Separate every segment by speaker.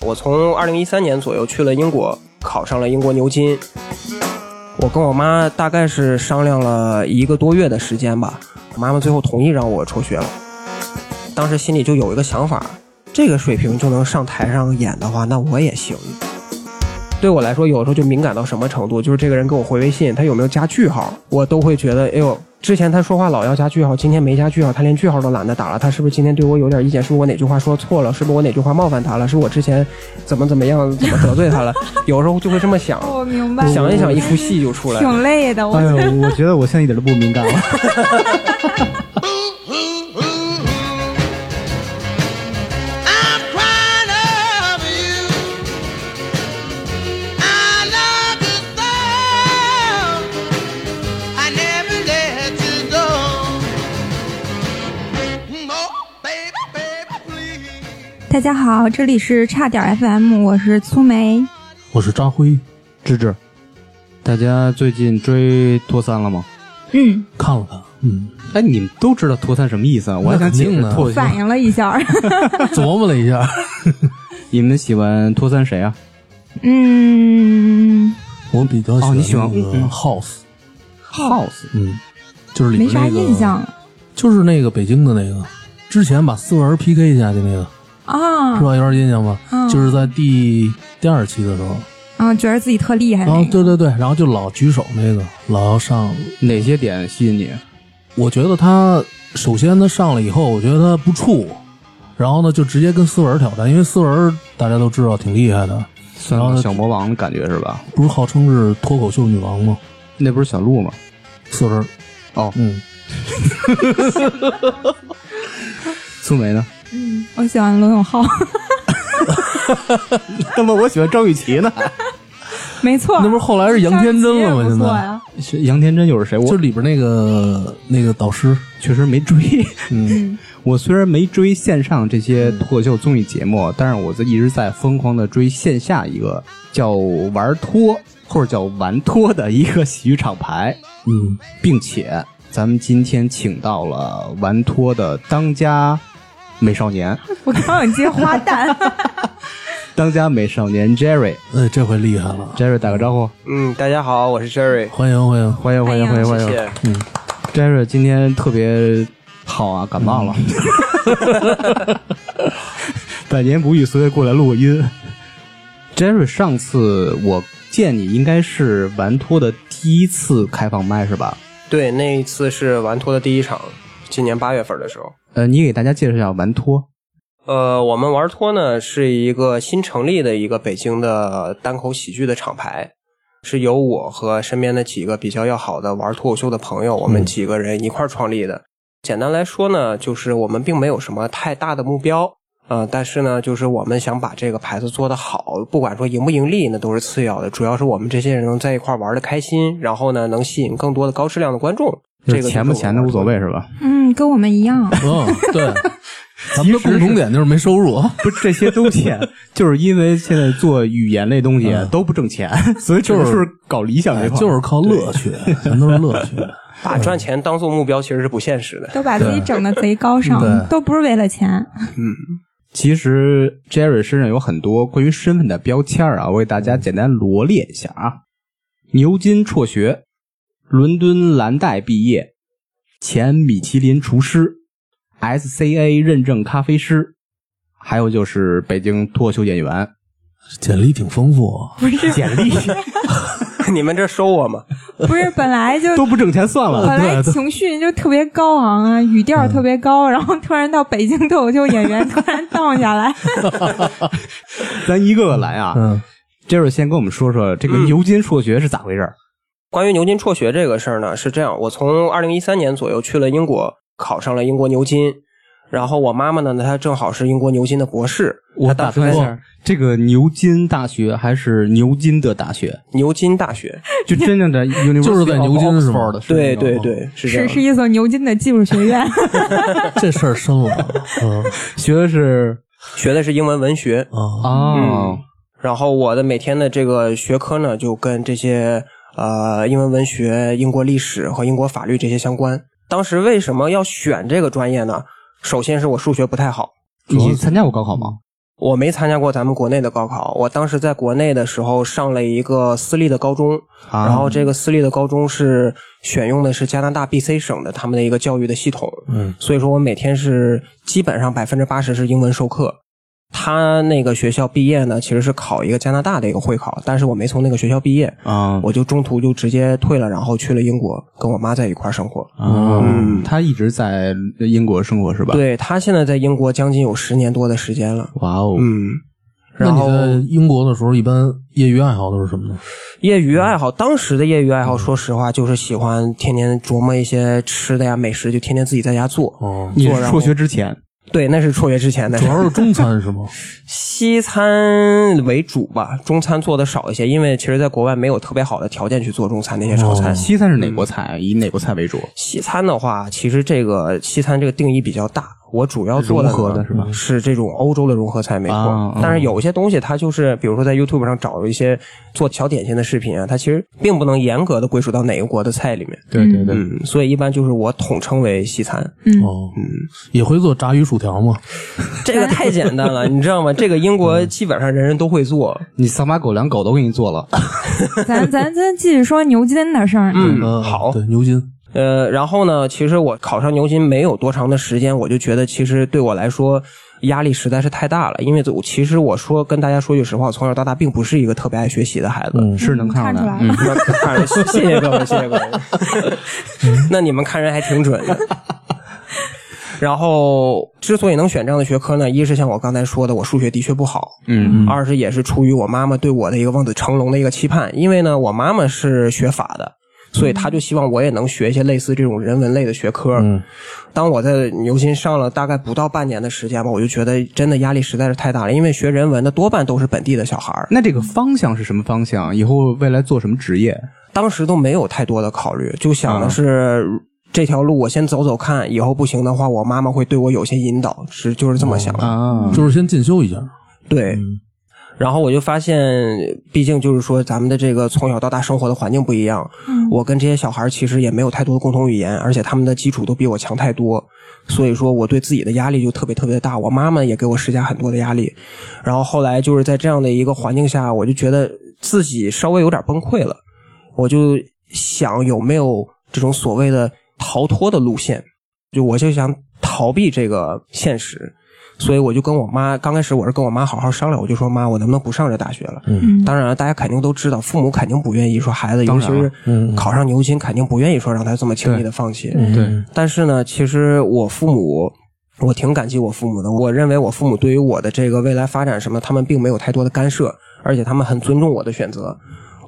Speaker 1: 我从二零一三年左右去了英国，考上了英国牛津。我跟我妈大概是商量了一个多月的时间吧，我妈妈最后同意让我辍学了。当时心里就有一个想法，这个水平就能上台上演的话，那我也行。对我来说，有时候就敏感到什么程度，就是这个人给我回微信，他有没有加句号，我都会觉得，哎呦，之前他说话老要加句号，今天没加句号，他连句号都懒得打了，他是不是今天对我有点意见？是不是我哪句话说错了？是不是我哪句话冒犯他了？是我之前怎么怎么样，怎么得罪他了？有时候就会这么想，
Speaker 2: 我哦明白，
Speaker 1: 想一想，一出戏就出来了。
Speaker 2: 挺累的。我
Speaker 3: 哎呦，我觉得我现在一点都不敏 感了。
Speaker 4: I'm crying over you. I love you so. I never let you go. Oh, baby, baby, please.
Speaker 2: 大家好，这里是差点 FM，我是粗梅。
Speaker 5: 我是张辉，
Speaker 3: 芝芝，
Speaker 5: 大家最近追《脱三》了吗？
Speaker 2: 嗯，
Speaker 5: 看了看，
Speaker 3: 嗯，
Speaker 5: 哎，你们都知道脱三什么意思啊？我还想解
Speaker 3: 那肯
Speaker 5: 释
Speaker 3: 定的
Speaker 5: 脱一
Speaker 2: 反
Speaker 5: 下。
Speaker 2: 应了一 下。
Speaker 3: 琢磨了一下，
Speaker 5: 你们喜欢脱三谁啊？
Speaker 2: 嗯，
Speaker 6: 我比较喜
Speaker 5: 哦
Speaker 6: 欢
Speaker 5: 你喜欢
Speaker 6: 那个
Speaker 5: 嗯
Speaker 6: House，
Speaker 5: House
Speaker 6: 嗯，就是里
Speaker 2: 没
Speaker 6: 面
Speaker 2: 啥
Speaker 6: 那个
Speaker 2: 印象
Speaker 6: 就是那个北京的那个，之前把四个人 PK 下去那个，
Speaker 2: 啊
Speaker 6: 是吧？有点印象吧？
Speaker 2: 嗯
Speaker 6: 就是在第第二期的时候，
Speaker 2: 啊，觉得自己特厉害
Speaker 6: 然后
Speaker 2: 那个。
Speaker 6: 啊对对对，然后就老举手那个，老要上。
Speaker 5: 哪些点吸引你？
Speaker 6: 我觉得他首先他上来以后，我觉得他不怵我，然后呢就直接跟斯文儿挑战，因为斯文儿大家都知道挺厉害的，
Speaker 5: 算
Speaker 6: 然后
Speaker 5: 个
Speaker 6: 呢
Speaker 5: 小魔王的感觉是吧？
Speaker 6: 不是号称是脱口秀女王吗？
Speaker 5: 那不是小鹿吗？
Speaker 6: 斯文儿，
Speaker 5: 哦，
Speaker 6: 嗯，
Speaker 5: 苏梅呢？
Speaker 2: 嗯，我喜欢罗永浩，
Speaker 5: 那么我喜欢张雨绮呢？
Speaker 2: 没错。
Speaker 6: 那不是后来是杨天真了
Speaker 2: 张雨绮
Speaker 6: 吗？现
Speaker 2: 也不错
Speaker 6: 在
Speaker 2: 呀
Speaker 5: 是杨天真又是谁？我
Speaker 6: 就里边那个那个导师，
Speaker 5: 确实没追。
Speaker 6: 嗯，
Speaker 5: 我虽然没追线上这些脱口秀综艺节目，但是我在一直在疯狂的追线下一个叫玩脱或者叫玩脱的一个洗浴厂牌，
Speaker 6: 嗯，
Speaker 5: 并且咱们今天请到了玩脱的当家美少年，
Speaker 2: 我刚想接花旦。
Speaker 5: 当家美少年 Jerry，Jerry
Speaker 6: 哎，这回厉害了，
Speaker 5: 打个招呼，
Speaker 1: 嗯，大家好，我是 Jerry，
Speaker 6: 欢迎欢迎，
Speaker 5: 欢迎欢迎欢迎欢迎
Speaker 1: 谢谢。
Speaker 5: ，Jerry 今天特别好啊，感冒了，嗯 百年不遇，所以过来录个音。Jerry，上次我见你应该是玩脱的第一次开放麦是吧？
Speaker 1: 对，那一次是玩脱的第一场，今年八月份的时候。
Speaker 5: 呃，你给大家介绍一下玩脱。
Speaker 1: 呃，我们玩脱呢是一个新成立的一个北京的单口喜剧的厂牌，是由我和身边的几个比较要好的玩脱口秀的朋友，我们几个人一块儿创立的。简单来说呢，就是我们并没有什么太大的目标，呃，但是呢，呃就是我们想把这个牌子做得好，不管说盈不盈利，那都是次要的，主要是我们这些人能在一块儿玩的开心，然后呢，能吸引更多的高质量的观众。
Speaker 5: 就
Speaker 1: 这
Speaker 5: 是
Speaker 1: 个
Speaker 5: 钱不钱的无所谓是吧？
Speaker 2: 嗯，跟我们一样。
Speaker 6: 嗯， 对，咱们的共同点就是没收入啊，
Speaker 5: 不是这些都 欠，就是因为现在做语言类东西
Speaker 6: 嗯
Speaker 5: 都不挣钱，所以只
Speaker 6: 就是
Speaker 5: 是搞理想这
Speaker 6: 哎
Speaker 5: 块儿，
Speaker 6: 就是靠乐趣，全都是乐趣，
Speaker 1: 把赚钱当做目标其实是不现实的。
Speaker 2: 都把自己整的贼高尚，
Speaker 6: 对
Speaker 2: 都不是为了钱。
Speaker 5: 其实 Jerry 身上有很多关于身份的标签儿啊，我给大家简单罗列一下啊：牛津辍学，伦敦蓝带毕业，前米其林厨师，SCA 认证咖啡师，还有就是北京脱口秀演员。
Speaker 6: 简历挺丰富啊，
Speaker 5: 简历
Speaker 1: 你们这收我吗？
Speaker 2: 不是，本来就
Speaker 5: 都不挣钱算了，
Speaker 2: 本来情绪就特别高昂啊，语
Speaker 5: 嗯
Speaker 2: 调特别高， 然后突然到北京脱口秀演员，突然荡下 来。
Speaker 5: 咱一个个来啊。
Speaker 6: 嗯，
Speaker 5: Jerry 先跟我们说说这个牛津辍学是咋回事儿？
Speaker 1: 关于牛津辍学这个事儿呢，是这样，我从二零一三年左右去了英国，考上了英国牛津，然后我妈妈呢，她正好是英国牛津的博士，
Speaker 5: 我
Speaker 1: 她
Speaker 5: 打
Speaker 1: 当时
Speaker 5: 断一
Speaker 1: 在
Speaker 5: 下，这个牛津大学还是牛津的大学？
Speaker 1: 牛津大学，
Speaker 5: 就真正的 University
Speaker 6: 就是在牛津是吗
Speaker 5: of Oxford 是
Speaker 1: 对
Speaker 5: 那种
Speaker 1: 对，对，是这
Speaker 2: 是
Speaker 1: 样
Speaker 2: 是
Speaker 1: 的。
Speaker 2: 一所牛津的技术学 院，
Speaker 6: 这事儿深 了，嗯
Speaker 5: 哦学的是
Speaker 1: 学的是英文文学，
Speaker 6: 啊，
Speaker 5: 哦，
Speaker 1: 然后我的每天的这个学科呢，就跟这些呃英文文学、英国历史和英国法律这些相关。当时为什么要选这个专业呢？首先是我数学不太好，
Speaker 5: 你参加过高考吗？
Speaker 1: 我没参加过咱们国内的高考，我当时在国内的时候上了一个私立的高中，
Speaker 5: 啊
Speaker 1: 然后这个私立的高中是选用的是加拿大 BC 省的他们的一个教育的系统，
Speaker 6: 嗯，
Speaker 1: 所以说我每天是基本上百分之八十是英文授课。他那个学校毕业呢，其实是考一个加拿大的一个会考，但是我没从那个学校毕业，
Speaker 6: 嗯
Speaker 5: 啊，
Speaker 1: 我就中途就直接退了，然后去了英国，跟我妈在一块儿生活。
Speaker 5: 啊
Speaker 1: 嗯
Speaker 5: 他一直在英国生活是
Speaker 6: 嗯
Speaker 5: 吧？，
Speaker 1: 对他现在在英国将近有十年多的时间了，
Speaker 5: 哇哦，
Speaker 1: 嗯。
Speaker 6: 那
Speaker 1: 然
Speaker 6: 你
Speaker 1: 后
Speaker 6: 在英国的时候，一般业余爱好都是什么呢？
Speaker 1: 业余爱
Speaker 6: 嗯
Speaker 1: 好，当时的业余爱好，说实话就是喜欢天天琢磨一些吃的呀、美食，就天天自己在家做。
Speaker 6: 哦，
Speaker 5: 你
Speaker 1: 做
Speaker 5: 是
Speaker 1: 然
Speaker 5: 辍
Speaker 1: 后
Speaker 5: 学之前
Speaker 1: 对，那是辍学之前的
Speaker 6: 主
Speaker 1: 事儿。
Speaker 6: 要是中餐 是吗？
Speaker 1: 西餐为主吧，中餐做的少一些，因为其实在国外没有特别好的条件去做中餐那些炒菜。
Speaker 6: 哦
Speaker 5: 西餐是哪国菜？以哪国菜为主？
Speaker 1: 西餐的话，其实这个西餐这个定义比较大。我主要做的呢
Speaker 5: 融合的是吧
Speaker 1: 是这种欧洲的融合菜，没错。
Speaker 5: 啊嗯
Speaker 1: 但是有一些东西，它就是比如说在 YouTube 上找一些做小点心的视频啊，它其实并不能严格的归属到哪个国的菜里面。
Speaker 5: 对对对，
Speaker 1: 嗯，所以一般就是我统称为西餐。
Speaker 2: 嗯，
Speaker 6: 哦，也会做炸鱼薯条吗？
Speaker 1: 这个太简单了，你知道吗？这个 英
Speaker 5: 嗯
Speaker 1: 国基本上人人都会做。
Speaker 5: 你桑巴狗粮狗都给你做了，
Speaker 2: 咱咱咱继续说牛筋的事儿。
Speaker 1: 嗯
Speaker 6: 呃
Speaker 1: 好
Speaker 6: 对，牛筋，
Speaker 1: 呃，然后呢，其实我考上牛津没有多长的时间，我就觉得其实对我来说压力实在是太大了，因为我其实我说跟大家说句实话，我从小到大并不是一个特别爱学习的孩子。
Speaker 6: 嗯，
Speaker 5: 是能
Speaker 2: 看
Speaker 5: 看出
Speaker 2: 出
Speaker 5: 来
Speaker 2: 来。
Speaker 5: 嗯
Speaker 2: 了，
Speaker 1: 那看人谢谢各位，谢谢各位。 那你们看人还挺准 的。然后，之所以能选这样的学科呢，一是像我刚才说的，我数学的确不好，
Speaker 5: 嗯，
Speaker 1: 二是也是出于我妈妈对我的一个望子成龙的一个期盼，因为呢，我妈妈是学法的，所以她就希望我也能学一些类似这种人文类的学科。
Speaker 6: 嗯，
Speaker 1: 当我在牛津上了大概不到半年的时间吧，我就觉得真的压力实在是太大了，因为学人文的多半都是本地的小孩儿，
Speaker 5: 那这个方向是什么方向？以后未来做什么职业？
Speaker 1: 当时都没有太多的考虑，就想的是。这条路我先走走看，以后不行的话，我妈妈会对我有些引导，是就是这么想的。
Speaker 5: 啊
Speaker 6: 就是先进修一下，
Speaker 1: 对，嗯然后我就发现，毕竟就是说咱们的这个从小到大生活的环境不一样，
Speaker 5: 嗯
Speaker 2: 嗯
Speaker 1: 我跟这些小孩儿其实也没有太多的共同语言，而且他们的基础都比我强太多，所以说我对自己的压力就特别特别的大。我妈妈也给我施加很多的压力，然后后来就是在这样的一个环境下，我就觉得自己稍微有点崩溃了，我就想有没有这种所谓的逃脱的路线，就我就想逃避这个现实。所以我就跟我妈，刚开始我是跟我妈好好商量，我就说妈，我能不能不上这大学了？
Speaker 2: 嗯
Speaker 1: 当然了，大家肯定都知道，父母肯定不愿意说孩子，
Speaker 5: 当
Speaker 1: 尤其
Speaker 5: 然了嗯
Speaker 1: 是考上牛津，肯定不愿意说让他这么轻易的放弃。
Speaker 6: 嗯
Speaker 5: 对，
Speaker 1: 但是呢，其实我父母，我挺感激我父母的。我认为我父母对于我的这个未来发展什么，他们并没有太多的干涉，而且他们很尊重我的选择。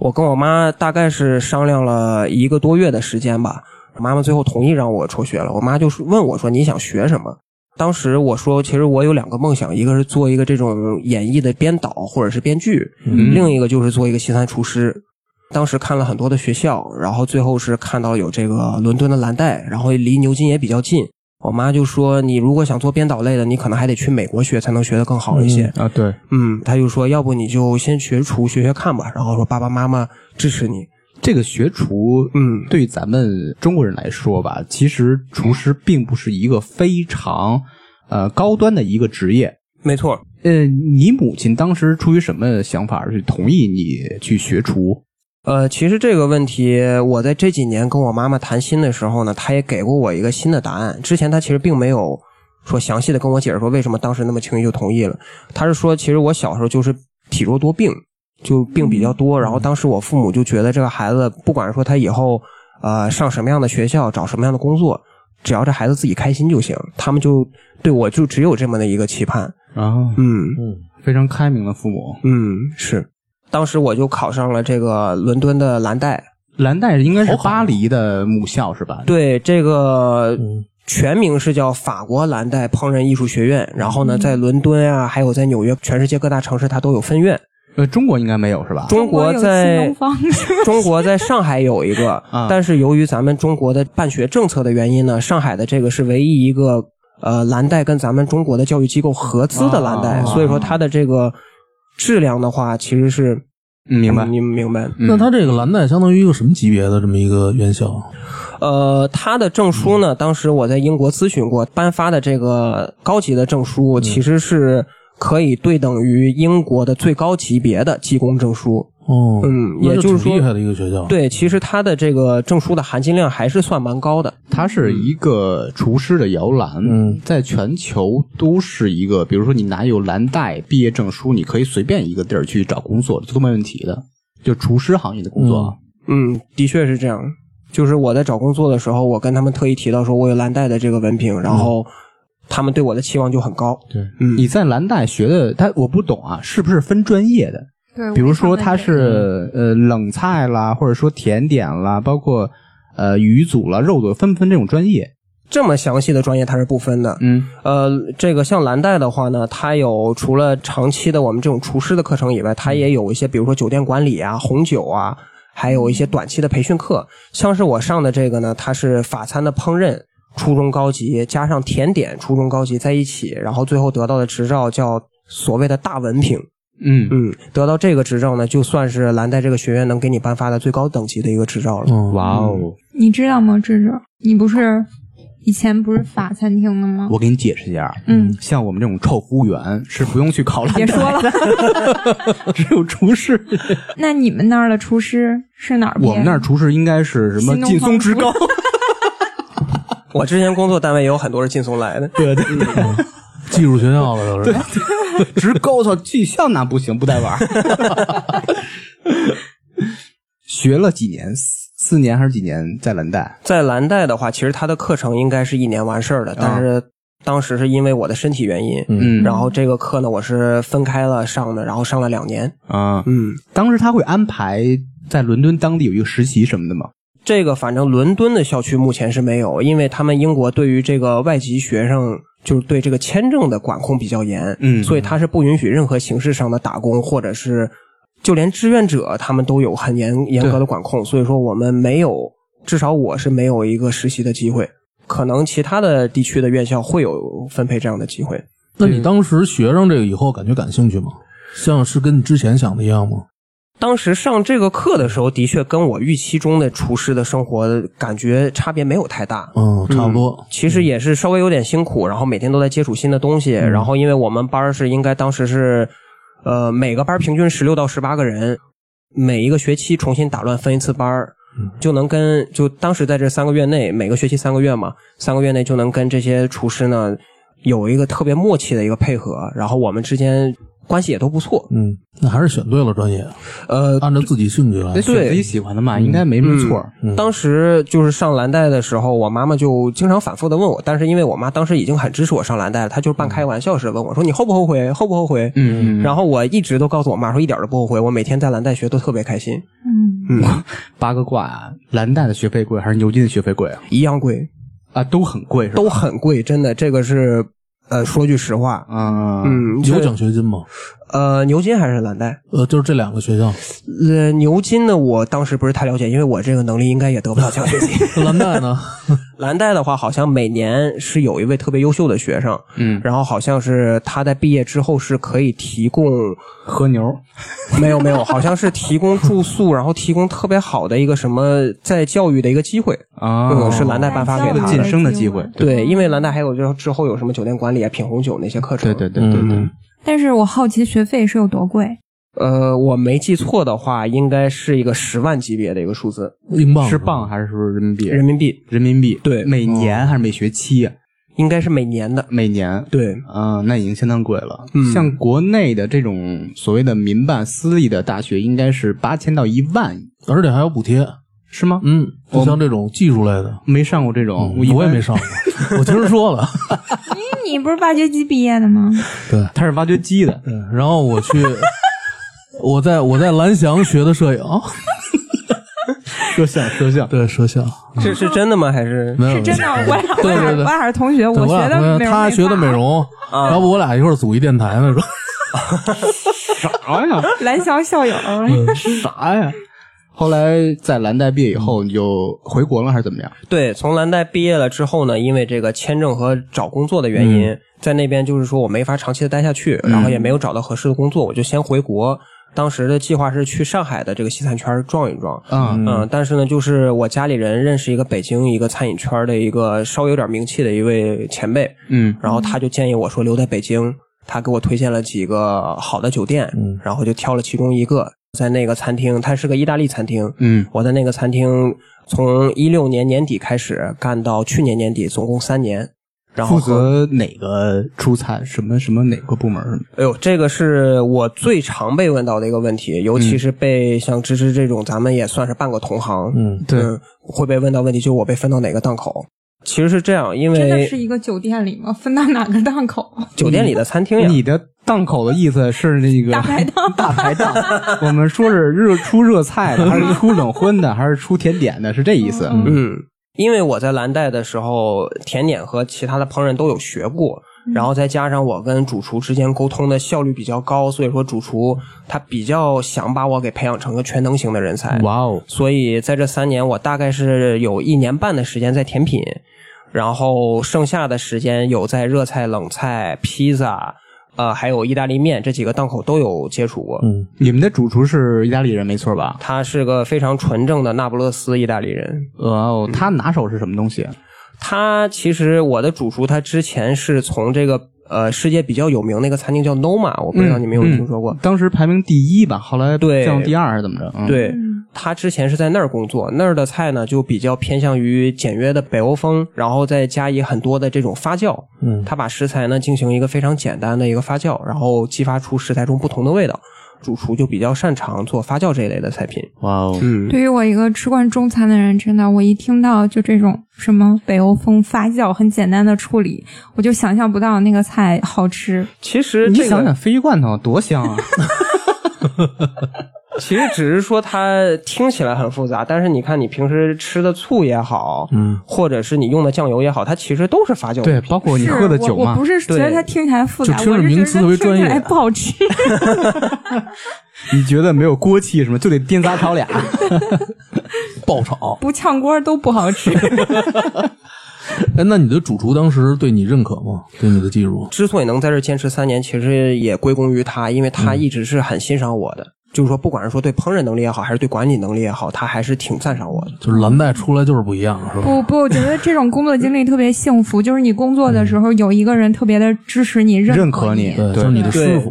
Speaker 1: 我跟我妈大概是商量了一个多月的时间吧，妈妈最后同意让我辍学了。我妈就是问我说：“你想学什么？”当时我说，其实我有两个梦想，一个是做一个这种演绎的编导或者是编剧，
Speaker 5: 嗯
Speaker 1: 另一个就是做一个西餐厨师。当时看了很多的学校，然后最后是看到有这个伦敦的蓝带，然后离牛津也比较近。我妈就说，你如果想做编导类的，你可能还得去美国学，才能学得更好一些。
Speaker 5: 啊，对，
Speaker 1: 嗯，她就说，要不你就先学厨学学看吧。然后说爸爸妈妈支持你。
Speaker 5: 这个学厨，
Speaker 1: 嗯
Speaker 5: 对咱们中国人来说吧，其实厨师并不是一个非常呃高端的一个职业。
Speaker 1: 没错，
Speaker 5: 呃，你母亲当时出于什么想法去同意你去学厨？
Speaker 1: 呃，其实这个问题，我在这几年跟我妈妈谈心的时候呢，她也给过我一个新的答案。之前她其实并没有说详细的跟我解释说为什么当时那么轻易就同意了。她是说，其实我小时候就是体弱多病，就病比较多，然后当时我父母就觉得这个孩子，不管说他以后呃上什么样的学校，找什么样的工作，只要这孩子自己开心就行。他们就对我就只有这么的一个期盼。
Speaker 5: 啊，
Speaker 1: 嗯，
Speaker 5: 非常开明的父母。
Speaker 1: 嗯，是。当时我就考上了这个伦敦的蓝带。
Speaker 5: 蓝带应该是巴黎的母校是吧？
Speaker 1: 对，这个
Speaker 6: 嗯
Speaker 1: 全名是叫法国蓝带烹饪艺术学院。然后呢，
Speaker 2: 嗯
Speaker 1: 在伦敦啊，还有在纽约，全世界各大城市它都有分院。
Speaker 5: 呃，中国应该没有是吧？
Speaker 1: 中国
Speaker 2: 有新
Speaker 1: 在
Speaker 2: 东方
Speaker 1: 中国在上海有一 个
Speaker 5: 啊，
Speaker 1: 但是由于咱们中国的办学政策的原因呢，上海的这个是唯一一个呃蓝带跟咱们中国的教育机构合资的蓝
Speaker 2: 哦
Speaker 1: 带，
Speaker 5: 啊
Speaker 1: 所以说它的这个质量的话，其实是
Speaker 5: 嗯明白。
Speaker 1: 你们明白？
Speaker 5: 嗯
Speaker 6: 那他这个蓝带相当于一个什么级别的这么一个院校？
Speaker 1: 呃，他的证书呢，当时我在英国咨询过，颁发的这个高级的证书其实是可以对等于英国的最高级别的技工证书。
Speaker 6: 哦，
Speaker 1: 嗯也
Speaker 6: 那
Speaker 1: 就是
Speaker 6: 挺
Speaker 1: 说
Speaker 6: 厉害的一个学校，，
Speaker 1: 对，其实它的这个证书的含金量还是算蛮高的。
Speaker 5: 它是一个厨师的摇篮，
Speaker 6: 嗯
Speaker 5: 在全球都是一个，比如说你拿有蓝带毕业证书，你可以随便一个地儿去找工作，这都没问题的。就厨师行业的工作啊，
Speaker 1: 嗯，的确是这样。就是我在找工作的时候，我跟他们特意提到说我有蓝带的这个文凭，然后他们对我的期望就很高。
Speaker 5: 对
Speaker 1: 嗯
Speaker 5: 你在蓝带学的，他我不懂啊，是不是分专业的？
Speaker 2: 对，
Speaker 5: 比
Speaker 2: 我
Speaker 5: 如
Speaker 2: 也
Speaker 5: 说
Speaker 2: 想问
Speaker 5: 它
Speaker 2: 这个
Speaker 5: 是呃冷菜啦，或者说甜点啦，包括呃鱼组啦、肉组，分不分这种专业？
Speaker 1: 这么详细的专业它是不分的。
Speaker 5: 嗯，
Speaker 1: 呃，这个像蓝带的话呢，它有除了长期的我们这种厨师的课程以外，它也有一些，比如说酒店管理啊、红酒啊，还有一些短期的培训课。像是我上的这个呢，它是法餐的烹饪初中高级，加上甜点初中高级在一起，然后最后得到的执照叫所谓的大文凭。
Speaker 5: 嗯
Speaker 1: 嗯，得到这个执照呢，就算是蓝带这个学院能给你颁发的最高等级的一个执照了。
Speaker 6: 嗯，
Speaker 5: 哇哦！
Speaker 2: 你知道吗？智智，你不是以前不是法餐厅的吗？
Speaker 5: 我给你解释一下，啊
Speaker 2: 嗯，
Speaker 5: 像我们这种臭服务员是不用去考蓝带，
Speaker 2: 别说了，
Speaker 5: 只有厨师。
Speaker 2: 那你们那儿的厨师是哪儿毕业的？
Speaker 5: 我们那儿厨师应该是什么
Speaker 2: 新东
Speaker 5: 劲松
Speaker 2: 方
Speaker 5: 之
Speaker 2: 厨
Speaker 5: 高？
Speaker 1: 我之前工作单位也有很多是劲松来的。
Speaker 5: 对对对，
Speaker 6: 技术学校了，都是，
Speaker 5: 职高操，技校那不行，不带玩儿。 学了几年？四四年还是几年？在蓝带？
Speaker 1: 在蓝带的话，其实它的课程应该是一年完事儿的，但是当时是因为我的身体原因，
Speaker 5: 嗯
Speaker 1: 然后这个课呢我是分开了上的，然后上了两年，
Speaker 5: 啊，
Speaker 1: 嗯，
Speaker 5: 当时他会安排在伦敦当地有一个实习什么的吗？
Speaker 1: 这个反正伦敦的校区目前是没有，因为他们英国对于这个外籍学生。就是对这个签证的管控比较严，
Speaker 5: 嗯
Speaker 1: 所以他是不允许任何形式上的打工，或者是就连志愿者他们都有很严严格的管控，所以说我们没有，至少我是没有一个实习的机会。可能其他的地区的院校会有分配这样的机会。
Speaker 6: 那你当时学上这个以后，感觉感兴趣吗？像是跟你之前想的一样吗？
Speaker 1: 当时上这个课的时候，的确跟我预期中的厨师的生活感觉差别没有太大。
Speaker 6: 嗯，差不多。
Speaker 1: 其实也是稍微有点辛苦，然后每天都在接触新的东西。
Speaker 6: 嗯
Speaker 1: 然后因为我们班儿是应该当时是，呃，每个班儿平均十六到十八个人，每一个学期重新打乱分一次班儿，
Speaker 6: 嗯
Speaker 1: 就能跟就当时在这三个月内，每个学期三个月嘛，三个月内就能跟这些厨师呢有一个特别默契的一个配合，然后我们之间关系也都不错。
Speaker 6: 嗯，那还是选对了专业，啊
Speaker 1: 呃，
Speaker 6: 按照自己兴趣来
Speaker 5: 得。选自己喜欢的嘛，应该没什么错儿。
Speaker 1: 当时就是上蓝带的时候，我妈妈就经常反复的问我，但是因为我妈当时已经很支持我上蓝带了，她就是半开玩笑似的问我说：“你后不后悔？后不后悔？”
Speaker 5: 嗯
Speaker 1: 然后我一直都告诉我妈说一点都不后悔，我每天在蓝带学都特别开心，
Speaker 2: 嗯，
Speaker 5: 八个卦啊，蓝带的学费贵还是牛津的学费贵啊？
Speaker 1: 一样贵，
Speaker 5: 啊，都很贵是吧？
Speaker 1: 都很贵，真的，这个是呃，说句实话，
Speaker 5: 啊，
Speaker 1: 嗯，
Speaker 6: 有
Speaker 1: 这
Speaker 6: 奖学金吗？
Speaker 1: 呃，牛津还是蓝带？
Speaker 6: 呃，就是这两个学校，
Speaker 1: 呃，牛津呢，我当时不是太了解，因为我这个能力应该也得不到奖学金。
Speaker 6: 蓝带呢？
Speaker 1: 蓝带的话，好像每年是有一位特别优秀的学生，
Speaker 5: 嗯，
Speaker 1: 然后好像是他在毕业之后是可以提供，
Speaker 5: 和牛
Speaker 1: 没有没有，好像是提供住宿，然后提供特别好的一个什么在教育的一个机会，
Speaker 5: 啊
Speaker 1: 嗯，是蓝带颁发给
Speaker 5: 他的晋升的机会
Speaker 1: 对，因为蓝带还有就是之后有什么酒店管理啊、品红酒那些课程。
Speaker 5: 对对对对对，
Speaker 6: 嗯
Speaker 2: 但是我好奇学费是有多 贵？
Speaker 1: 呃，我没记错的话，应该是一个十万级别的一个数字，
Speaker 6: 英镑
Speaker 5: 是镑啊还是说人民币？
Speaker 1: 人民币
Speaker 5: 人民币
Speaker 1: 对
Speaker 5: 每年还是每学期啊？
Speaker 1: 应该是每年的。
Speaker 5: 每年。
Speaker 1: 对，
Speaker 5: 啊，那已经相当贵了。
Speaker 1: 嗯
Speaker 5: 像国内的这种所谓的民办私立的大学，应该是八千到一万，
Speaker 6: 而且还有补贴。
Speaker 5: 是吗？
Speaker 6: 嗯，就像这种技术类的，
Speaker 5: 没上过这种，
Speaker 6: 嗯
Speaker 5: 一
Speaker 6: 我也
Speaker 5: 般
Speaker 6: 没上过。我听人说了，
Speaker 2: 你不是挖掘机毕业的吗？
Speaker 5: 他是挖掘机的，
Speaker 6: 嗯，然后我 去，我在我在蓝翔学的摄影，
Speaker 5: 摄像摄像。
Speaker 6: 对摄像，
Speaker 5: 嗯
Speaker 1: 是是真的吗？还是
Speaker 6: 没有
Speaker 2: 是真 的，我俩我
Speaker 6: 嗯对对对
Speaker 2: 俩我俩是同学，
Speaker 6: 对
Speaker 2: 我学
Speaker 6: 俩
Speaker 2: 的
Speaker 6: 同
Speaker 2: 美
Speaker 6: 学
Speaker 2: 容，啊
Speaker 6: 他学的美，容，然后我俩一会儿组一电台呢，说
Speaker 5: 啥哎呀？
Speaker 2: 蓝翔校友。
Speaker 6: 嗯
Speaker 5: 啥呀？ 后来在蓝带毕业以后，你就回国了还是怎么样？
Speaker 1: 对？从蓝带毕业了之后呢，因为这个签证和找工作的原因，在那边就是说我没法长期的待下去，然后也没有找到合适的工作，我就先回国。当时的计划是去上海的这个西餐圈转一转，
Speaker 5: 嗯
Speaker 1: 嗯，但是呢，就是我家里人认识一个北京一个餐饮圈的一个稍微有点名气的一位前辈，
Speaker 5: 嗯
Speaker 1: 然后他就建议我说留在北京，他给我推荐了几个好的酒店，
Speaker 6: 嗯
Speaker 1: 然后就挑了其中一个，在那个餐厅，它是个意大利餐厅，
Speaker 5: 嗯，
Speaker 1: 我在那个餐厅从一六年年底开始干到去年年底，总共三年。然后
Speaker 5: 负
Speaker 1: 和
Speaker 5: 责哪个出餐？什么什么哪个部门？
Speaker 1: 哎呦，这个是我最常被问到的一个问题，尤其是被像芝芝这种，咱们也算是半个同行，
Speaker 6: 嗯，
Speaker 5: 对
Speaker 1: 嗯会被问到问题，就是我被分到哪个档口。其实是这样，因
Speaker 2: 真的
Speaker 1: 为
Speaker 2: 是一个酒店里吗？分到哪个档 口？
Speaker 1: 酒店里的餐厅呀，
Speaker 5: 你的档口的意思是那个
Speaker 2: 大排档
Speaker 5: 大排档？我们说是热出热菜 的，还是出冷荤的，还是出甜点的？是这意思？
Speaker 2: 嗯
Speaker 1: 嗯，因为我在蓝带的时候，甜点和其他的烹饪都有学过，然后再加上我跟主厨之间沟通的效率比较高，所以说主厨他比较想把我给培养成个全能型的人
Speaker 2: 哎
Speaker 1: 才。
Speaker 6: 哇哦，
Speaker 1: 所以在这三年，我大概是有一年半的时间在甜品，然后剩下的时间有在热菜、冷菜、披萨，呃，还有意大利面这几个档口都有接触过。
Speaker 6: 嗯，
Speaker 5: 你们的主厨是意大利人，没错吧？
Speaker 1: 他是个非常纯正的那不勒斯意大利人，
Speaker 5: 哇哦，他拿手是什么东西？
Speaker 1: 他其实我的主厨他之前是从这个呃世界比较有名那个餐厅叫 Noma，我不知道你们有没有听说过。
Speaker 5: 嗯当时排名第一吧，后来
Speaker 1: 对
Speaker 5: 降第二还是怎么着？嗯，
Speaker 1: 对他之前是在那儿工作，那儿的菜呢就比较偏向于简约的北欧风，然后再加以很多的这种发酵。
Speaker 6: 嗯
Speaker 1: 他把食材呢进行一个非常简单的一个发酵，然后激发出食材中不同的味道。主厨就比较擅长做发酵这一类的菜品。
Speaker 6: 哇哦，
Speaker 1: 嗯，
Speaker 2: 对于我一个吃惯中餐的人，真的，我一听到就这种什么北欧风发酵，很简单的处理，我就想象不到那个菜好吃。
Speaker 1: 其实
Speaker 5: 你
Speaker 1: 这
Speaker 5: 想
Speaker 1: 个
Speaker 5: 想鲱鱼罐头多香 啊！
Speaker 1: 其实只是说它听起来很复杂，但是你看你平时吃的醋也好，
Speaker 6: 嗯，
Speaker 1: 或者是你用的酱油也好，它其实都是发酵。
Speaker 5: 对，，包括
Speaker 6: 哦
Speaker 5: 你
Speaker 2: 是
Speaker 5: 喝的酒
Speaker 2: 我我
Speaker 5: 嘛
Speaker 2: 不，是觉得
Speaker 1: 对
Speaker 2: 它听起来复杂，
Speaker 6: 就听着
Speaker 2: 我是觉
Speaker 6: 名
Speaker 2: 得
Speaker 6: 词特别专业
Speaker 2: 听起来不好 吃。
Speaker 5: 你觉得没有锅气什么，就得颠仨炒俩。
Speaker 6: 爆炒。
Speaker 2: 不炝锅都不好 吃。
Speaker 6: 哎，那你的主厨当时对你认可吗？对你的技术？
Speaker 1: 之所以能在这儿坚持三年，其实也归功于他，因为他一直是很欣赏我的。就是说，不管是说对烹饪能力也好，还是对管理能力也好，他还是挺赞赏我的。
Speaker 6: 就是蓝带出来就是不一样，是吧？
Speaker 2: 不不，我觉得这种工作经历特别幸福，就是你工作的时候有一个人特别的支持你、
Speaker 5: 认可
Speaker 2: 可
Speaker 5: 你
Speaker 6: 对，就是你的师傅。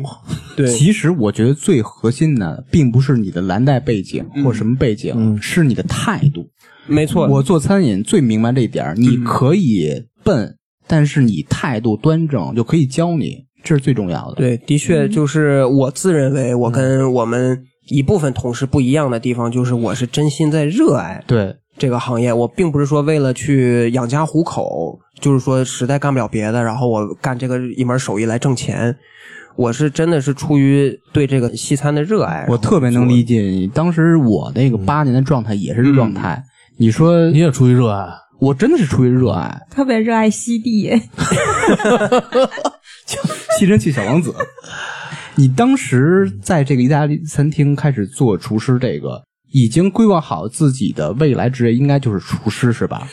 Speaker 1: 对
Speaker 5: 其实我觉得最核心的，并不是你的蓝带背景或什么背景，是你的态度。
Speaker 1: 没错，
Speaker 5: 我做餐饮最明白这一点儿，你可以笨，但是你态度端正，就可以教你，这是最重要的。，
Speaker 1: 对，的确就是我自认为我跟我们一部分同事不一样的地方，就是我是真心在热爱
Speaker 5: 对，
Speaker 1: 这个行业，我并不是说为了去养家糊口，就是说实在干不了别的，然后我干这个一门手艺来挣钱。我是真的是出于对这个西餐的热爱，
Speaker 5: 我特别能
Speaker 1: 解。
Speaker 5: 理解你。当时我那个八年的状态也是这状态。你说
Speaker 6: 你也出于热爱，
Speaker 5: 我真的是出于热爱，
Speaker 2: 特别热爱西地，
Speaker 5: 吸尘器小王子。 你当时在这个意大利餐厅开始做厨师，这个已经规划好自己的未来职业，应该就是厨师是吧？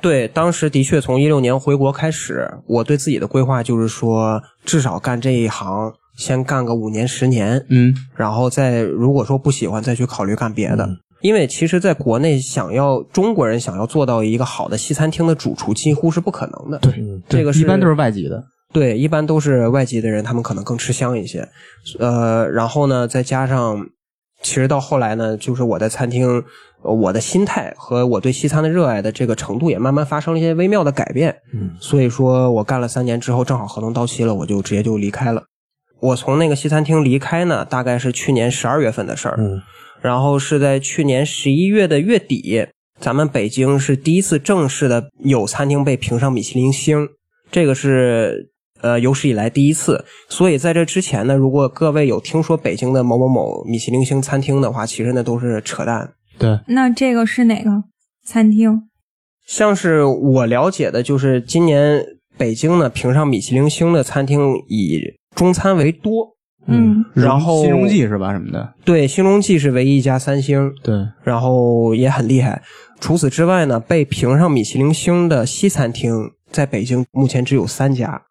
Speaker 1: 对，当时的确从一六年回国开始，我对自己的规划就是说，至少干这一行，先干个五年十年，
Speaker 5: 嗯，
Speaker 1: 然后再如果说不喜欢，再去考虑干别的。因为其实，在国内想要中国人想要做到一个好的西餐厅的主厨，几乎是不可能的。对，
Speaker 6: 嗯
Speaker 1: 这个是
Speaker 5: 一般都是外籍的。
Speaker 1: 对，一般都是外籍的人，他们可能更吃香一些。呃，然后呢，再加上，其实到后来呢，就是我在餐厅，呃我的心态和我对西餐的热爱的这个程度也慢慢发生了一些微妙的改变。
Speaker 6: 嗯，
Speaker 1: 所以说我干了三年之后，正好合同到期了，我就直接就离开了。我从那个西餐厅离开呢，大概是去年十二月份的事儿。
Speaker 6: 嗯，
Speaker 1: 然后是在去年十一月的月底，咱们北京是第一次正式的有餐厅被评上米其林星，这个是呃有史以来第一次。所以在这之前呢，如果各位有听说北京的某某某米其林星餐厅的话，其实那都是扯淡。
Speaker 5: 对，
Speaker 2: 那这个是哪个餐厅？
Speaker 1: 像是我了解的，就是今年北京呢评上米其林星的餐厅以中餐为多，
Speaker 2: 嗯，
Speaker 1: 然后
Speaker 5: 新荣记是吧？什么的，
Speaker 1: 对，新荣记是唯一一家三星，
Speaker 5: 对，
Speaker 1: 然后也很厉害。除此之外呢，被评上米其林星的西餐厅在北京目前只有三家，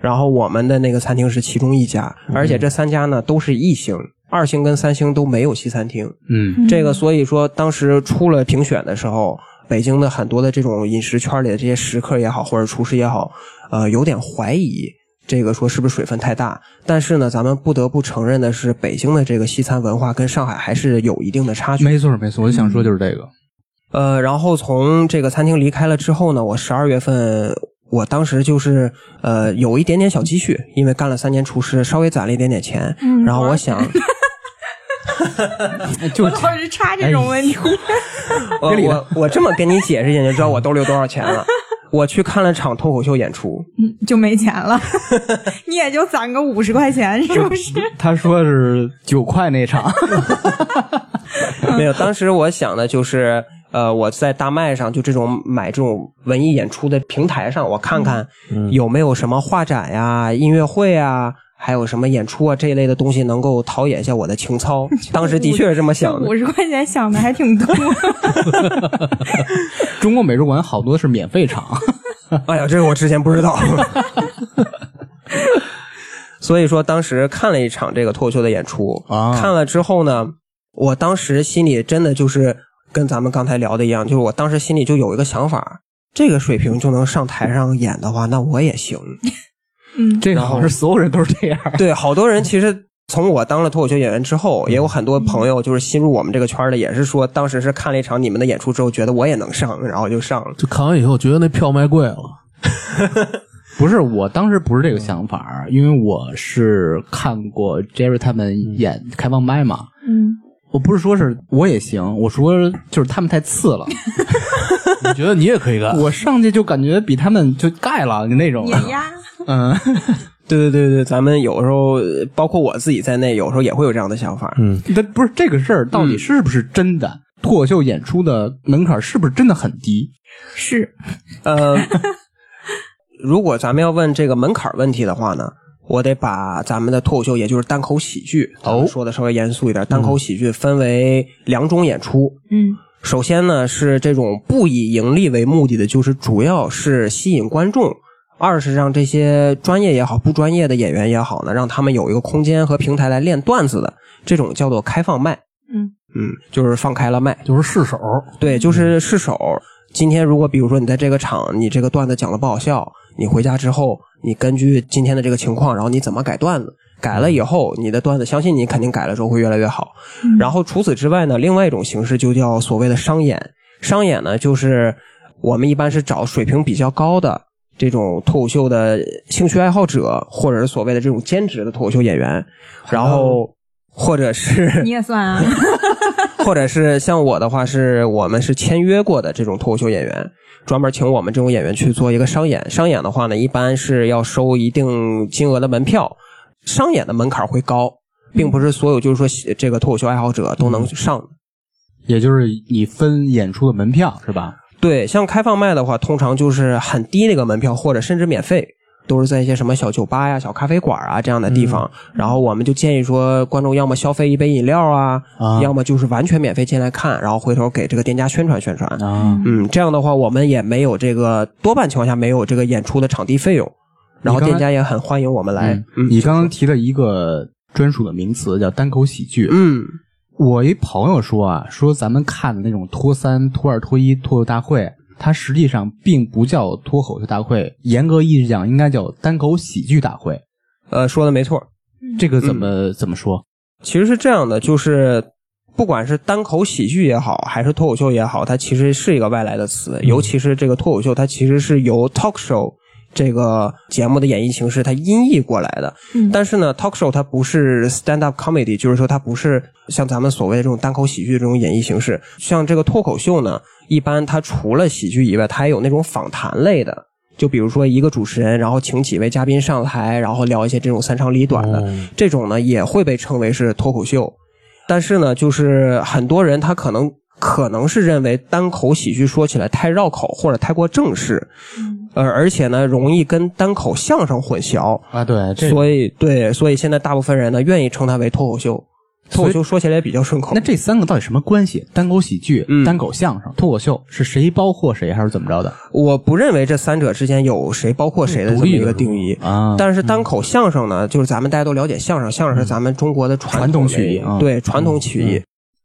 Speaker 1: 然后我们的那个餐厅是其中一家，而且这三家呢都是一星。二星跟三星都没有西餐厅，
Speaker 5: 嗯，
Speaker 1: 这个所以说当时出了评选的时候，北京的很多的这种饮食圈里的这些食客也好，或者厨师也好，呃，有点怀疑这个说是不是水分太大，但是呢，咱们不得不承认的是，北京的这个西餐文化跟上海还是有一定的差距。
Speaker 5: 没错没错，我就想说就是这个，
Speaker 1: 呃，然后从这个餐厅离开了之后呢，我十二月份，我当时就是呃有一点点小积蓄，因为干了三年厨师，稍微攒了一点点钱，
Speaker 2: 嗯
Speaker 1: 然后我想，
Speaker 5: 就哎
Speaker 2: 老是插这种问题，
Speaker 1: 我呃我我这么跟你解释一下，你就知道我兜里有多少钱了。我去看了场脱口秀演出，
Speaker 2: 嗯就没钱了， 你也就攒个五十 块钱，是不是？
Speaker 5: 他说是九块那场，
Speaker 1: 没有，当时我想的就是，呃，我在大麦上就这种买这种文艺演出的平台上，我看看有没有什么画展呀、音乐会啊，还有什么演出啊这一类的东西能够陶冶一下我的情操。当时的确是这么想的
Speaker 2: 五。十块钱想的还挺 多，
Speaker 5: 中国美术馆好多是免费场，
Speaker 1: 哎呀，这个我之前不知道。所以说，当时看了一场这个脱口秀的演出，
Speaker 5: 啊
Speaker 1: 看了之后呢，我当时心里真的就是跟咱们刚才聊的一样，就是我当时心里就有一个想法，这个水平就能上台上演的话，那我也行。
Speaker 2: 嗯，
Speaker 5: 这个好像是所有人都是这样。
Speaker 1: 对，好多人其实从我当了脱口秀演员之后，也有很多朋友就是新入我们这个圈儿的，也是说当时是看了一场你们的演出之后，觉得我也能上，然后就上了。
Speaker 6: 就看完以后觉得那票卖贵 了，
Speaker 5: 不是，我当时不是这个想法儿，因为我是看过 Jerry 他们演开放麦嘛。
Speaker 2: 嗯，
Speaker 5: 我不是说是我也行，我说就是他们太次了，
Speaker 6: 你觉得你也可以干？
Speaker 5: 我上去就感觉比他们就盖了就那种。
Speaker 2: 也压，
Speaker 5: 嗯，
Speaker 1: 对对对对，咱们有时候包括我自己在内，有时候也会有这样的想法。
Speaker 6: 嗯，
Speaker 5: 但不是这个事儿到底是不是真的？脱口秀演出的门槛是不是真的很低？
Speaker 2: 是
Speaker 1: 呃，如果咱们要问这个门槛问题的话呢，我得把咱们的脱口秀，也就是单口喜剧，咱们说的稍微严肃一点，单口喜剧分为两种演出。
Speaker 2: 嗯
Speaker 1: 首先呢，是这种不以盈利为目的的，就是主要是吸引观众；二是让这些专业也好、不专业的演员也好呢，让他们有一个空间和平台来练段子的，这种叫做开放麦。
Speaker 2: 嗯
Speaker 1: 嗯，就是放开了麦。
Speaker 6: 就是试手，
Speaker 1: 对，就是试手。今天如果比如说你在这个场，你这个段子讲的不好笑，你回家之后，你根据今天的这个情况，然后你怎么改段子？改了以后，你的段子相信你肯定改了之后会越来越好。
Speaker 2: 嗯
Speaker 1: 然后除此之外呢，另外一种形式就叫所谓的商演。商演呢，就是我们一般是找水平比较高的这种脱口秀的兴趣爱好者，或者是所谓的这种兼职的脱口秀演员，然后或者是
Speaker 2: 你也算啊，
Speaker 1: 或者是像我的话，是我们是签约过的这种脱口秀演员，专门请我们这种演员去做一个商演。商演的话呢，一般是要收一定金额的门票，商演的门槛会高，并不是所有就是说喜这个脱口秀爱好者都能上的。
Speaker 5: 也就是你分演出的门票是吧？
Speaker 1: 对，像开放麦的话，通常就是很低的一个门票，或者甚至免费，都是在一些什么小酒吧呀、小咖啡馆啊这样的地方。
Speaker 5: 嗯
Speaker 1: 然后我们就建议说，观众要么消费一杯饮料啊，
Speaker 5: 啊
Speaker 1: 要么就是完全免费进来看，然后回头给这个店家宣传宣传。
Speaker 5: 啊，
Speaker 1: 嗯，这样的话，我们也没有这个，多半情况下没有这个演出的场地费用，然后
Speaker 5: 你刚
Speaker 1: 店
Speaker 5: 才
Speaker 1: 家也很欢迎我们来
Speaker 5: 来。，
Speaker 1: 嗯
Speaker 5: 你刚刚提了一个专属的名词叫单口喜剧。
Speaker 1: 嗯
Speaker 5: 我一朋友说啊，说咱们看的那种脱三、脱二、脱一脱口秀大会，它实际上并不叫脱口秀大会，严格意义上应该叫单口喜剧大会。
Speaker 1: 呃，说的没错，
Speaker 5: 这个怎么、怎么说？
Speaker 1: 其实是这样的，就是不管是单口喜剧也好，还是脱口秀也好，它其实是一个外来的词，尤其是这个脱口秀，它其实是由 talk show 这个节目的演绎形式它音译过来的。
Speaker 2: 嗯
Speaker 1: 但是呢，talk show 它不是 stand up comedy，就是说它不是像咱们所谓的这种单口喜剧这种演绎形式。像这个脱口秀呢，一般它除了喜剧以外，它还有那种访谈类的。就比如说一个主持人，然后请几位嘉宾上台，然后聊一些这种三长里短的，这种呢也会被称为是脱口秀。但是呢，就是很多人他可能可能是认为单口喜剧说起来太绕口或者太过正式，呃，而且呢容易跟单口相声混淆，
Speaker 5: 啊，对，这
Speaker 1: 所以对，所以现在大部分人呢愿意称它为脱口秀。脱
Speaker 5: 所
Speaker 1: 口
Speaker 5: 以
Speaker 1: 秀说起来也比较顺口
Speaker 5: 那。这三个到底什么关系？单口喜剧、
Speaker 1: 嗯
Speaker 5: 单口相声、脱口秀是谁包括谁，还是怎么着的？
Speaker 1: 我不认为这三者之间有谁包括谁的这么一个定义。
Speaker 5: 啊，嗯
Speaker 1: 但是单口相声呢，就是咱们大家都了解相声，相声是咱们中国的传
Speaker 5: 传统
Speaker 1: 曲
Speaker 5: 曲艺啊
Speaker 1: 对传统曲艺。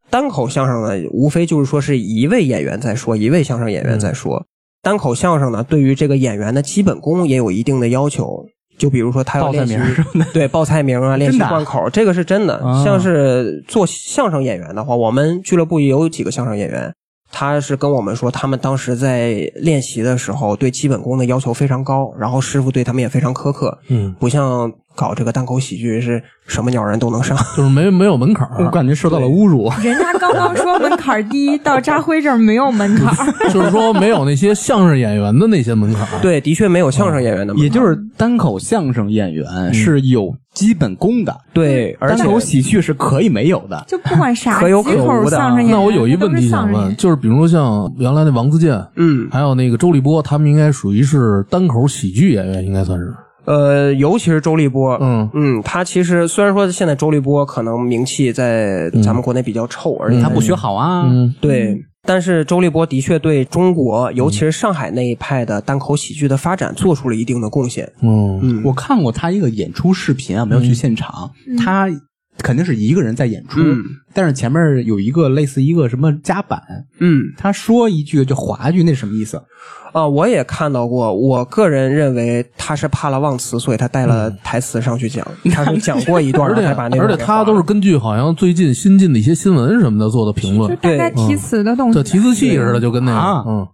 Speaker 1: 单口相声呢，无非就是说是一位演员在说，一位
Speaker 5: 嗯
Speaker 1: 相声演员在说。单口相声呢，对于这个演员的基本功也有一定的要求，就比如说他要
Speaker 5: 报菜
Speaker 1: 练习
Speaker 5: 名儿什么的，
Speaker 1: 对报菜名 啊，练习
Speaker 5: 真的啊
Speaker 1: 贯口，这个是真的。
Speaker 5: 啊
Speaker 1: 像是做相声演员的话，我们俱乐部也有几个相声演员，他是跟我们说，他们当时在练习的时候对基本功的要求非常高，然后师傅对他们也非常苛刻，
Speaker 6: 嗯，
Speaker 1: 不像搞这个单口喜剧是什么鸟人都能 上。
Speaker 6: 就是没没有门槛儿
Speaker 5: 我感觉受到了侮辱。
Speaker 2: 人家刚刚说门槛儿低，到扎辉这儿没有门槛 儿。
Speaker 6: 就是说没有那些相声演员的那些门槛儿。
Speaker 1: 对，的确没有相声演员那么
Speaker 5: 哦也就是单口相声演员是有基本功的，
Speaker 1: 对，而
Speaker 5: 单
Speaker 1: 且
Speaker 5: 口喜剧是可以没有的。
Speaker 2: 就不管啥
Speaker 1: 可有可
Speaker 2: 几口
Speaker 1: 无的啊
Speaker 2: 相声演员，
Speaker 6: 那我有一问题想
Speaker 2: 他都是相声演
Speaker 6: 问，
Speaker 2: 员，
Speaker 6: 就是比如说像原来那王自健，
Speaker 1: 嗯
Speaker 6: 还有那个周立波，他们应该属于是单口喜剧演员，应该算是。
Speaker 1: 呃，尤其是周立波，
Speaker 6: 嗯
Speaker 1: 嗯，他其实虽然说现在周立波可能名气在咱
Speaker 5: 嗯
Speaker 1: 们国内比较臭，而且
Speaker 5: 他不学好啊，
Speaker 6: 嗯，
Speaker 1: 对，但是周立波的确对中国，尤其是上海那一派的单口喜剧的发展做出了一定的贡献。
Speaker 6: 嗯，
Speaker 1: 嗯，
Speaker 5: 我看过他一个演出视频啊，没有去现场，
Speaker 6: 嗯
Speaker 5: 他肯定是一个人在演出，
Speaker 1: 嗯
Speaker 5: 但是前面有一个类似一个什么夹板，
Speaker 1: 嗯
Speaker 5: 他说一句就划一句，那什么意思？
Speaker 1: 啊、我也看到过。我个人认为他是怕了忘词，所以他带了台词上 去讲，他是讲过一段，
Speaker 6: 嗯而且
Speaker 1: 然后才把那
Speaker 6: 而且他都是根据好像最近新进的一些新闻什么的做的评
Speaker 2: 就
Speaker 6: 论，
Speaker 2: 大概
Speaker 1: 对嗯
Speaker 2: 提词的东
Speaker 6: 这
Speaker 2: 西。
Speaker 6: 提词器似的，就跟那
Speaker 5: 啊
Speaker 6: 个，嗯，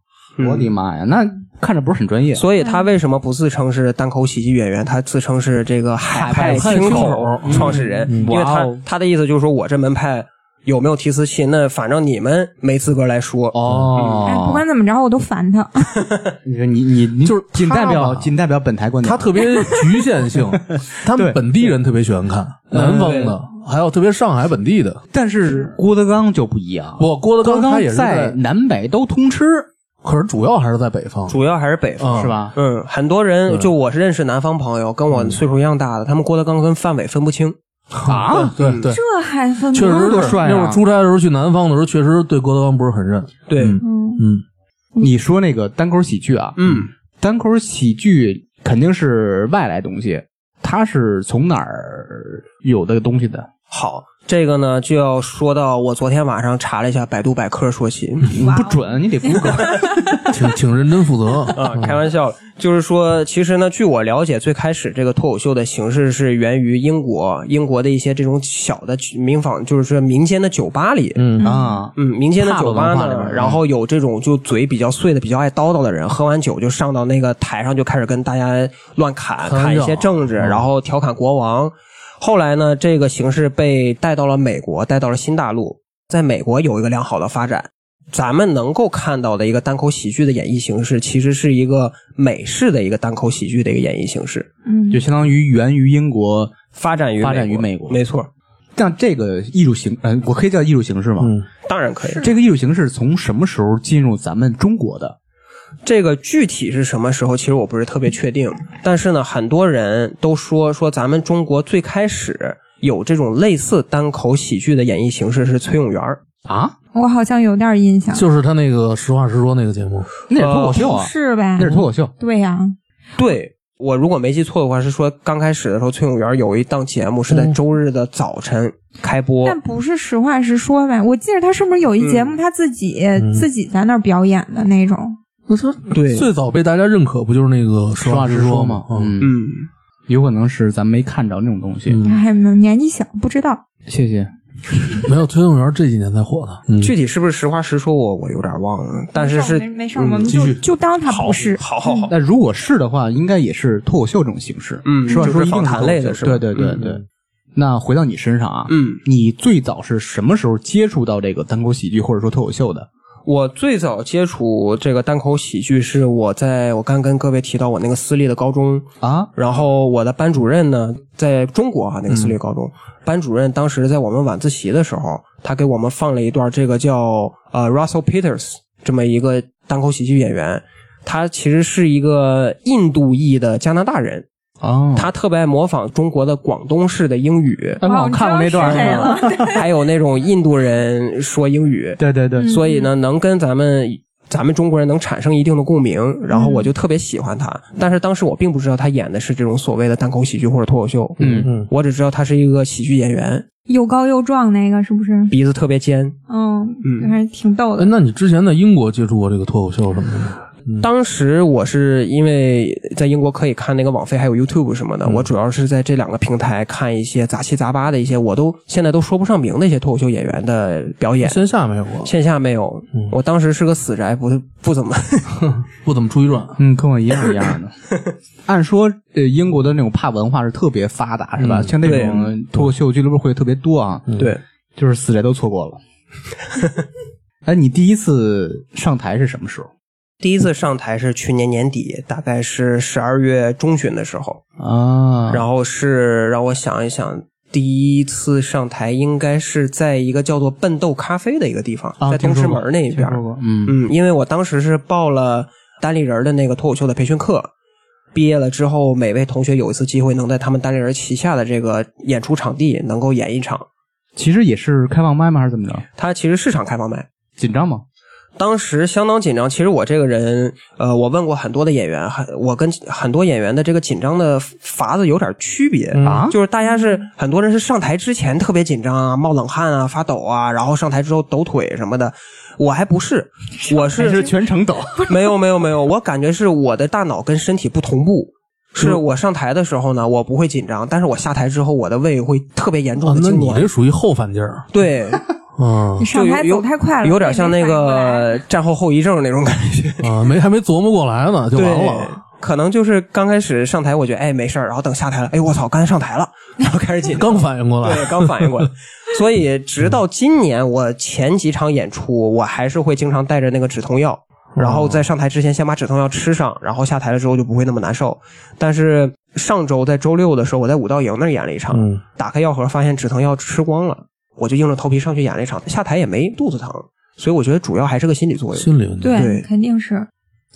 Speaker 5: 我的妈呀，那看着不是很专业。
Speaker 1: 所以他为什么不自称是单口喜剧演
Speaker 6: 嗯
Speaker 1: 员？他自称是这个海派
Speaker 5: 海派
Speaker 1: 清
Speaker 5: 清
Speaker 1: 口
Speaker 5: 口
Speaker 1: 创始人，
Speaker 5: 嗯
Speaker 1: 因为
Speaker 5: 哇
Speaker 1: 他
Speaker 5: 哦
Speaker 1: 他的意思就是说我这门派有没有提词器，那反正你们没资格来说。
Speaker 2: 哎，不
Speaker 5: 哦，
Speaker 2: 管怎么着，我都 烦他。
Speaker 5: 你说你你你
Speaker 6: 就是
Speaker 5: 仅
Speaker 6: 他
Speaker 5: 代表
Speaker 6: 吧
Speaker 5: 仅代表本台观点，
Speaker 6: 他特别局限 性，他们
Speaker 5: 对
Speaker 6: 本地人特别喜欢看，南方的，还有特别上海本地的。
Speaker 5: 但是郭德纲就不一样，
Speaker 6: 不，郭德
Speaker 5: 郭德
Speaker 6: 纲他
Speaker 5: 纲
Speaker 6: 也是
Speaker 5: 在
Speaker 6: 在，
Speaker 5: 南北都通吃，
Speaker 6: 可是主要还是在北方，
Speaker 1: 主要还是北方。
Speaker 6: 嗯
Speaker 5: 是？吧？
Speaker 1: 嗯，很多人就我是认识南方朋友，跟我岁数一样大的，他们郭德纲跟范伟分不清。
Speaker 6: 啊，对
Speaker 5: 嗯
Speaker 6: 对，对
Speaker 2: 这还分不
Speaker 6: 确实
Speaker 5: 多
Speaker 6: 是
Speaker 5: 帅啊
Speaker 6: 那会儿出差的时候去南方的时候，确实对郭德纲不是很认。
Speaker 1: 对，
Speaker 6: 嗯
Speaker 2: 嗯，
Speaker 6: 嗯，
Speaker 5: 你说那个单口喜剧啊，
Speaker 1: 嗯，
Speaker 5: 单口喜剧肯定是外来东西，它是从哪儿有的东西的？
Speaker 1: 好，这个呢就要说到我昨天晚上查了一下百度百科说 起。
Speaker 2: 哇哦
Speaker 5: 不准，你得 Google。
Speaker 6: 请请认真负责
Speaker 1: 啊，开玩笑，就是说，其实呢，据我了解，最开始这个脱口秀的形式是源于英国，英国的一些这种小的民坊，就是说民间的酒吧里。
Speaker 6: 嗯
Speaker 5: 啊，
Speaker 1: 嗯，民间的酒吧
Speaker 5: Pub 文化里
Speaker 1: 呢，
Speaker 5: 边儿
Speaker 1: 然后有这种就嘴比较碎的、比较爱叨叨的人，喝完酒就上到那个台上，就开始跟大家乱砍，
Speaker 6: 开玩
Speaker 1: 砍一
Speaker 5: 啊
Speaker 1: 些
Speaker 6: 笑
Speaker 1: 政治，
Speaker 6: 嗯
Speaker 1: 然后调侃国王。后来呢，这个形式被带到了美国，带到了新大陆，在美国有一个良好的发展。咱们能够看到的一个单口喜剧的演绎形式，其实是一个美式的一个单口喜剧的一个演绎形式，
Speaker 2: 嗯
Speaker 5: 就相当于源于英国。
Speaker 1: 发展于
Speaker 5: 发展于美国
Speaker 1: 国，没错，
Speaker 5: 但这个艺术形，嗯、我可以叫艺术形式吗？
Speaker 6: 嗯，
Speaker 1: 当然可以。
Speaker 5: 这个艺术形式从什么时候进入咱们中国的？
Speaker 1: 这个具体是什么时候，其实我不是特别确定。但是呢，很多人都说说咱们中国最开始有这种类似单口喜剧的演绎形式是崔永元儿，
Speaker 5: 啊，
Speaker 2: 我好像有点印象，
Speaker 6: 就是他那个实话实说那个节目，
Speaker 5: 那是脱口秀啊，
Speaker 2: 哦是呗
Speaker 5: 那？是脱口秀。
Speaker 2: 对呀，
Speaker 1: 对。我如果没记错的话，是说刚开始的时候，崔永元儿有一档节目是在周日的早晨开播，
Speaker 2: 但不是实话实说呗。我记得他是不是有一节目他自己自己在那儿表演的那种？
Speaker 6: 那他
Speaker 1: 对
Speaker 6: 最早被大家认可不啊就是那个实
Speaker 5: 实话
Speaker 6: 实
Speaker 5: 实说
Speaker 6: 吗
Speaker 5: 嘛？，
Speaker 6: 嗯，
Speaker 5: 嗯，
Speaker 1: 嗯，
Speaker 5: 有可能是咱没看着那种东西。
Speaker 6: 嗯
Speaker 2: 哎，年纪小不知道。
Speaker 5: 谢谢。
Speaker 6: 没有崔永元这几年才火的，嗯，
Speaker 1: 具体是不是实话实说我，我有点忘了，但是是
Speaker 2: 没
Speaker 5: 嗯
Speaker 2: 没事，我们
Speaker 6: 继
Speaker 2: 就
Speaker 6: 续
Speaker 2: 就当他不是。
Speaker 1: 好好好，
Speaker 5: 那如果是的话，应该也是脱口秀这种形式，
Speaker 1: 嗯
Speaker 5: 是吧？
Speaker 1: 就是
Speaker 5: 说一定
Speaker 1: 访谈类的
Speaker 5: 脱口
Speaker 1: 是
Speaker 5: 秀
Speaker 1: 吧
Speaker 5: 对对对
Speaker 1: 嗯
Speaker 5: 对。那回到你身上啊，
Speaker 1: 嗯，
Speaker 5: 你最早是什么时候接触到这个单口喜剧或者说脱口秀的？
Speaker 1: 我最早接触这个单口喜剧是我在我刚跟各位提到我那个私立的高中
Speaker 5: 啊，
Speaker 1: 然后我的班主任呢，在中国啊那个私立高中，班主任当时在我们晚自习的时候，他给我们放了一段这个叫呃 Russell Peters 这么一个单口喜剧演员，他其实是一个印度裔的加拿大人，
Speaker 5: 哦
Speaker 1: 他特别爱模仿中国的广东式的英语，
Speaker 5: 哎，我看过那段
Speaker 2: 哦你知道是谁
Speaker 5: 儿，
Speaker 2: 了
Speaker 1: 还有那种印度人说英语，
Speaker 5: 对对
Speaker 2: 嗯
Speaker 5: 对，
Speaker 1: 所以呢，能跟咱们咱们中国人能产生一定的共鸣，然后我就特别喜欢他。但是当时我并不知道他演的是这种所谓的单口喜剧或者脱口秀，
Speaker 5: 嗯
Speaker 6: 嗯
Speaker 1: 我只知道他是一个喜剧演员，
Speaker 2: 又高又壮那个是不是？
Speaker 1: 鼻子特别尖。
Speaker 2: 嗯
Speaker 1: 嗯，
Speaker 2: 还是挺逗
Speaker 6: 哎，
Speaker 2: 的。
Speaker 6: 那你之前在英国接触过这个脱口秀什么的吗？
Speaker 1: 当时我是因为在英国可以看那个网飞还有 YouTube 什么的，我主要是在这两个平台看一些杂七杂八的一些，我都现在都说不上名的一些脱口秀演员的表演。
Speaker 6: 线下没有过，
Speaker 1: 线下没有，我当时是个死宅，不不怎么。
Speaker 6: 不怎么出去转。
Speaker 5: 嗯，跟我一样一样 的。按说，呃，英国的那种帕文化是特别发达，是吧？
Speaker 1: 嗯
Speaker 5: 像那种脱口秀俱乐部会特别多啊，
Speaker 1: 对，
Speaker 5: 就是死宅都错过了。 哎，你第一次上台是什么时候
Speaker 1: 第一次上台是去年年底，大概是十二月中旬的时候，
Speaker 5: 啊然
Speaker 1: 然
Speaker 5: 后
Speaker 1: 后是让我想一想，第一次上台应该是在一个叫做笨豆咖啡的一个地方，
Speaker 5: 啊
Speaker 1: 在东直门那一边。
Speaker 5: 嗯，
Speaker 1: 嗯，因为我当时是报了单立人儿的那个脱口秀的培训课，毕业了之后，每位同学有一次机会能在他们单立人儿旗下的这个演出场地能够演一场。
Speaker 5: 其实也是开放麦吗？还是怎么着？
Speaker 1: 它其实市场开放麦，
Speaker 5: 紧张吗？
Speaker 1: 当时相当紧张。其实我这个人，呃，我问过很多的演员，很我跟很多演员的这个紧张的法子有点区别
Speaker 2: 嗯
Speaker 5: 啊
Speaker 1: 就是大家是很多人是上台之前特别紧张啊，冒冷汗啊，发抖啊，然后上台之后抖腿什么的。我还不是，我是
Speaker 5: 全程抖。
Speaker 1: 没有没有没有，我感觉是我的大脑跟身体不同步。是
Speaker 2: 嗯
Speaker 1: 我上台的时候呢，我不会紧张，但是我下台之后，我的胃会特别严重
Speaker 6: 啊
Speaker 1: 的，
Speaker 2: 哦
Speaker 6: 那
Speaker 1: 痉
Speaker 6: 你
Speaker 1: 挛。
Speaker 6: 这属于后反劲儿，
Speaker 1: 对，
Speaker 6: 嗯
Speaker 2: 你上
Speaker 1: 就有
Speaker 2: 台
Speaker 1: 有
Speaker 2: 走太快了，
Speaker 1: 有点像那
Speaker 2: 没反应过来
Speaker 1: 个战后后遗症那种感觉。
Speaker 6: 啊，没还没琢磨过来呢，就
Speaker 1: 对
Speaker 6: 完了。，
Speaker 1: 可能就是刚开始上台，我觉得哎没事儿，然后等下台了，哎我操，刚才上台了，然后开始紧张。
Speaker 6: 刚反应过来
Speaker 1: 对，刚反应过来。所以直到今年，我前几场演出，我还是会经常带着那个止痛药，然后在上台之前先把止痛药吃上，然后下台了之后就不会那么难受。但是上周在周六的时候，我在五道营那儿演了一场，
Speaker 6: 嗯
Speaker 1: 打开药盒发现止疼药吃光了，我就硬着头皮上去演了一场，下台也没肚子疼，所以我觉得主要还是个心理作用。
Speaker 6: 心里问题。
Speaker 2: 对，
Speaker 1: 对
Speaker 2: 肯定是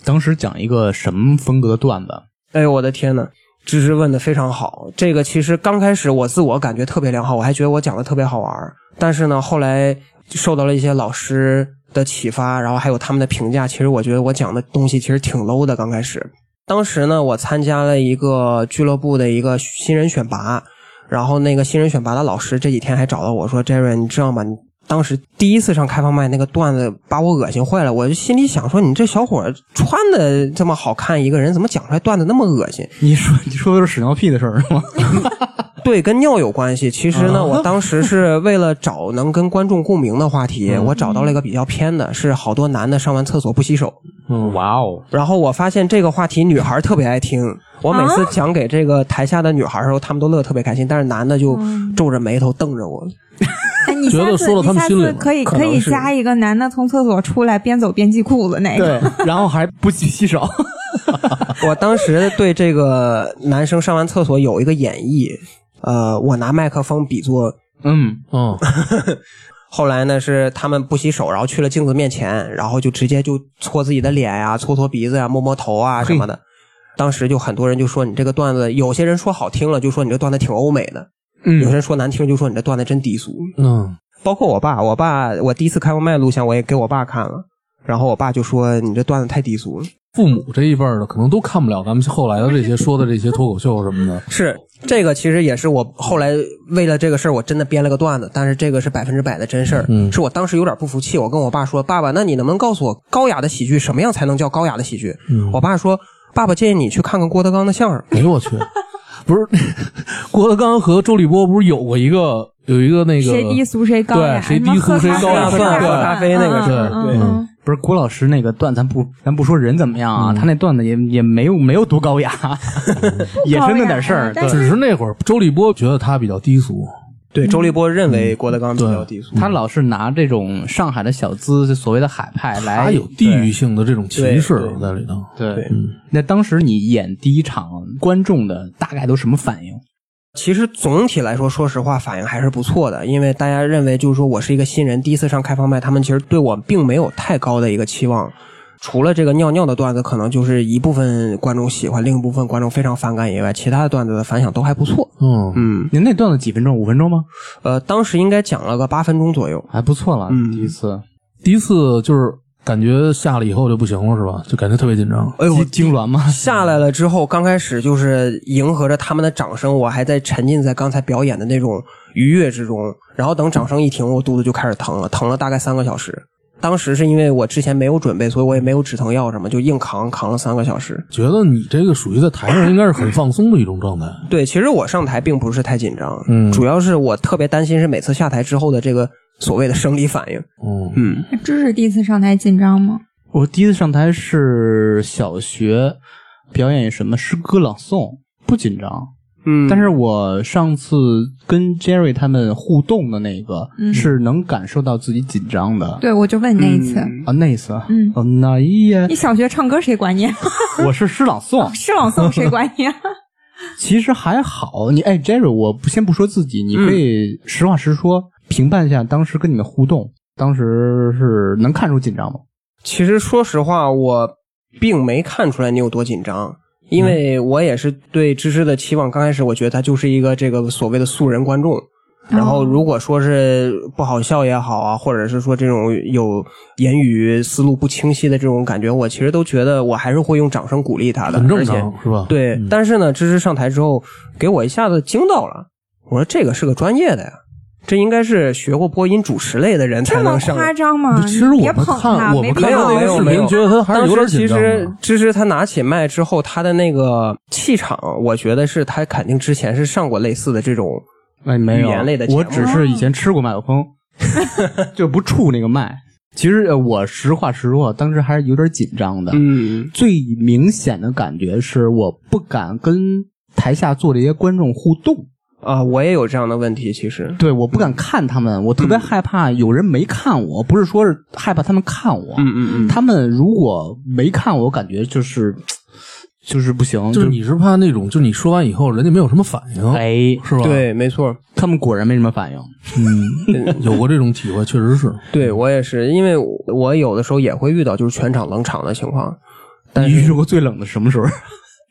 Speaker 5: 当时讲一个什么风格的段子？
Speaker 1: 哎呦我的天呐，芝芝问的非常好。这个其实刚开始我自我感觉特别良好，我还觉得我讲的特别好玩儿。但是呢，后来受到了一些老师的启发，然后还有他们的评价，其实我觉得我讲的东西其实挺 low 的。刚开始，当时呢，我参加了一个俱乐部的一个新人选拔，然后那个新人选拔的老师这几天还找到我说：“Jerry，你知道吗？你当时第一次上开放麦那个段子把我恶心坏了，我就心里想说，你这小伙儿穿的这么好看，一个人怎么讲出来段子那么恶心？
Speaker 5: 你说你说的是屎尿屁的事儿是吗？
Speaker 1: 对，跟尿有关系。其实呢，我当时是为了找能跟观众共鸣的话题，我找到了一个比较偏的，是好多男的上完厕所不洗手。
Speaker 6: 嗯
Speaker 5: 哇哦，
Speaker 1: 然后我发现这个话题女孩儿特别爱听，我每次讲给这个台下的女孩儿的时候，她们都乐得特别开心，但是男的就皱着眉头瞪着我。
Speaker 2: 哎，你
Speaker 6: 觉
Speaker 2: 下
Speaker 6: 得
Speaker 2: 次
Speaker 6: 说到他
Speaker 2: 你
Speaker 6: 们
Speaker 2: 下
Speaker 6: 心里
Speaker 2: 次
Speaker 6: 了
Speaker 2: 可以
Speaker 1: 可
Speaker 2: 可
Speaker 1: 能
Speaker 2: 以
Speaker 1: 是
Speaker 2: 加一个男的从厕所出来边走边系裤子那个，
Speaker 5: 对，然后还不洗洗手，
Speaker 1: 我当时对这个男生上完厕所有一个演绎，呃，我拿麦克风比作
Speaker 5: 嗯，
Speaker 6: 嗯，
Speaker 1: 后来呢，是他们不洗手，然后去了镜子面前，然后就直接就搓自己的脸呀、搓搓鼻子呀、摸摸头啊什么的。当时就很多人就说你这个段子，有些人说好听了，就说你这段子挺欧美的；
Speaker 5: 嗯
Speaker 1: 有些人说难听，就说你这段子真低俗。
Speaker 6: 嗯，
Speaker 1: 包括我爸，我爸我第一次开放麦录像，我也给我爸看了，然后我爸就说你这段子太低俗了。
Speaker 6: 父母这一辈儿的可能都看不了咱们后来的这些说的这些脱口秀什么 的。
Speaker 1: 是这个，其实也是我后来为了这个事儿，我真的编了个段子，但是这个是百分之百的真事儿。
Speaker 6: 嗯
Speaker 1: 是我当时有点不服气，我跟我爸说：“爸爸，那你能不能告诉我高雅的喜剧什么样才能叫高雅的喜剧？”我爸说：“爸爸建议你去看看郭德纲的相声。
Speaker 6: 哎呦我去，不是郭德纲和周立波不是有过一个有一个那个
Speaker 2: 谁低俗谁高
Speaker 6: 对
Speaker 2: 呀？
Speaker 6: 谁
Speaker 2: 什么
Speaker 6: 低俗
Speaker 2: 喝
Speaker 6: 谁
Speaker 2: 咖
Speaker 6: 高
Speaker 2: 啡
Speaker 6: 呀
Speaker 2: 喝
Speaker 1: 算
Speaker 2: 咖
Speaker 1: 喝咖啡那个事儿
Speaker 2: 嗯
Speaker 1: 对
Speaker 2: 嗯嗯
Speaker 5: 不是郭老师那个段，咱不咱不说人怎么样啊，他那段子也也没有没有多高 雅，也是那点事儿。
Speaker 2: 不高雅
Speaker 5: 对
Speaker 2: 但，
Speaker 6: 只是那会儿周立波觉得他比较低俗，
Speaker 1: 对，周立波认为郭德纲比较
Speaker 6: 对
Speaker 1: 低俗。
Speaker 5: 他老是拿这种上海的小资，就所谓的海派
Speaker 1: 哎
Speaker 5: 来，
Speaker 6: 他有地域性的这种歧视在里头。
Speaker 5: 对。哎嗯对那当时你演第一场，观众的大概都什么反应？
Speaker 1: 其实总体来说，说实话，反应还是不错的，因为大家认为就是说我是一个新人，第一次上开放麦，他们其实对我并没有太高的一个期望。除了这个尿尿的段子，可能就是一部分观众喜欢，另一部分观众非常反感以外，其他的段子的反响都还不错。
Speaker 6: 嗯，
Speaker 1: 嗯，
Speaker 5: 您那段子几分钟？五分钟吗？
Speaker 1: 呃，当时应该讲了个八分钟左右。
Speaker 5: 还不错了，
Speaker 1: 嗯
Speaker 5: 第一次。
Speaker 6: 第一次就是感觉下了以后就不行了，是吧？就感觉特别紧张。
Speaker 5: 哎呦，痉挛吗？
Speaker 1: 下来了之后，刚开始就是迎合着他们的掌声，我还在沉浸在刚才表演的那种愉悦之中。然后等掌声一停，我肚子就开始疼了，疼了大概三个小时。当时是因为我之前没有准备，所以我也没有止疼药什么，就硬扛，扛了三个小时。
Speaker 6: 觉得你这个属于在台上应该是很放松的一种状态。
Speaker 1: 对，其实我上台并不是太紧张，
Speaker 6: 嗯
Speaker 1: 主要是我特别担心是每次下台之后的这个所谓的生理反应。
Speaker 6: 嗯，
Speaker 1: 嗯，
Speaker 2: 知识第一次上台紧张吗？
Speaker 5: 我第一次上台是小学表演什么诗歌朗诵，不紧张。
Speaker 1: 嗯，
Speaker 5: 但是我上次跟 Jerry 他们互动的那个，
Speaker 2: 嗯
Speaker 5: 是能感受到自己紧张的。
Speaker 2: 对，我就问你那一次，
Speaker 5: 啊，那一次啊，
Speaker 2: 嗯
Speaker 5: 哦，那一夜
Speaker 2: 你哦小学唱歌谁管你？，
Speaker 5: 我是诗朗诵
Speaker 2: 诗朗诵谁管你？啊
Speaker 5: 其实还好。你哎，Jerry，我不先不说自己，你可以
Speaker 2: 嗯
Speaker 5: 实话实说，评判一下当时跟你们互动，当时是能看出紧张吗？
Speaker 1: 其实说实话，我并没看出来你有多紧张，
Speaker 6: 嗯
Speaker 1: 因为我也是对芝芝的期望。刚开始我觉得他就是一个这个所谓的素人观众，然
Speaker 6: 哦
Speaker 1: 后如果说是不好笑也好啊，或者是说这种有言语思路不清晰的这种感觉，我其实都觉得我还是会用掌声鼓励他的，
Speaker 6: 很正
Speaker 1: 而且
Speaker 6: 常是吧？
Speaker 1: 对，
Speaker 6: 嗯
Speaker 1: 但是呢，芝芝上台之后，给我一下子惊到了。我说这个是个专业的呀，这应该是学过播音主持类的人
Speaker 2: 这
Speaker 1: 才
Speaker 2: 么
Speaker 1: 能上。
Speaker 2: 夸张吗？
Speaker 6: 其实我
Speaker 2: 别
Speaker 6: 们
Speaker 2: 捧
Speaker 6: 看
Speaker 2: 他，
Speaker 6: 我
Speaker 2: 没
Speaker 6: 们
Speaker 2: 必
Speaker 6: 看
Speaker 2: 要
Speaker 6: 到那
Speaker 1: 没
Speaker 6: 个
Speaker 1: 有
Speaker 6: 视
Speaker 1: 没有
Speaker 6: 频，觉得他还是有点
Speaker 1: 当时其
Speaker 6: 紧张
Speaker 1: 实
Speaker 6: 的。
Speaker 1: 芝芝她拿起麦之后，她的那个气场，我觉得是她肯定之前是上过类似的这种。
Speaker 5: 哎，没有，
Speaker 1: 语言类的节目
Speaker 5: 我只是以前吃过麦克风，就不触那个麦。其实呃我实话实说，当时还是有点紧张的。
Speaker 1: 嗯，
Speaker 5: 最明显的感觉是，我不敢跟台下坐这些观众互动，
Speaker 1: 啊，我也有这样的问题，其实。
Speaker 5: 对，我不敢看他们，我特别害怕有人没看我，不是说是害怕他们看我，
Speaker 1: 嗯嗯
Speaker 5: 他们如果没看我，我感觉就是就是不行，
Speaker 6: 就是你是怕那种，就是你说完以后，人家没有什么反应，
Speaker 5: 哎，
Speaker 6: 哦是吧？
Speaker 1: 嗯，，对，没错。
Speaker 5: 他们果然没什么反应。
Speaker 6: 嗯， 有过这种体会，确实是。
Speaker 1: 对我也是，因为我有的时候也会遇到就是全场冷场的情况。
Speaker 5: 你遇过最冷的什么时候
Speaker 2: 鸦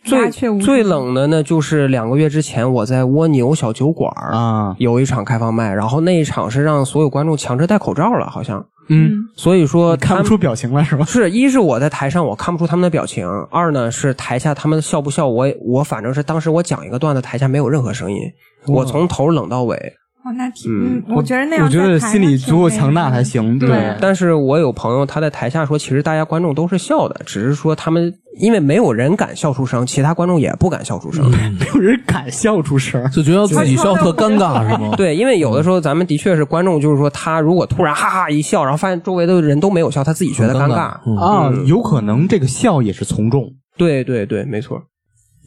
Speaker 1: 最
Speaker 2: 雀无声
Speaker 1: 最冷的呢，就是两个月之前我在蜗牛小酒馆儿
Speaker 5: 啊？
Speaker 1: 有一场开放麦，然后那一场是让所有观众强制戴口罩了，好像。
Speaker 5: 嗯，
Speaker 1: 所以说他
Speaker 5: 看
Speaker 1: 们
Speaker 5: 不出表情来是吧？
Speaker 1: 是一是我在台上我看不出他们的表情，二呢是台下他们笑不笑，我也我反正是当时我讲一个段子，台下没有任何声音，我从头冷到尾。
Speaker 2: 哦，那挺，
Speaker 1: 嗯
Speaker 2: 嗯，我觉得那样，
Speaker 5: 我觉得心理足够强大才。行。
Speaker 2: 对
Speaker 1: 但是我有朋友他在台下说，其实大家观众都是笑的，只是说他们因为没有人敢笑出声，其他观众也不敢笑出声。
Speaker 6: 嗯
Speaker 5: 没有人敢笑出声儿。
Speaker 6: 就觉得自己笑特尴尬是吗？
Speaker 1: 对，因为有的时候咱们的确是观众，就是说他如果突然哈哈一笑，然后发现周围的人都没有笑，他自己觉
Speaker 6: 很
Speaker 1: 得
Speaker 6: 尴
Speaker 1: 尴
Speaker 6: 尬
Speaker 1: 尬。
Speaker 6: 嗯
Speaker 5: 啊，有可能这个笑也是从众。
Speaker 1: 对对对，没错。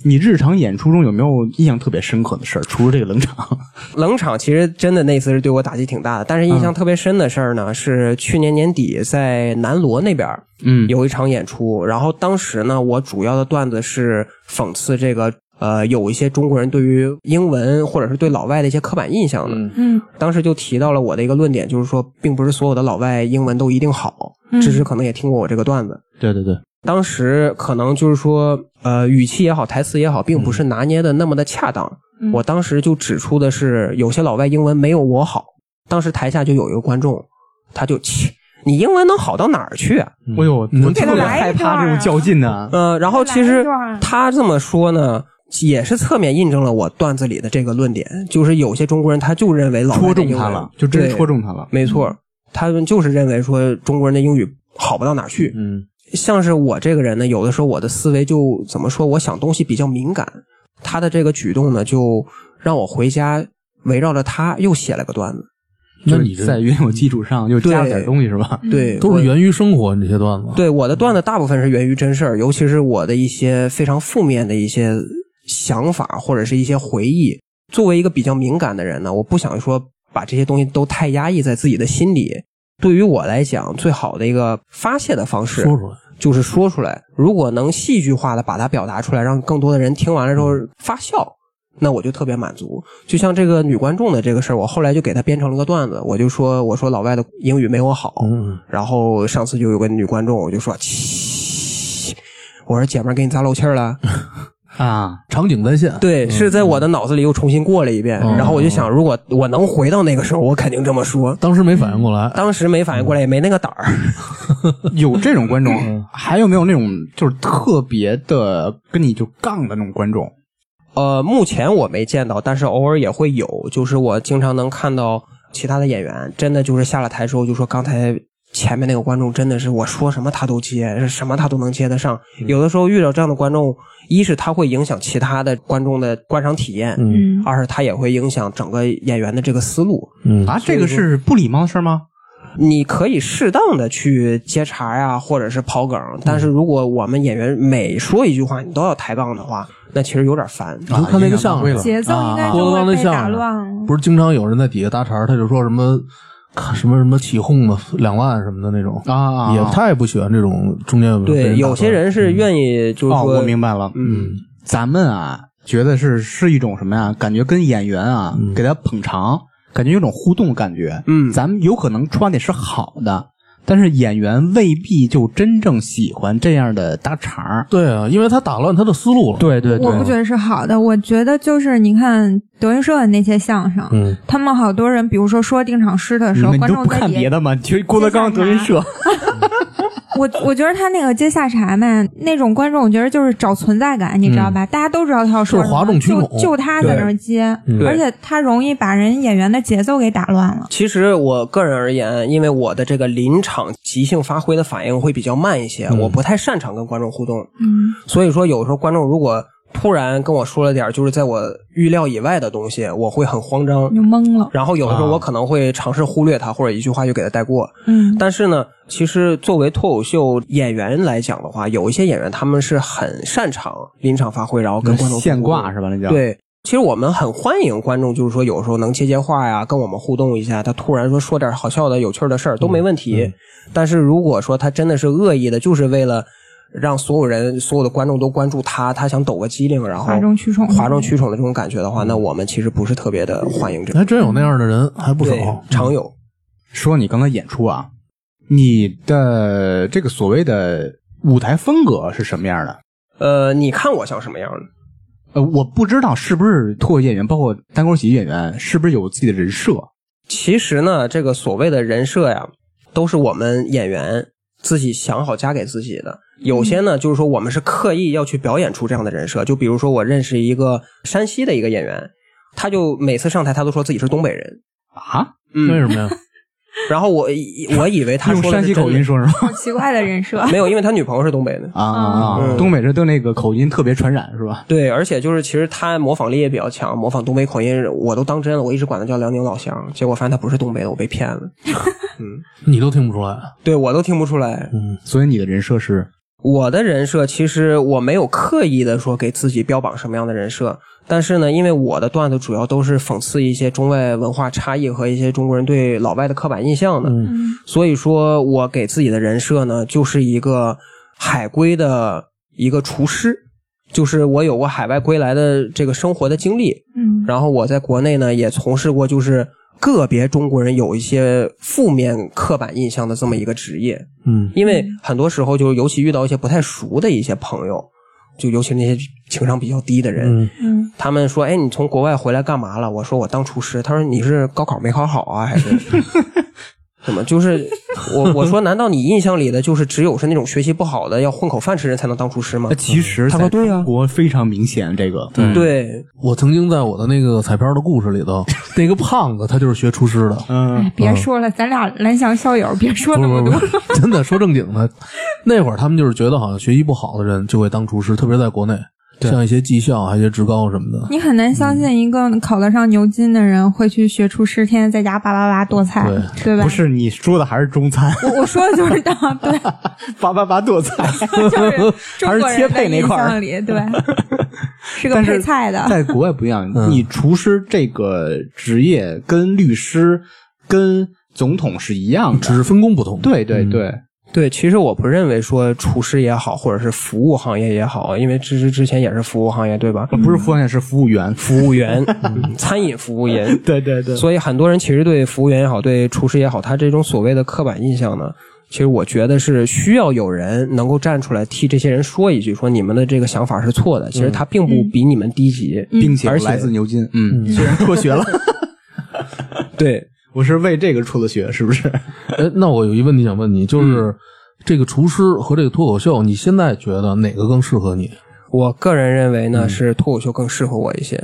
Speaker 5: 你日常演出中有没有印象特别深刻的事儿？除了这个冷场，
Speaker 1: 冷场其实真的那次是对我打击挺大的，但是印
Speaker 2: 嗯
Speaker 1: 象特别深的事儿呢，是去年年底在南锣那边儿
Speaker 5: 嗯
Speaker 1: 有一场演出，然后当时呢，我主要的段子是讽刺这个呃有一些中国人对于英文或者是对老外的一些刻板印象的。
Speaker 2: 嗯
Speaker 1: 当时就提到了我的一个论点，就是说，并不是所有的老外英文都一定好，
Speaker 2: 嗯
Speaker 1: 芝芝可能也听过我这个段子。
Speaker 5: 对对对，
Speaker 1: 当时可能就是说，呃，语气也好，台词也好，并不是拿捏的那么的恰当。
Speaker 2: 嗯
Speaker 1: 我当时就指出的是，有些老外英文没有我好。当时台下就有一个观众，他就切，你英文能好到哪儿去啊？
Speaker 5: 哎呦，
Speaker 6: 嗯
Speaker 5: 我特别害怕这
Speaker 2: 啊
Speaker 5: 种较劲啊呢、
Speaker 1: 呃，然后其
Speaker 2: 嗯来啊
Speaker 1: 实
Speaker 2: 一段
Speaker 1: 他这么说呢，也是侧面印证了我段子里的这个论点，就是有些中国人他就认为老外
Speaker 5: 戳
Speaker 1: 的
Speaker 5: 中
Speaker 1: 英
Speaker 5: 他
Speaker 1: 文
Speaker 5: 了，就真
Speaker 1: 对
Speaker 5: 戳中他了。
Speaker 1: 没
Speaker 6: 嗯
Speaker 1: 错，他们就是认为说中国人的英语好不到哪儿去。
Speaker 6: 嗯，
Speaker 1: 像是我这个人呢，有的时候我的思维就怎么说，我想东西比较敏感，他的这个举动呢，就让我回家围绕着他又写了个段子。
Speaker 6: 那
Speaker 5: 就是
Speaker 6: 你这
Speaker 5: 在原有基础上又加了点东西是
Speaker 2: 嗯
Speaker 5: 吧？
Speaker 1: 对，
Speaker 6: 嗯都是
Speaker 1: 我。
Speaker 6: 源于生活，你这些段子。
Speaker 1: 对我的段子大部分是源于真事儿，尤其是我的一些非常负面的一些想法或者是一些回忆。作为一个比较敏感的人呢，我不想说把这些东西都太压抑在自己的心里。对于我来讲，最好的一个发泄的方式，
Speaker 6: 说出来，
Speaker 1: 就是说出来。如果能戏剧化的把它表达出来，让更多的人听完了之后发笑，那我就特别满足。就像这个女观众的这个事儿，我后来就给她编成了个段子，我就说我说老外的英语没我好，
Speaker 6: 嗯，
Speaker 1: 然后上次就有个女观众，我就说，切我说姐们儿给你扎漏气儿了，
Speaker 5: 啊，
Speaker 6: 场景再 现。
Speaker 1: 对，是在我的脑子里又重新过了一遍，
Speaker 6: 嗯
Speaker 1: 然后我就想，如果我能回到那个时候，我肯定这么说。
Speaker 6: 当时没反应过来，
Speaker 1: 当时没反应过来，也没那个胆儿。
Speaker 5: 有这种观众， 还有没有那种就是特别的跟你就杠的那种观众？
Speaker 1: 呃，目前我没见到，但是偶尔也会有，就是我经常能看到其他的演员，真的就是下了台之后就说刚才前面那个观众真的是我说什么他都接，什么他都能接得上。有的时候遇到这样的观众，一是他会影响其他的观众的观赏体验，
Speaker 6: 嗯
Speaker 2: 嗯，
Speaker 1: 二是他也会影响整个演员的这个思路。
Speaker 6: 嗯
Speaker 5: 啊，这个是不礼貌的事儿吗？
Speaker 1: 你可以适当的去接茬呀、或者是刨梗，但
Speaker 5: 嗯
Speaker 1: 是如果我们演员每说一句话你都要抬杠的话，那其实有点烦。
Speaker 5: 啊
Speaker 6: 你就看那个相
Speaker 5: 影响
Speaker 6: 声
Speaker 5: 到，
Speaker 2: 节奏应该
Speaker 6: 郭德
Speaker 2: 就
Speaker 6: 纲
Speaker 2: 会
Speaker 6: 那
Speaker 2: 被
Speaker 6: 相
Speaker 2: 打
Speaker 6: 声
Speaker 2: 乱了。
Speaker 6: 不是经常有人在底下搭茬儿，他就说什么看什么什么起哄的两万什么的那种，
Speaker 5: 啊，
Speaker 6: 也他也不喜欢这种中间有被
Speaker 1: 对，
Speaker 6: 人
Speaker 1: 有些人是愿意就是
Speaker 5: 哦，
Speaker 1: 说，
Speaker 5: 我明白了，
Speaker 1: 嗯，
Speaker 5: 咱们啊，觉得是是一种什么呀？感觉跟演员啊，给他捧场，感觉有种互动感觉。
Speaker 1: 嗯
Speaker 5: 咱们有可能穿的是好的，但是演员未必就真正喜欢这样的搭茬儿。
Speaker 6: 对啊，因为他打乱他的思路了。，
Speaker 5: 对对
Speaker 2: 我不觉得是好的，我觉得就是你看德云社的那些相声，
Speaker 6: 嗯，
Speaker 2: 他们好多人，比如说说定场诗的
Speaker 5: 你
Speaker 2: 时候，
Speaker 5: 们
Speaker 2: 嗯观
Speaker 5: 都
Speaker 2: 众
Speaker 5: 不
Speaker 2: 在啊
Speaker 5: 看
Speaker 2: 底
Speaker 5: 别
Speaker 2: 下，
Speaker 5: 的吗？就郭德纲、德云社，
Speaker 2: 我我觉得他那个接下茬嘛，那种观众，我觉得就是找存在感，你知道吧？大家都知道他要说
Speaker 6: 就是
Speaker 2: 什么，
Speaker 6: 哗众取
Speaker 2: 就
Speaker 6: 宠
Speaker 2: 就他在那儿接，
Speaker 6: 嗯
Speaker 2: 而且他容易把人演员的节奏给打乱了。
Speaker 1: 其实我个人而言，因为我的这个临场即兴发挥的反应会比较慢一些，
Speaker 5: 嗯
Speaker 1: 我不太擅长跟观众互动，
Speaker 2: 嗯
Speaker 1: 所以说有时候观众如果突然跟我说了点儿就是在我预料以外的东西，我会很慌张
Speaker 2: 你。就懵了。
Speaker 1: 然后有的
Speaker 5: 啊
Speaker 1: 时候我可能会尝试忽略他，或者一句话就给他带过。
Speaker 2: 嗯，
Speaker 1: 但是呢，其实作为脱口秀演员来讲的话，有一些演员他们是很擅长临场发挥，然后跟观众互动
Speaker 5: 现挂是吧？那叫。
Speaker 1: 对，其实我们很欢迎观众，就是说有时候能接接话呀，啊跟我们互动一下。他突然说说点好笑的、有趣的事儿都没问
Speaker 6: 嗯
Speaker 1: 题。但是如果说他真的是恶意的，就是为了让所有人、所有的观众都关注他，他想抖个机灵，然后
Speaker 2: 哗众取宠
Speaker 1: 哗众取宠的这种感觉的话，那我们其实不是特别的欢迎这种。
Speaker 6: 还真有那样的人，还不少嗯
Speaker 1: 对，。常有。
Speaker 5: 说你刚才演出啊，你的这个所谓的舞台风格是什么样的？
Speaker 1: 呃，你看我像什么样呢？
Speaker 5: 呃，我不知道是不是脱口秀演员，包括单口喜剧演员，是不是有自己的人设？
Speaker 1: 其实呢，这个所谓的人设呀，都是我们演员自己想好加给自己的。有些
Speaker 5: 嗯
Speaker 1: 呢，就是说我们是刻意要去表演出这样的人设。就比如说，我认识一个山西的一个演员，他就每次上台，他都说自己是东北人。
Speaker 5: 啊，
Speaker 6: 为
Speaker 1: 嗯，
Speaker 6: 什么呀？
Speaker 1: 然后我以我以为他
Speaker 5: 用
Speaker 1: 说的
Speaker 5: 山
Speaker 1: 是
Speaker 5: 西
Speaker 1: 真
Speaker 5: 口
Speaker 1: 的
Speaker 5: 音，说是吗？
Speaker 2: 好奇怪的人设。
Speaker 1: 没有，因为他女朋友是东北的。
Speaker 5: 啊啊
Speaker 1: 嗯
Speaker 5: 东北人对那个口音特别传染，是吧？
Speaker 1: 对，而且就是其实他模仿力也比较强，模仿东北口音我都当真了，我一直管他叫辽宁老乡，结果发现他不是东北的，我被骗了。
Speaker 6: 你都听不出来，啊
Speaker 1: 对我都听不出来，
Speaker 6: 嗯
Speaker 5: 所以你的人设是
Speaker 2: 嗯
Speaker 1: 我的人设其实我没有刻意的说给自己标榜什么样的人设，但是呢，因为我的段子主要都是讽刺一些中外文化差异和一些中国人对老外的刻板印象的，
Speaker 2: 嗯
Speaker 1: 所以说我给自己的人设呢，就是一个海归的一个厨师，就是我有过海外归来的这个生活的经历，
Speaker 2: 嗯
Speaker 1: 然后我在国内呢也从事过就是个别中国人有一些负面刻板印象的这么一个职业，
Speaker 6: 嗯，
Speaker 1: 因为很多时候就是尤其遇到一些不太熟的一些朋友，就尤其那些情商比较低的人，
Speaker 6: 嗯
Speaker 2: 嗯，
Speaker 1: 他们说：“哎，你从国外回来干嘛了？”我说：“我当厨师。”他说：“你是高考没考好啊，还是 怎么？”就是我我说：“难道你印象里的就是只有是那种学习不好的要混口饭吃人才能当厨师吗
Speaker 5: 呃，？”其实
Speaker 1: 他说对啊
Speaker 5: 在中国非常明显这个，对
Speaker 1: 对，
Speaker 6: 我曾经在我的那个彩票的故事里头，那个胖子他就是学厨师的，
Speaker 5: 嗯
Speaker 2: 哎，别说了，咱俩蓝翔校友，别说那么
Speaker 6: 不
Speaker 2: 多。
Speaker 6: 是不是，真的说正经的，那会儿他们就是觉得好像学习不好的人就会当厨师，特别在国内，像一些技校、啊还有一些职高什么的。
Speaker 2: 你很难相信一个考得上牛津的人会去学厨师，天天在家叭叭叭剁菜，
Speaker 6: 对
Speaker 2: 对吧？
Speaker 5: 不是你说的还是中餐，
Speaker 2: 我，我说的就是当对，
Speaker 5: 八八八剁菜，
Speaker 2: 就是中
Speaker 5: 还是
Speaker 2: 国
Speaker 5: 切
Speaker 2: 人
Speaker 5: 配
Speaker 2: 的
Speaker 5: 那
Speaker 2: 印
Speaker 5: 块儿
Speaker 2: 象里， 对，是个
Speaker 5: 但是
Speaker 2: 配菜的。
Speaker 5: 在国外不一样，你厨师这个职业跟律师、跟总统是一样
Speaker 6: 只
Speaker 5: 的，
Speaker 6: 是分工不同，
Speaker 5: 对对对，
Speaker 1: 对，其实我不认为说厨师也好，或者是服务行业也好，因为芝芝之前也是服务行业，对
Speaker 6: 嗯
Speaker 1: 吧？
Speaker 5: 不是服务员是服务员，
Speaker 1: 服务员，嗯餐饮服务员，
Speaker 5: 对对对，
Speaker 1: 所以很多人其实对服务员也好，对厨师也好，他这种所谓的刻板印象呢，其实我觉得是需要有人能够站出来替这些人说一句，说你们的这个想法是错的。其实他并不比你们低级，
Speaker 5: 并且我
Speaker 1: 而且
Speaker 5: 来自牛津，嗯，虽然辍学了，
Speaker 1: 对
Speaker 5: 我是为这个辍的学，是不是？
Speaker 6: 哎，那我有一问题想问你，就是这个厨师和这个脱口秀，你现在觉得哪个更适合你？
Speaker 1: 我个人认为呢，是脱口秀更适合我一些。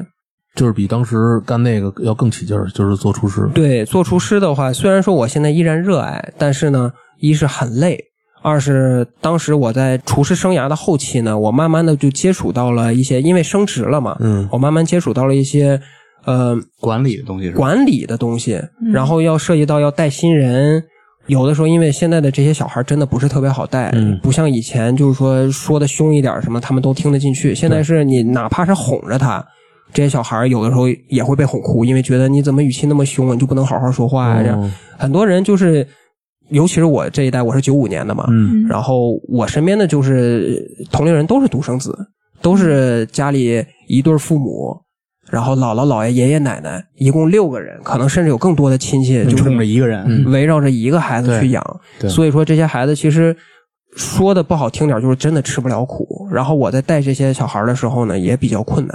Speaker 6: 就是比当时干那个要更起劲儿，就是做厨师。
Speaker 1: 对，做厨师的话，虽然说我现在依然热爱，但是呢，一是很累，二是当时我在厨师生涯的后期呢，我慢慢的就接触到了一些，因为升职了嘛，
Speaker 6: 嗯
Speaker 1: 我慢慢接触到了一些呃
Speaker 5: 管理的东西是吧？
Speaker 1: 管理的东西，
Speaker 2: 嗯
Speaker 1: 然后要涉及到要带新人。有的时候，因为现在的这些小孩真的不是特别好带，
Speaker 6: 嗯
Speaker 1: 不像以前，就是说说的凶一点什么，他们都听得进去。现在是你哪怕是哄着他，这些小孩有的时候也会被哄哭，因为觉得你怎么语气那么凶，你就不能好好说话呀、这样
Speaker 6: 哦
Speaker 1: 很多人就是，尤其是我这一代，我是九五年的嘛，
Speaker 6: 嗯
Speaker 1: 然后我身边的就是同龄人都是独生子，都是家里一对父母，然后姥姥、姥爷、爷爷奶奶，一共六个人，可能甚至有更多的亲戚，就
Speaker 5: 冲着
Speaker 1: 是
Speaker 5: 一个人，
Speaker 6: 嗯
Speaker 1: 围绕着一个孩子去养。
Speaker 5: 对对
Speaker 1: 所以说这些孩子其实说的不好听点，就是真的吃不了苦。然后我在带这些小孩的时候呢，也比较困难。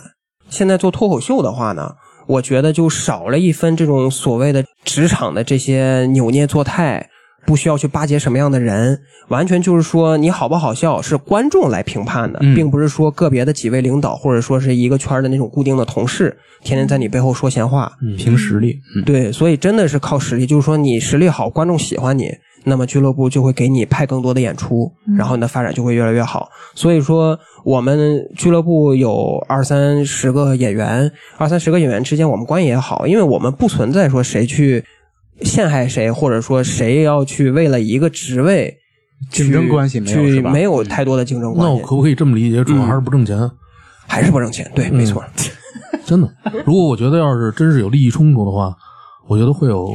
Speaker 1: 现在做脱口秀的话呢，我觉得就少了一分这种所谓的职场的这些扭捏作态，不需要去巴结什么样的人，完全就是说你好不好笑是观众来评判的，
Speaker 5: 嗯
Speaker 1: 并不是说个别的几位领导或者说是一个圈儿的那种固定的同事，天天在你背后说闲话。
Speaker 5: 凭实力，嗯，
Speaker 1: 对，所以真的是靠实力，就是说你实力好，观众喜欢你，那么俱乐部就会给你派更多的演出，
Speaker 5: 嗯
Speaker 1: 然后你的发展就会越来越好。所以说，我们俱乐部有二三十个演员，二三十个演员之间我们关系也好，因为我们不存在说谁去陷害谁，或者说谁要去为了一个职位去。
Speaker 5: 竞争关系没有
Speaker 1: 去
Speaker 5: 是吧嗯
Speaker 1: 没有太多的竞争关
Speaker 6: 那
Speaker 1: 系，嗯
Speaker 6: 我可不可以这么理解？主要还是不挣钱，
Speaker 1: 还是不挣钱，对，没 错。
Speaker 6: 真的。如果我觉得要是真是有利益冲突的话，我觉得会有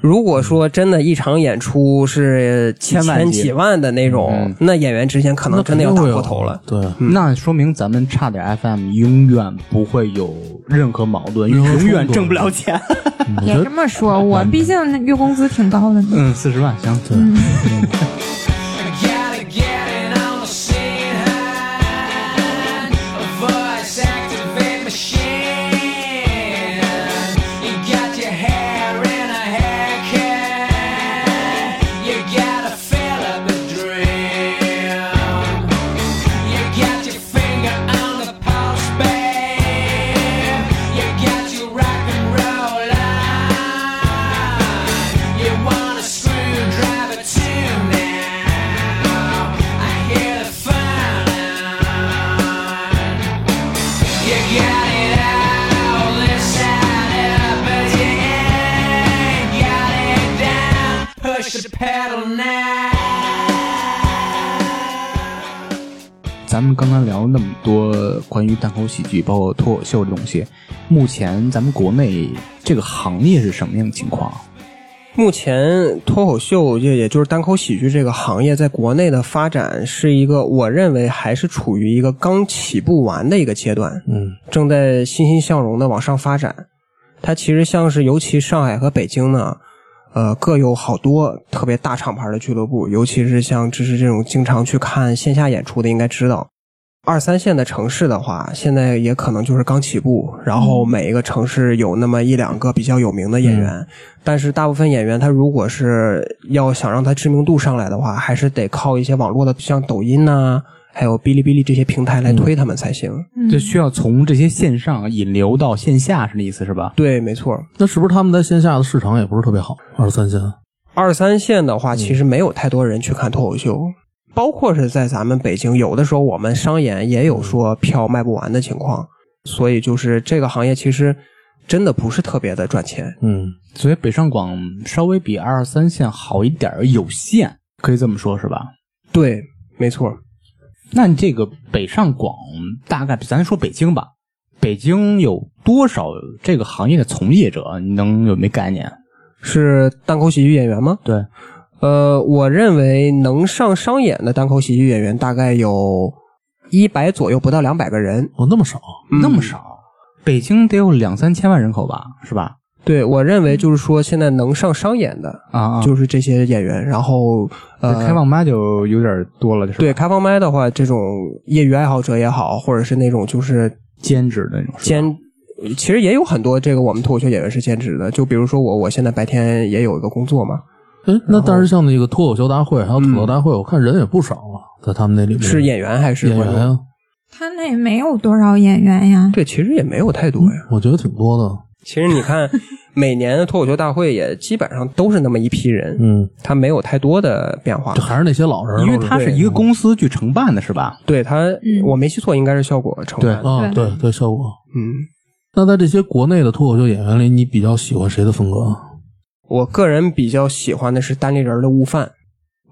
Speaker 1: 如果说真的一场演出是几
Speaker 5: 千万
Speaker 1: 千
Speaker 5: 级
Speaker 1: 几万的那种
Speaker 5: 嗯，
Speaker 1: 那演员之间 可能真的要
Speaker 6: 那
Speaker 1: 打
Speaker 6: 肯定会有
Speaker 1: 破头了。
Speaker 6: 对，
Speaker 5: 那说明咱们差点 FM 永远不会有任何矛盾，
Speaker 6: 任何冲突
Speaker 5: 永远挣不了钱。
Speaker 6: 嗯我
Speaker 2: 别
Speaker 6: 觉
Speaker 2: 这
Speaker 6: 得
Speaker 2: 么说，我毕竟那月工资挺高的呢。
Speaker 5: 嗯，四十万行，对，
Speaker 4: Gotta get it on the scene high. A voice activate machine. You got your hair in a haircut. You gotta fill up the dream. You got your finger on the pulse, babe. You got your rock and roll on. You want a screwdriver too now. I hear the fun. You got it all inside out, but you ain't got it down. Push the pedal now.
Speaker 5: 咱们刚刚聊那么多关于单口喜剧，包括脱口秀这东西，目前咱们国内这个行业是什么样的情况？
Speaker 1: 目前脱口秀也也就是单口喜剧这个行业，在国内的发展是一个，我认为还是处于一个刚起步完的一个阶段，
Speaker 6: 嗯，
Speaker 1: 正在欣欣向荣的往上发展。它其实像是，尤其上海和北京呢，呃，各有好多特别大厂牌的俱乐部，尤其是像芝芝这种经常去看线下演出的，应该知道。二三线的城市的话，现在也可能就是刚起步，然后每一个城市有那么一两个比较有名的演员，但是大部分演员他如果是要想让他知名度上来的话，还是得靠一些网络的，像抖音呐、还有哔哩哔哩这些平台来推他们才行。
Speaker 2: 嗯
Speaker 5: 就需要从这些线上引流到线下，是那意思是吧？
Speaker 1: 对，没错。
Speaker 6: 那是不是他们在线下的市场也不是特别好？二三线，
Speaker 1: 二三线的
Speaker 5: 嗯
Speaker 1: 话，其实没有太多人去看脱口秀，包括是在咱们北京，有的时候我们商演也有说票卖不完的情况，所以就是这个行业其实真的不是特别的赚钱。
Speaker 6: 嗯，
Speaker 5: 所以北上广稍微比二三线好一点儿，有限，可以这么说，是吧？
Speaker 1: 对，没错。
Speaker 5: 那你这个北上广大概，咱说北京吧，北京有多少这个行业的从业者？你能有没概念？
Speaker 1: 是单口喜剧演员吗？
Speaker 5: 对，
Speaker 1: 呃，我认为能上商演的单口喜剧演员大概有一百左右，不到两百个人。
Speaker 6: 哦，那么少，
Speaker 5: 那么少，嗯北京得有两三千万人口吧，是吧？
Speaker 1: 对我认为就是说，现在能上商演的，
Speaker 5: 啊啊，
Speaker 1: 就是这些演员。然后呃，
Speaker 5: 开放麦就有点多了，就是
Speaker 1: 对开放麦的话，这种业余爱好者也好，或者是那种就是
Speaker 5: 兼职的那种，是吧
Speaker 1: 兼，其实也有很多这个我们脱口秀演员是兼职的。就比如说我，我现在白天也有一个工作嘛，
Speaker 6: 哎，那但是像那个脱口秀大会还有吐槽大会，我看人也不少啊，
Speaker 1: 嗯
Speaker 6: 在他们那里面
Speaker 1: 是演员还是
Speaker 6: 演
Speaker 1: 观
Speaker 6: 员啊
Speaker 1: 众？
Speaker 6: 呀，
Speaker 2: 他那没有多少演员呀，
Speaker 6: 嗯
Speaker 1: 对，其实也没有太多呀。
Speaker 6: 我觉得挺多的。
Speaker 1: 其实你看，每年的脱口秀大会也基本上都是那么一批人，
Speaker 6: 嗯，
Speaker 1: 他没有太多的变化
Speaker 6: 这。还是那些老人儿
Speaker 5: 因为
Speaker 6: 都
Speaker 5: 它是一个公司去承办的，是吧？
Speaker 1: 对他，
Speaker 2: 嗯
Speaker 1: 我没记错，应该是效果承办的。
Speaker 6: 啊，
Speaker 2: 对
Speaker 6: 对对，效果。
Speaker 1: 嗯，
Speaker 6: 那在这些国内的脱口秀演员里，你比较喜欢谁的风格？
Speaker 1: 我个人比较喜欢的是单立人的悟饭。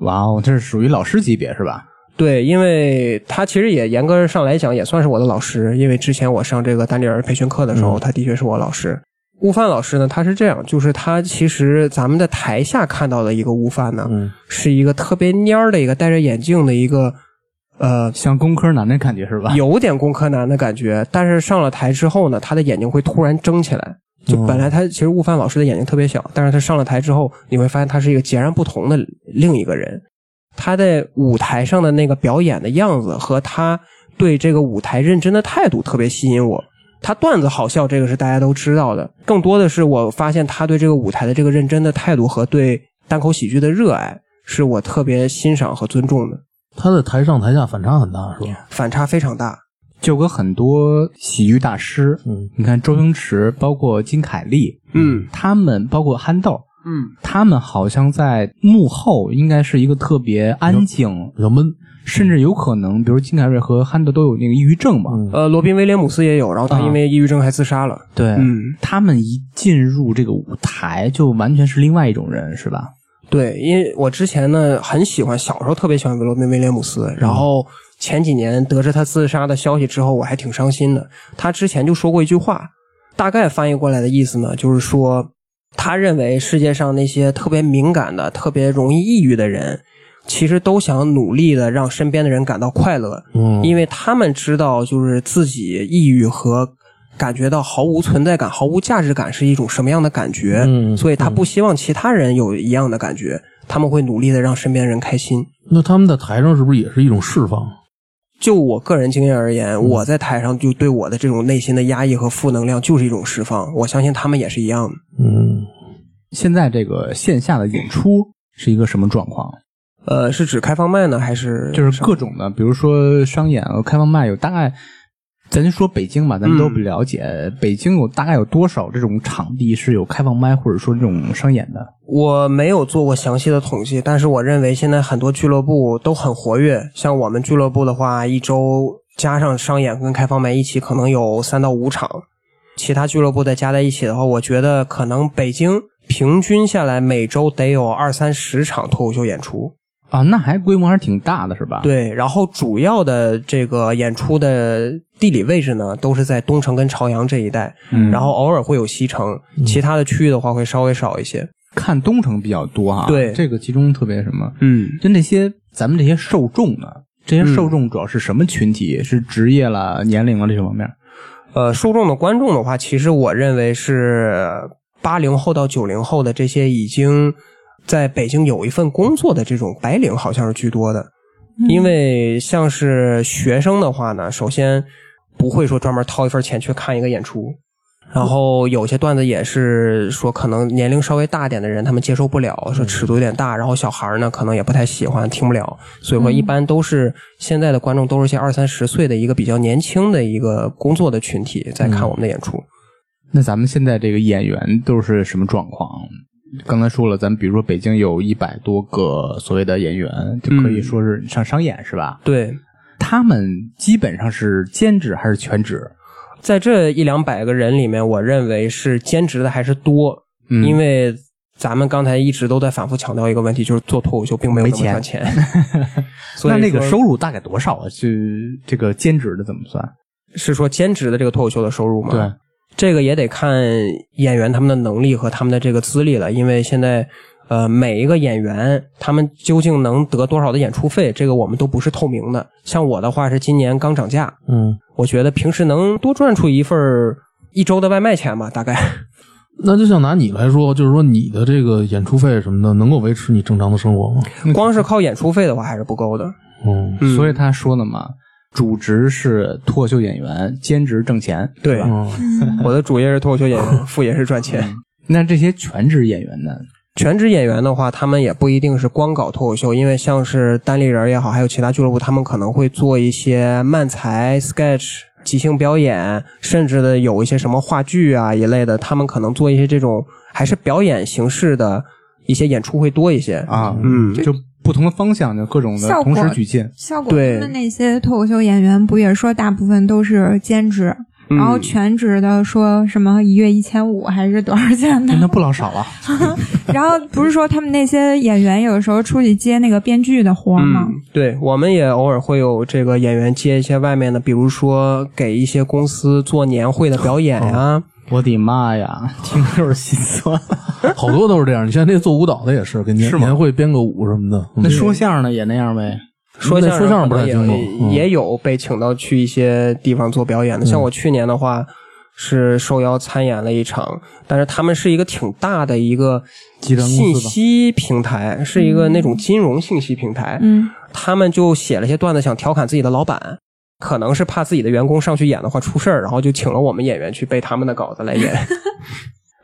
Speaker 5: 哇哦，这是属于老师级别是吧？
Speaker 1: 对，因为他其实也严格上来讲也算是我的老师，因为之前我上这个单立人培训课的时候，他的确是我老师。悟饭老师呢，他是这样，就是他其实咱们在台下看到的一个悟饭呢，
Speaker 6: 嗯，
Speaker 1: 是一个特别蔫儿的一个戴着眼镜的一个，呃，
Speaker 5: 像工科男的感觉是吧？
Speaker 1: 有点工科男的感觉，但是上了台之后呢，他的眼睛会突然睁起来。就本来他其实悟饭老师的眼睛特别小，但是他上了台之后，你会发现他是一个截然不同的另一个人。他在舞台上的那个表演的样子和他对这个舞台认真的态度特别吸引我。他段子好笑，这个是大家都知道的，更多的是我发现他对这个舞台的这个认真的态度和对单口喜剧的热爱，是我特别欣赏和尊重的，
Speaker 6: 他的台上台下反差很大，是吧？
Speaker 1: 反差非常大。
Speaker 5: 就跟很多喜剧大师，
Speaker 6: 嗯，
Speaker 5: 你看周星驰，包括金凯利，
Speaker 1: 嗯
Speaker 5: 他们包括憨豆，
Speaker 1: 嗯，
Speaker 5: 他们好像在幕后应该是一个特别安静，
Speaker 6: 比较闷。
Speaker 5: 甚至有可能，比如金凯瑞和憨豆都有那个抑郁症嘛，
Speaker 6: 嗯
Speaker 1: 呃，罗宾威廉姆斯也有，然后他因为抑郁症还自杀了。
Speaker 5: 对，
Speaker 1: 嗯，
Speaker 5: 他们一进入这个舞台就完全是另外一种人，是吧？
Speaker 1: 对，因为我之前呢很喜欢，小时候特别喜欢罗宾威廉姆斯，然后前几年得知他自杀的消息之后，我还挺伤心的。他之前就说过一句话，大概翻译过来的意思呢，就是说他认为世界上那些特别敏感的、特别容易抑郁的人，其实都想努力的让身边的人感到快乐，
Speaker 6: 嗯，
Speaker 1: 因为他们知道，就是自己抑郁和感觉到毫无存在感、毫无价值感是一种什么样的感觉，
Speaker 6: 嗯
Speaker 1: 所以他不希望其他人有一样的感觉，他们会努力的让身边人开心。
Speaker 6: 那他们在台上是不是也是一种释放？
Speaker 1: 就我个人经验而
Speaker 5: 嗯
Speaker 1: 言，我在台上就对我的这种内心的压抑和负能量就是一种释放，我相信他们也是一样的。
Speaker 6: 嗯，
Speaker 5: 现在这个线下的演出是一个什么状况？
Speaker 1: 呃，是指开放麦呢，还是
Speaker 5: 就是各种的，比如说商演、开放麦，有大概，咱就说北京吧，咱们都
Speaker 1: 嗯
Speaker 5: 不了解，北京有大概有多少这种场地是有开放麦或者说这种商演的？
Speaker 1: 我没有做过详细的统计，但是我认为现在很多俱乐部都很活跃。像我们俱乐部的话，一周加上商演跟开放麦一起，可能有三到五场。其他俱乐部再加在一起的话，我觉得可能北京平均下来每周得有二三十场脱口秀演出。
Speaker 5: 啊，那还规模还是挺大的，是吧？，
Speaker 1: 对，然后主要的这个演出的地理位置呢，都是在东城跟朝阳这一带，
Speaker 5: 嗯
Speaker 1: 然后偶尔会有西城，其他的区域的话会稍微少一些。
Speaker 5: 看东城比较多哈。
Speaker 1: 对
Speaker 5: 这个其中特别什么？
Speaker 1: 嗯，
Speaker 5: 就那些咱们这些受众呢，这些受众主要是什么群体？是职业啦、年龄了这些方面？
Speaker 1: 呃，受众的观众的话，其实我认为是八零后到九零后的这些已经在北京有一份工作的这种白领，好像是居多的。因为像是学生的话呢，首先不会说专门掏一份钱去看一个演出，然后有些段子也是说可能年龄稍微大点的人他们接受不了，说尺度有点大，然后小孩儿呢可能也不太喜欢，听不了，所以说一般都是现在的观众都是一些二三十岁的一个比较年轻的一个工作的群体在看我们的演出。
Speaker 5: 那咱们现在这个演员都是什么状况？刚才说了，咱们比如说北京有一百多个所谓的演员，就可
Speaker 1: 嗯
Speaker 5: 以说是上商演是吧？
Speaker 1: 对，
Speaker 5: 他们基本上是兼职还是全职？
Speaker 1: 在这一两百个人里面，我认为是兼职的还是多，
Speaker 5: 嗯
Speaker 1: 因为咱们刚才一直都在反复强调一个问题，就是做脱口秀并没有那么赚钱， 所以
Speaker 5: 那那个
Speaker 1: 说
Speaker 5: 收入大概多少啊？是这个兼职的怎么算？嗯
Speaker 1: 是说兼职的这个脱口秀的收入吗？，这个也得看演员他们的能力和他们的这个资历了，因为现在。呃，每一个演员他们究竟能得多少的演出费，这个我们都不是透明的。像我的话是今年刚涨价，
Speaker 6: 嗯，
Speaker 1: 我觉得平时能多赚出一份儿一周的外卖钱吧，大 概。
Speaker 6: 那就像拿你来说，就是说你的这个演出费什么的，能够维持你正常的生活吗？
Speaker 1: 光是靠演出费的话还是不够的。
Speaker 6: 嗯，
Speaker 1: 嗯
Speaker 5: 所以他说了嘛，主职是脱口秀演员，兼职挣钱。
Speaker 1: 对，
Speaker 6: 嗯
Speaker 1: 我的主业是脱口秀演员，副业是赚
Speaker 5: 嗯
Speaker 1: 钱。
Speaker 5: 那这些全职演员呢？
Speaker 1: 全职演员的话，他们也不一定是光搞脱口秀，因为像是单立人也好，还有其他俱乐部，他们可能会做一些漫才、sketch，即兴表演，甚至的有一些什么话剧啊一类的，他们可能做一些这种还是表演形式的一些演出会多一些。
Speaker 5: 啊，
Speaker 1: 嗯
Speaker 5: 就不同的方向的各种的
Speaker 2: 效果
Speaker 5: 同时举进，
Speaker 2: 效果
Speaker 1: 对
Speaker 2: 他们那些脱口秀演员不也说大部分都是兼职，
Speaker 1: 嗯
Speaker 2: 然后全职的说什么一月一千五还是多少钱的？
Speaker 5: 那不老少了。
Speaker 2: 然后不是说他们那些演员有时候出去接那个编剧的活儿吗？
Speaker 1: 嗯，对，我们也偶尔会有这个演员接一些外面的，比如说给一些公司做年会的表演呀、
Speaker 5: 我的妈呀， 听着就是心 酸。
Speaker 6: 好多都是这样。你像那做舞蹈的也是，给年
Speaker 5: 是吗
Speaker 6: 年会编个舞什么的。嗯
Speaker 5: 那说相声的也那样呗？
Speaker 1: 说相
Speaker 6: 说相声
Speaker 1: 可
Speaker 6: 不
Speaker 1: 能
Speaker 6: 太
Speaker 1: 也
Speaker 6: 清楚嗯
Speaker 1: 也有被请到去一些地方做表演的。像我去年的话，是受邀参演了一场，但是他们是一个挺大的一个
Speaker 6: 集团公司
Speaker 1: 信
Speaker 6: 吧
Speaker 1: 息平台，是一个那种金融信息平台。
Speaker 2: 嗯，
Speaker 1: 他们就写了一些段子，想调侃自己的老板。可能是怕自己的员工上去演的话出事儿，然后就请了我们演员去背他们的稿子来演。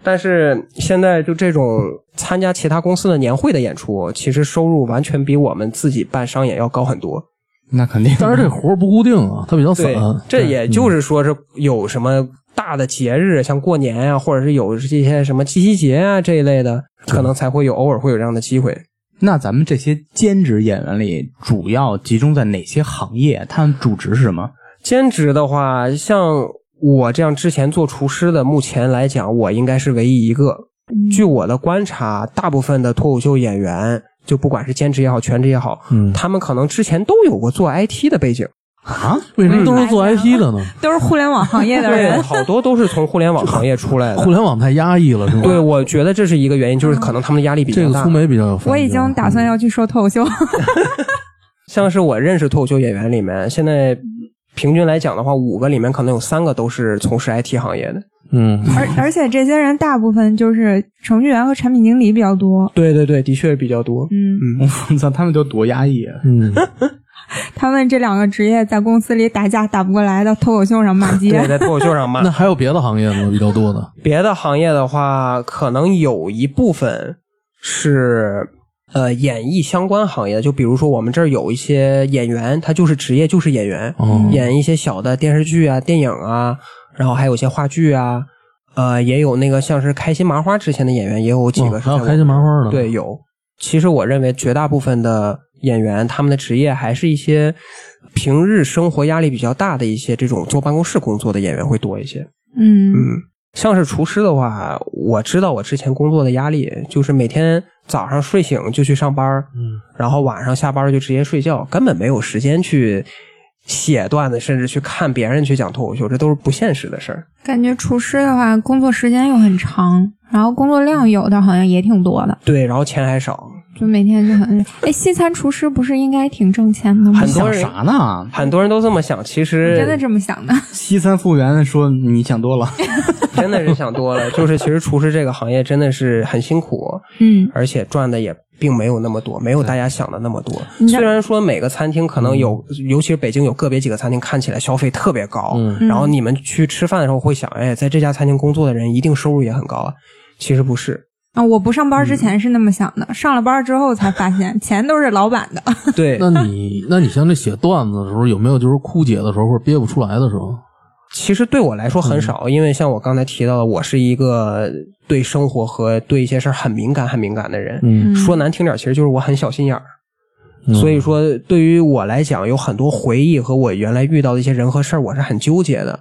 Speaker 1: 但是现在就这种参加其他公司的年会的演出，其实收入完全比我们自己办商演要高很多。
Speaker 5: 那肯定。
Speaker 6: 但是这活儿不固定啊，它比较散嗯
Speaker 1: 对。，嗯这也就是说是有什么大的节日，像过年呀、或者是有这些什么七夕节啊这一类的，可能才会有偶尔会有这样的机会。
Speaker 5: 那咱们这些兼职演员里，主要集中在哪些行业？他们主职是什么？
Speaker 1: 兼职的话，像我这样之前做厨师的，目前来讲，我应该是唯一一个。
Speaker 2: 嗯
Speaker 1: 据我的观察，大部分的脱口秀演员，就不管是兼职也好，全职也好，
Speaker 6: 嗯，
Speaker 1: 他们可能之前都有过做 IT 的背景。
Speaker 5: 啊？
Speaker 6: 为什
Speaker 1: 嗯
Speaker 6: 么都是
Speaker 2: 哎
Speaker 6: 做 IT 的呢？
Speaker 2: 都是互联网行业的
Speaker 1: 对，
Speaker 2: 人。
Speaker 1: 好多都是 从互联网行嗯业出来
Speaker 6: 互
Speaker 1: 的。
Speaker 6: 联网太压抑了，是吗？
Speaker 1: 哎对，，我觉得这是一个原因，就是可能他们的压力比较
Speaker 6: 这
Speaker 1: 大。
Speaker 6: 个粗眉比较有发 言。
Speaker 2: 我已经打算要去说脱口秀，
Speaker 1: 像是我认识脱口秀演员里面，现在平均来讲的话，五个里面可能有三个都是从事 IT 行业的。
Speaker 6: 嗯，
Speaker 2: 而 而且这些人大部分就是程序员和产品经理比较多。
Speaker 1: 对对对，的确比较多。
Speaker 2: 嗯，
Speaker 5: 我操，他们都多压抑啊！
Speaker 6: 嗯
Speaker 2: 他们这两个职业在公司里打架打不过来的，脱口秀上骂街
Speaker 1: 对，。在脱口秀上骂
Speaker 6: 那还有别的行业呢比较多的，
Speaker 1: 别的行业的话，可能有一部分是呃演艺相关行业，就比如说我们这儿有一些演员，他就是职业就是演员，
Speaker 6: 哦，
Speaker 1: 演一些小的电视剧啊、电影啊，然后还有一些话剧啊，呃，也有那个像是开心麻花之前的演员，也有几
Speaker 6: 哦
Speaker 1: 个是
Speaker 6: 还有
Speaker 1: 在我
Speaker 6: 开心麻花的，
Speaker 1: 对，有。其实我认为绝大部分的演员，他们的职业还是一些平日生活压力比较大的一些这种坐办公室工作的演员会多一些。
Speaker 2: 嗯
Speaker 1: 嗯，像是厨师的话，我知道我之前工作的压力，就是每天早上睡醒就去上班儿，
Speaker 6: 嗯
Speaker 1: 然后晚上下班儿就直接睡觉，根本没有时间去写段子，甚至去看别人去讲脱口秀，这都是不现实的事儿。
Speaker 2: 感觉厨师的话，工作时间又很长，然后工作量有的好像也挺多的，
Speaker 1: 对，然后钱还少，
Speaker 2: 就每天就 很……哎，西餐厨师不是应该挺挣钱的吗
Speaker 1: 很？多
Speaker 5: 想
Speaker 1: 人
Speaker 5: 啥呢？
Speaker 1: 很多人都这么想，其实
Speaker 2: 真的这么想 的？
Speaker 5: 西餐服务员说你想多了，
Speaker 1: 真的是想多了，就是其实厨师这个行业真的是很辛苦，
Speaker 2: 嗯，
Speaker 1: 而且赚的也并没有那么多，没有大家想的那么多。
Speaker 6: 嗯
Speaker 2: 你知道
Speaker 1: 虽然说每个餐厅可能有，尤其是北京有个别几个餐厅看起来消费特别高，
Speaker 6: 嗯
Speaker 1: 然后你们去吃饭的时候会想，哎，在这家餐厅工作的人一定收入也很高啊。其实不 是，
Speaker 2: 啊，我不上班之前是那么想的，
Speaker 1: 嗯
Speaker 2: 上了班之后才发 现钱都是老板的。
Speaker 1: 对，
Speaker 6: 那你那你像这写段子的时候，有没有就是枯竭的时候或者憋不出来的时候？
Speaker 1: 其实对我来说
Speaker 6: 嗯
Speaker 1: 很少，因为像我刚才提到的，我是一个对生活和对一些事儿很敏感、很敏感的人。
Speaker 6: 嗯，
Speaker 1: 说难听点儿，其实就是我很小心眼儿。
Speaker 6: 嗯
Speaker 1: 所以说，对于我来讲，有很多回忆和我原来遇到的一些人和事儿，我是很纠结的。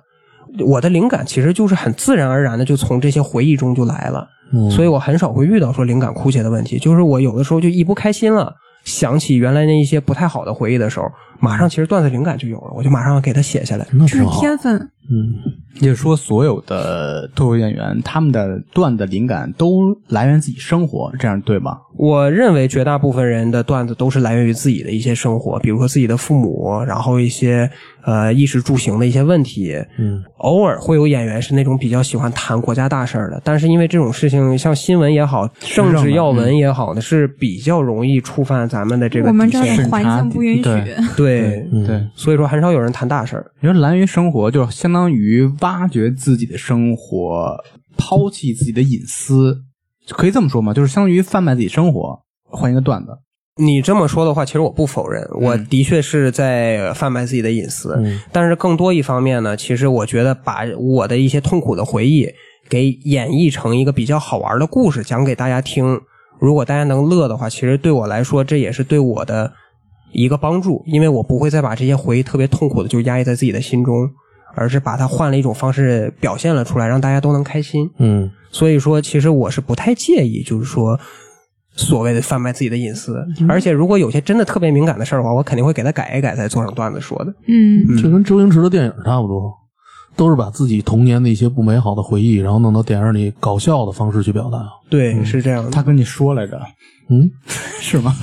Speaker 1: 我的灵感其实就是很自然而然的就从这些回忆中就来了，
Speaker 6: 嗯
Speaker 1: 所以我很少会遇到说灵感枯竭的问题。就是我有的时候就一不开心了，想起原来那一些不太好的回忆的时候，马上其实段子灵感就有了，我就马上给它写下来。
Speaker 6: 那
Speaker 2: 这是
Speaker 6: 挺好，
Speaker 2: 天分，
Speaker 6: 嗯，
Speaker 5: 也 就是说，所有的脱口秀演员他们的段子灵感都来源自己生活，这样对吧？
Speaker 1: 我认为绝大部分人的段子都是来源于自己的一些生活，比如说自己的父母，然后一些呃衣食住行的一些问题。
Speaker 6: 嗯，
Speaker 1: 偶尔会有演员是那种比较喜欢谈国家大事儿的，但是因为这种事情，像新闻也好，
Speaker 5: 政
Speaker 1: 政
Speaker 5: 的
Speaker 1: 治要
Speaker 6: 嗯
Speaker 1: 闻也好呢，是比较容易触犯咱们的这个
Speaker 2: 我们
Speaker 1: 底
Speaker 2: 这儿
Speaker 1: 线
Speaker 2: 的环境不允许。
Speaker 5: 对
Speaker 1: 对。
Speaker 6: 嗯
Speaker 5: 对，
Speaker 1: 所以说，很少有人谈大事儿。
Speaker 5: 你说来源于生活，就相当于挖掘自己的生活，抛弃自己的隐私，可以这么说吗？就是相当于贩卖自己生活，换一个段子。
Speaker 1: 你这么说的话，其实我不否认，我
Speaker 6: 嗯
Speaker 1: 的确是在贩卖自己的隐私。但是更多一方面呢，其实我觉得把我的一些痛苦的回忆给演绎成一个比较好玩的故事，讲给大家听。如果大家能乐的话，其实对我来说，这也是对我的一个帮助，因为我不会再把这些回忆特别痛苦的就压抑在自己的心中，而是把它换了一种方式表现了出来，让大家都能开心。
Speaker 6: 嗯，
Speaker 1: 所以说，其实我是不太介意，就是说所谓的贩卖自己的隐私。而且，如果有些真的特别敏感的事儿的话，我肯定会给他改一改，再做成段子说的。
Speaker 2: 嗯，
Speaker 6: 就跟周星驰的电影差不多，都是把自己童年的一些不美好的回忆，然后弄到电影里搞笑的方式去表 达。
Speaker 1: 对，是这样的。
Speaker 5: 他跟你说来着，
Speaker 6: 嗯，
Speaker 5: 是吗？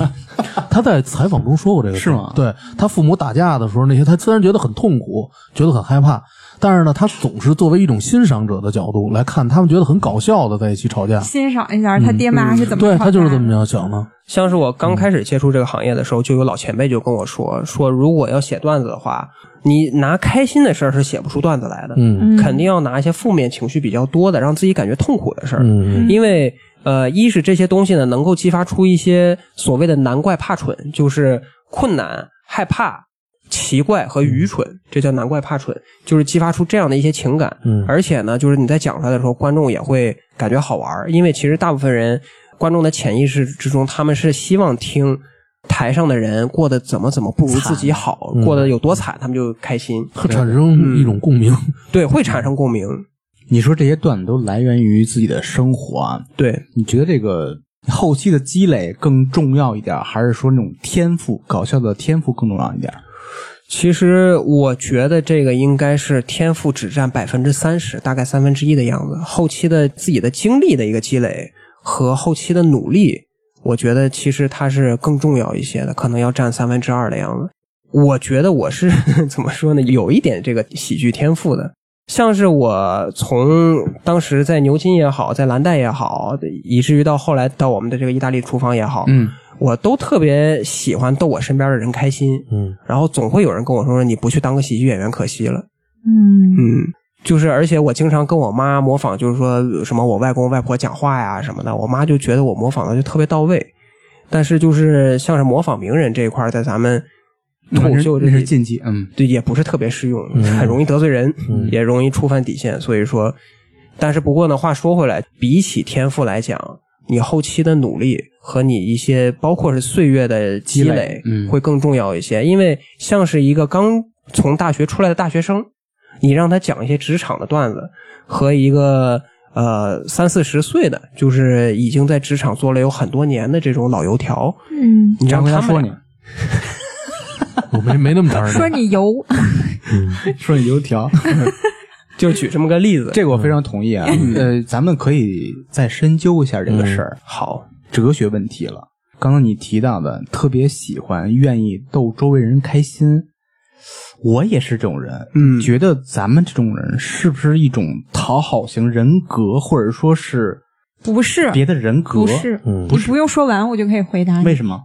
Speaker 6: 他在采访中说过这个事，
Speaker 5: 是吗
Speaker 6: 对他父母打架的时候，那些他虽然觉得很痛苦，觉得很害怕，但是呢，他总是作为一种欣赏者的角度来看，他们觉得很搞笑的在一起吵架。
Speaker 2: 欣赏一下他爹妈是怎么
Speaker 6: 嗯对
Speaker 2: 吵
Speaker 6: 他就是
Speaker 2: 架
Speaker 6: 这么
Speaker 2: 的
Speaker 6: 样想的，
Speaker 1: 像是我
Speaker 6: 嗯
Speaker 1: 刚开始接触这个行业的时候，就有老前辈就跟我说，说如果要写段子的话，你拿开心的事儿是写不出段子来的，
Speaker 2: 嗯
Speaker 6: 嗯
Speaker 1: 肯定要拿一些负面情绪比较多的，让自己感觉痛苦的事儿。
Speaker 6: 嗯
Speaker 1: 因为呃，一是这些东西呢，能够激发出一些所谓的难怪怕蠢，就是困难、害怕、奇怪和愚蠢，这叫难怪怕蠢，就是激发出这样的一些情感。
Speaker 6: 嗯
Speaker 1: 而且呢，就是你在讲出来的时候，观众也会感觉好玩儿，因为其实大部分人观众的潜意识之中，他们是希望听。台上的人过得怎么怎么不如自己好，过得有多惨，他们就开心，
Speaker 6: 会产生一种共鸣。
Speaker 1: 对，会产生共鸣，
Speaker 5: 你说这些段子都来源于自己的生活啊，
Speaker 1: 对，
Speaker 5: 你觉得这个后期的积累更重要一点，还是说那种天赋搞笑的天赋更重要一点？
Speaker 1: 其实我觉得这个应该是天赋只占百分之三十，大概三分之一的样子。后期的自己的经历的一个积累和后期的努力，我觉得其实它是更重要一些的，可能要占三分之二的样子。我觉得我是 怎么说呢，有一点这个喜剧天赋的。像是我从当时在牛津也好，在蓝带也好，以至于到后来到我们的这个意大利厨房也好，
Speaker 5: 嗯，
Speaker 1: 我都特别喜欢逗我身边的人开心。
Speaker 6: 嗯
Speaker 1: 然后总会有人跟我说：“你不去当个喜剧演员可惜了。
Speaker 2: 嗯”
Speaker 1: 嗯，就是而且我经常跟我妈模仿，就是说什么我外公外婆讲话呀什么的，我妈就觉得我模仿的就特别到位。但是就是像是模仿名人这一块儿，在咱们脱口秀这
Speaker 5: 那是
Speaker 1: 里
Speaker 5: 禁忌，嗯，
Speaker 1: 对也不是特别适用，
Speaker 6: 嗯
Speaker 1: 很容易得罪人，
Speaker 6: 嗯
Speaker 1: 也容易触犯底线。所以说，但是不过呢，话说回来，比起天赋来讲，你后期的努力和你一些包括是岁月的积
Speaker 5: 积
Speaker 1: 累
Speaker 5: 累，嗯
Speaker 1: 会更重要一些。因为像是一个刚从大学出来的大学生，你让他讲一些职场的段子，和一个。呃，三四十岁的，就是已经在职场做了有很多年的这种老油条，
Speaker 2: 嗯，
Speaker 1: 你让
Speaker 5: 回
Speaker 1: 他
Speaker 5: 家
Speaker 1: 们
Speaker 5: 说
Speaker 1: 俩
Speaker 5: 你，
Speaker 6: 我没没那么
Speaker 5: 嗯
Speaker 6: 长 时
Speaker 2: 说
Speaker 6: 间。
Speaker 2: 你油，
Speaker 5: 说你油条，
Speaker 1: 就举这么个例子。
Speaker 5: 这个我
Speaker 6: 嗯
Speaker 5: 非常同意啊。呃，咱们可以再深究一下这个事
Speaker 6: 嗯
Speaker 5: 儿，
Speaker 1: 好，
Speaker 5: 哲学问题了。刚刚你提到的，特别喜欢、愿意逗周围人开心，我也是这种人。
Speaker 1: 嗯
Speaker 5: 觉得咱们这种人是不是一种讨好型人格，或者说是
Speaker 2: 不是，
Speaker 5: 别的人格？
Speaker 2: 不是，
Speaker 6: 嗯
Speaker 2: 你不用说完，我就可以回答
Speaker 5: 为
Speaker 2: 你。
Speaker 5: 什么？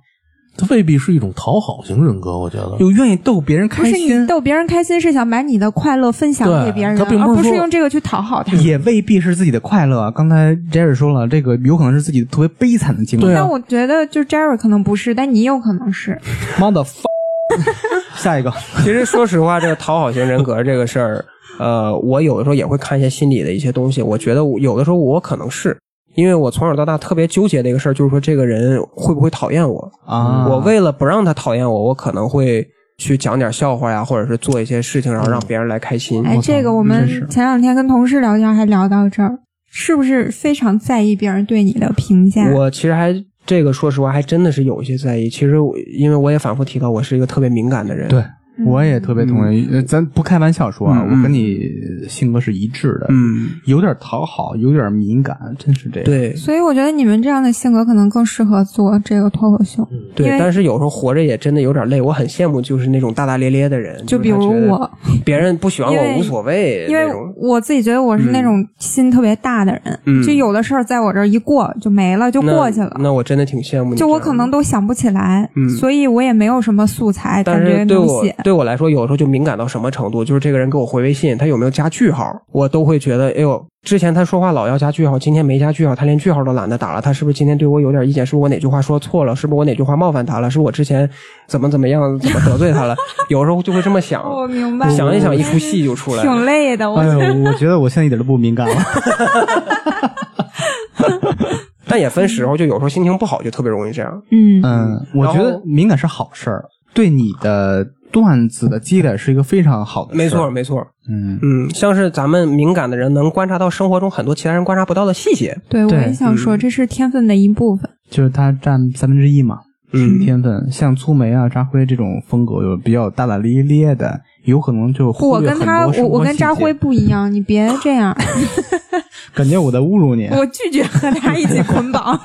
Speaker 6: 他未必是一种讨好型人格，我觉得。
Speaker 5: 有愿意逗别人开
Speaker 2: 不是
Speaker 5: 心
Speaker 2: 你，逗别人开心，是想把你的快乐分享给
Speaker 6: 对
Speaker 2: 别人，
Speaker 6: 他并
Speaker 2: 而
Speaker 6: 不是
Speaker 2: 不是
Speaker 6: 说
Speaker 2: 用这个去讨好他。
Speaker 5: 也未必是自己的快乐啊。刚才 Jerry 说了，这个有可能是自己特别悲惨的经历。
Speaker 6: 对啊
Speaker 2: 但我觉得，就 Jerry 可能不是，但你有可能是。
Speaker 5: 妈的 f 下一个，
Speaker 1: 其实说实话，这个讨好型人格这个事儿，呃，我有的时候也会看一些心理的一些东西。我觉得我有的时候我可能是，因为我从小到大特别纠结的一个事儿，就是说这个人会不会讨厌我
Speaker 5: 啊
Speaker 1: 我为了不让他讨厌我，我可能会去讲点笑话呀，或者是做一些事情，然
Speaker 5: 嗯
Speaker 1: 后让别人来开心。
Speaker 2: 哎，这个我们前两天跟同事聊天还聊到这儿，是不是非常在意别人对你的评价？
Speaker 1: 我其实还这个，说实话，还真的是有一些在意。其实我因为我也反复提到，我是一个特别敏感的人。
Speaker 5: 对，
Speaker 2: 嗯
Speaker 5: 我也特别同意。呃咱不开玩笑说啊，
Speaker 1: 嗯嗯
Speaker 5: 我跟你性格是一致的，
Speaker 1: 嗯，
Speaker 5: 有点讨好，有点敏感，真是这样。，
Speaker 1: 对
Speaker 2: 所以我觉得你们这样的性格可能更适合做这个脱口秀，
Speaker 6: 嗯
Speaker 2: 因
Speaker 1: 对，
Speaker 2: 为
Speaker 1: 但是有时候活着也真的有点累。我很羡慕就是那种大大咧咧的人，
Speaker 2: 就是比
Speaker 1: 他
Speaker 2: 如
Speaker 1: 觉得
Speaker 2: 我，
Speaker 1: 别人不喜欢
Speaker 2: 因为
Speaker 1: 我无所谓，
Speaker 2: 因为
Speaker 1: 那种
Speaker 2: 我自己觉得我是那种心特别大的人，
Speaker 1: 嗯
Speaker 2: 就有的事儿在我这儿一过就没了，就
Speaker 1: 那
Speaker 2: 过去了，
Speaker 1: 那我真的挺羡慕你这样的。
Speaker 2: 就我可能都想不起来，
Speaker 1: 嗯
Speaker 2: 所以我也没有什么素材，
Speaker 1: 但
Speaker 2: 感觉
Speaker 1: 是对
Speaker 2: 能
Speaker 1: 我
Speaker 2: 写。
Speaker 1: 对我来说，有时候就敏感到什么程度，就是这个人给我回微信，他有没有加句号，我都会觉得，哎呦，之前他说话老要加句号，今天没加句号，他连句号都懒得打了，他是不是今天对我有点意见？是不是我哪句话说错了？是不是我哪句话冒犯他了？是不是我之前怎么怎么样，怎么得罪他了？有时候就会这么想，
Speaker 2: 我明白，
Speaker 1: 想一想，一出戏就出来了。
Speaker 2: 挺累的，我
Speaker 3: 哎呦，我觉得我现在一点都不敏 感了。
Speaker 1: 但也分时候，就有时候心情不好，就特别容易这样。
Speaker 2: 嗯
Speaker 5: 嗯，我觉
Speaker 1: 然
Speaker 5: 得
Speaker 1: 后
Speaker 5: 敏感是好事儿，对你的段子的积累是一个非常好的事儿。
Speaker 1: 没错，没错。
Speaker 5: 嗯，
Speaker 1: 嗯，像是咱们敏感的人能观察到生活中很多其他人观察不到的细节。
Speaker 2: 对，我
Speaker 5: 对
Speaker 2: 也想说，这是天分的一部分。
Speaker 5: 就是它占三分之一嘛，
Speaker 1: 嗯，
Speaker 5: 天分。像粗眉啊、扎辉这种风格，有比较大大咧咧的，有可能就
Speaker 2: 不，
Speaker 5: 忽
Speaker 2: 我
Speaker 5: 略
Speaker 2: 跟
Speaker 5: 很
Speaker 2: 他，
Speaker 5: 多生
Speaker 2: 我
Speaker 5: 活
Speaker 2: 我跟
Speaker 5: 细
Speaker 2: 扎
Speaker 5: 节
Speaker 2: 辉不一样，你别这样，
Speaker 5: 感觉我在侮辱你。
Speaker 2: 我拒绝和他一起捆绑。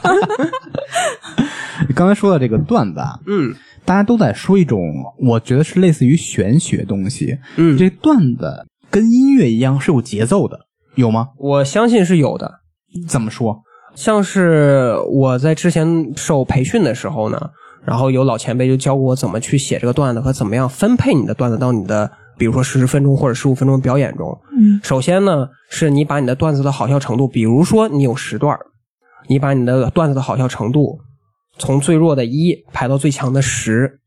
Speaker 5: 你刚才说的这个段子啊，
Speaker 1: 嗯
Speaker 5: 大家都在说一种，我觉得是类似于玄学东西。
Speaker 1: 嗯，
Speaker 5: 这段子跟音乐一样是有节奏的，有吗？
Speaker 1: 我相信是有的。
Speaker 5: 怎么说？
Speaker 1: 像是我在之前受培训的时候呢，然后有老前辈就教我怎么去写这个段子和怎么样分配你的段子到你的，比如说十分钟或者十五分钟的表演中。
Speaker 2: 嗯
Speaker 1: 首先呢，是你把你的段子的好笑程度，比如说你有十段儿，你把你的段子的好笑程度从最弱的一排到最强的十，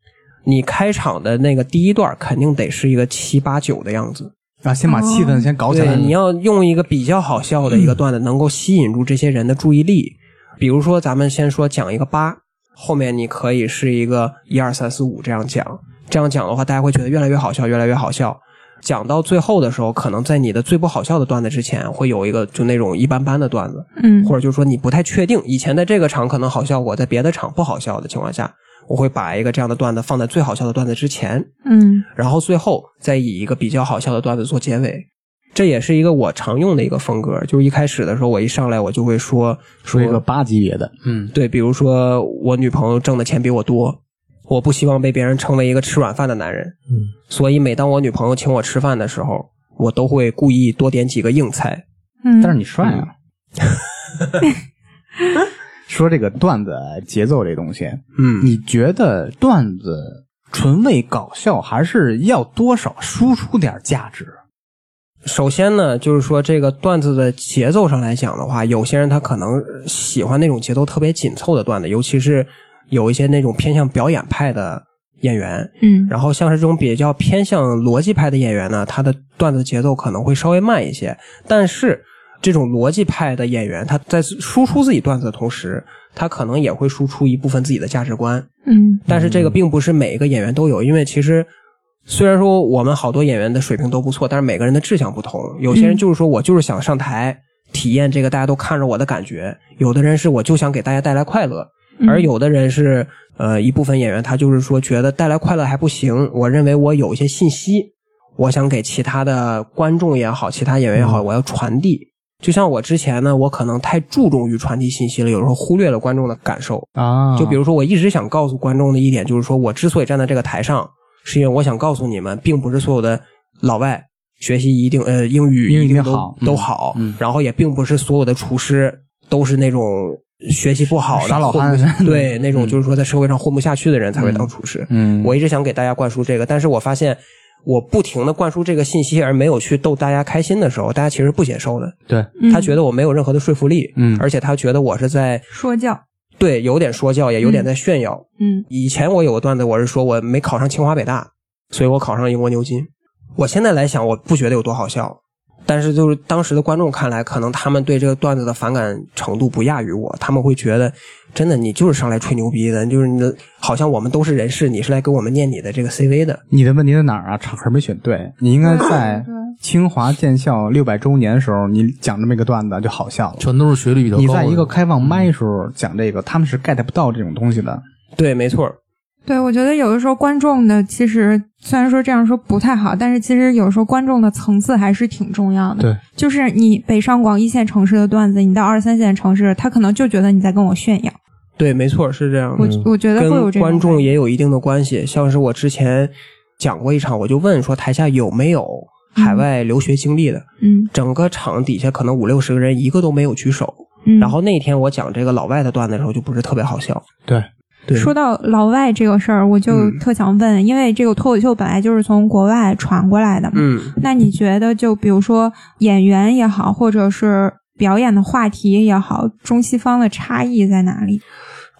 Speaker 1: 你开场的那个第一段儿肯定得是一个七八九的样子。
Speaker 5: 啊，先把气氛先搞起来。
Speaker 1: 哦对，你要用一个比较好笑的一个段子，能够吸引住这些人的注意力。比如说，咱们先说讲一个八，后面你可以是一个一二三四五这样讲，这样讲的话，大家会觉得越来越好笑，越来越好笑。讲到最后的时候，可能在你的最不好笑的段子之前，会有一个就那种一般般的段子，
Speaker 2: 嗯，
Speaker 1: 或者就是说你不太确定，以前在这个场可能好笑，我在别的场不好笑的情况下，我会把一个这样的段子放在最好笑的段子之前，
Speaker 2: 嗯
Speaker 1: 然后最后再以一个比较好笑的段子做结尾。这也是一个我常用的一个风格，就是一开始的时候，我一上来我就会说
Speaker 5: 说一个八级别的，嗯，
Speaker 1: 对，比如说我女朋友挣的钱比我多，我不希望被别人称为一个吃软饭的男人，
Speaker 6: 嗯，
Speaker 1: 所以每当我女朋友请我吃饭的时候，我都会故意多点几个硬菜。
Speaker 2: 嗯，
Speaker 5: 但是你帅啊。
Speaker 1: 嗯
Speaker 5: 说这个段子节奏这东西，
Speaker 1: 嗯，
Speaker 5: 你觉得段子纯为搞笑，还是要多少输出点价值？
Speaker 1: 首先呢，就是说这个段子的节奏上来讲的话，有些人他可能喜欢那种节奏特别紧凑的段子，尤其是有一些那种偏向表演派的演员，
Speaker 2: 嗯
Speaker 1: 然后像是这种比较偏向逻辑派的演员呢，他的段子节奏可能会稍微慢一些，但是这种逻辑派的演员，他在输出自己段子的同时，他可能也会输出一部分自己的价值观。
Speaker 2: 嗯
Speaker 1: 但是这个并不是每一个演员都有，因为其实虽然说我们好多演员的水平都不错，但是每个人的志向不同。有些人就是说我就是想上台体验这个大家都看着我的感觉，有的人是我就想给大家带来快乐，
Speaker 2: 嗯
Speaker 1: 而有的人是呃一部分演员他就是说觉得带来快乐还不行，我认为我有一些信息，我想给其他的观众也好，其他演员也好，
Speaker 2: 嗯
Speaker 1: 我要传递。就像我之前呢，我可能太注重于传递信息了，有时候忽略了观众的感受。
Speaker 5: 啊
Speaker 1: 就比如说，我一直想告诉观众的一点就是说，我之所以站在这个台上，是因为我想告诉你们，并不是所有的老外学习一定呃英语
Speaker 5: 英语
Speaker 1: 一定
Speaker 5: 一定
Speaker 1: 都
Speaker 5: 好嗯
Speaker 1: 都好
Speaker 5: 嗯，
Speaker 1: 然后也并不是所有的厨师都是那种学习不好的
Speaker 5: 傻
Speaker 1: 混
Speaker 5: 老
Speaker 1: 不
Speaker 5: 汉
Speaker 1: 下
Speaker 5: 嗯
Speaker 1: 对那种就是说在社会上混不下去的人才会当厨师。
Speaker 5: 嗯，
Speaker 1: 我一直想给大家灌输这个，但是我发现。我不停的灌输这个信息，而没有去逗大家开心的时候，大家其实不接受的。
Speaker 5: 对，
Speaker 2: 嗯
Speaker 1: 他觉得我没有任何的说服力，
Speaker 5: 嗯
Speaker 1: 而且他觉得我是在
Speaker 2: 说教，
Speaker 1: 对有点说教，也有点在炫耀。
Speaker 2: 嗯
Speaker 1: 以前我有个段子，我是说我没考上清华北大，所以我考上了英国牛津。我现在来想，我不觉得有多好笑，但是就是当时的观众看来，可能他们对这个段子的反感程度不亚于我，他们会觉得真的你就是上来吹牛逼的，就是你好像我们都是人事，你是来给我们念你的这个 CV 的。
Speaker 5: 你的问题在哪儿啊？场合没选对，你应该在
Speaker 2: 对对
Speaker 5: 清华建校六百周年的时候，你讲这么一个段子就好笑了。
Speaker 6: 全都是学历比较高的。
Speaker 5: 你在一个开放麦时候讲这个，他们是 get 不到这种东西的。
Speaker 1: 对，没错儿，
Speaker 2: 对，我觉得有的时候观众的其实虽然说这样说不太好，但是其实有时候观众的层次还是挺重要的。
Speaker 6: 对，
Speaker 2: 就是你北上广一线城市的段子，你到二三线城市，他可能就觉得你在跟我炫耀。
Speaker 1: 对，没错儿，是这样的。
Speaker 2: 我我觉得会有
Speaker 1: 嗯跟
Speaker 2: 这种
Speaker 1: 观众也有一定的关系。像是我之前讲过一场，我就问说台下有没有海外留学经历的，
Speaker 2: 嗯
Speaker 1: 整个场底下可能五六十个人，一个都没有举手。
Speaker 2: 嗯，
Speaker 1: 然后那天我讲这个老外的段子的时候，就不是特别好笑。
Speaker 5: 对，
Speaker 1: 对嗯
Speaker 2: 说到老外这个事儿，我就特想问，因为这个脱口秀本来就是从国外传过来的嘛，
Speaker 1: 嗯，
Speaker 2: 那你觉得，就比如说演员也好，或者是表演的话题也好，中西方的差异在哪里？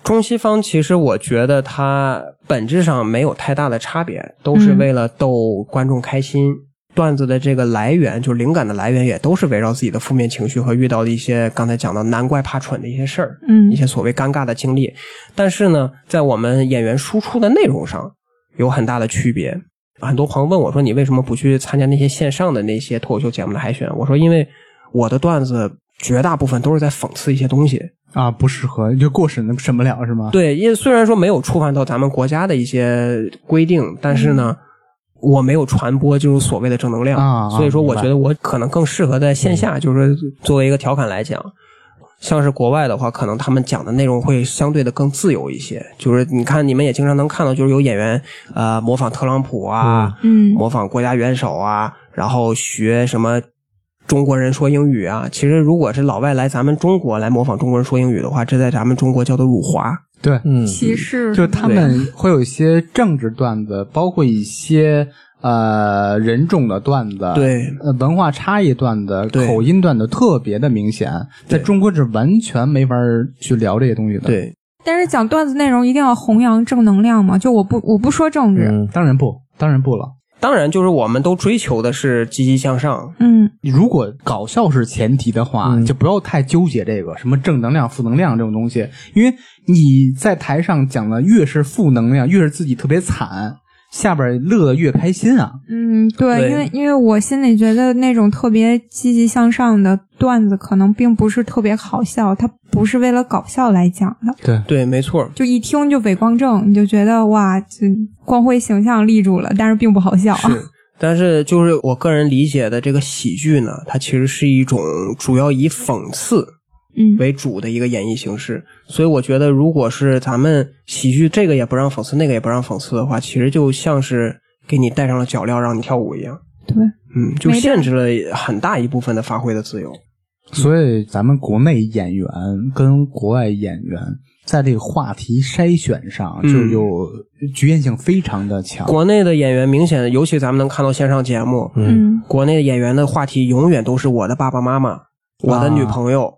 Speaker 1: 中西方其实我觉得它本质上没有太大的差别，都是
Speaker 2: 嗯
Speaker 1: 为了逗观众开心。段子的这个来源，就灵感的来源，也都是围绕自己的负面情绪和遇到的一些刚才讲的难怪怕蠢的一些事儿，
Speaker 2: 嗯
Speaker 1: 一些所谓尴尬的经历。但是呢，在我们演员输出的内容上有很大的区别。很多朋友问我说：“你为什么不去参加那些线上的那些脱口秀节目的海选？”我说：“因为我的段子绝大部分都是在讽刺一些东西，
Speaker 5: 啊，不适合，就过审审不了是吗？
Speaker 1: 对，因为虽然说没有触犯到咱们国家的一些规定，但是呢，我没有传播就是所谓的正能量，
Speaker 6: 嗯啊啊
Speaker 1: 所以说我
Speaker 6: 明白嗯
Speaker 1: 觉得我可能更适合在线下，就是说作为一个调侃来讲。像是国外的话，可能他们讲的内容会相对的更自由一些。就是你看，你们也经常能看到，就是有演员呃模仿特朗普啊，
Speaker 2: 嗯
Speaker 1: 模仿国家元首啊，然后学什么中国人说英语啊。其实如果是老外来咱们中国来模仿中国人说英语的话，这在咱们中国叫做辱华。
Speaker 5: 对，
Speaker 6: 嗯，
Speaker 2: 歧视
Speaker 5: 就他们会有一些政治段子，包括一些呃人种的段子，
Speaker 1: 对
Speaker 5: 呃，文化差异段子、
Speaker 1: 对
Speaker 5: 口音段子特别的明显，在中国是完全没法去聊这些东西的。，
Speaker 1: 对，
Speaker 2: 但是讲段子内容一定要弘扬正能量嘛？就我不我不说政治，
Speaker 6: 嗯
Speaker 5: 当然不，当然不了。
Speaker 1: 当然就是我们都追求的是积极向上。
Speaker 2: 嗯
Speaker 5: 如果搞笑是前提的话，
Speaker 6: 嗯
Speaker 5: 就不要太纠结这个什么正能量、负能量这种东西，因为你在台上讲的越是负能量，越是自己特别惨，下边乐得越开心啊。
Speaker 2: 嗯，对，
Speaker 1: 对
Speaker 2: 因为因为我心里觉得那种特别积极向上的段子，可能并不是特别好笑，它不是为了搞笑来讲的，
Speaker 1: 对，没错。
Speaker 2: 就一听就伪光正，你就觉得哇，这光辉形象立住了，但是并不好笑。
Speaker 1: 是但是就是我个人理解的这个喜剧呢，它其实是一种主要以讽刺
Speaker 2: 嗯
Speaker 1: 为主的一个演绎形式。所以我觉得，如果是咱们喜剧这个也不让讽刺，那个也不让讽刺的话，其实就像是给你戴上了脚镣让你跳舞一样。
Speaker 2: 对，
Speaker 1: 嗯，就
Speaker 2: 没
Speaker 1: 限制了很大一部分的发挥的自由。
Speaker 5: 所以咱们国内演员跟国外演员在这个话题筛选上
Speaker 1: 嗯
Speaker 5: 就有局限性非常的强。
Speaker 1: 国内的演员明显，尤其咱们能看到线上节目，
Speaker 2: 嗯
Speaker 1: 国内的演员的话题永远都是我的爸爸妈妈、我的
Speaker 5: 啊
Speaker 1: 女朋友、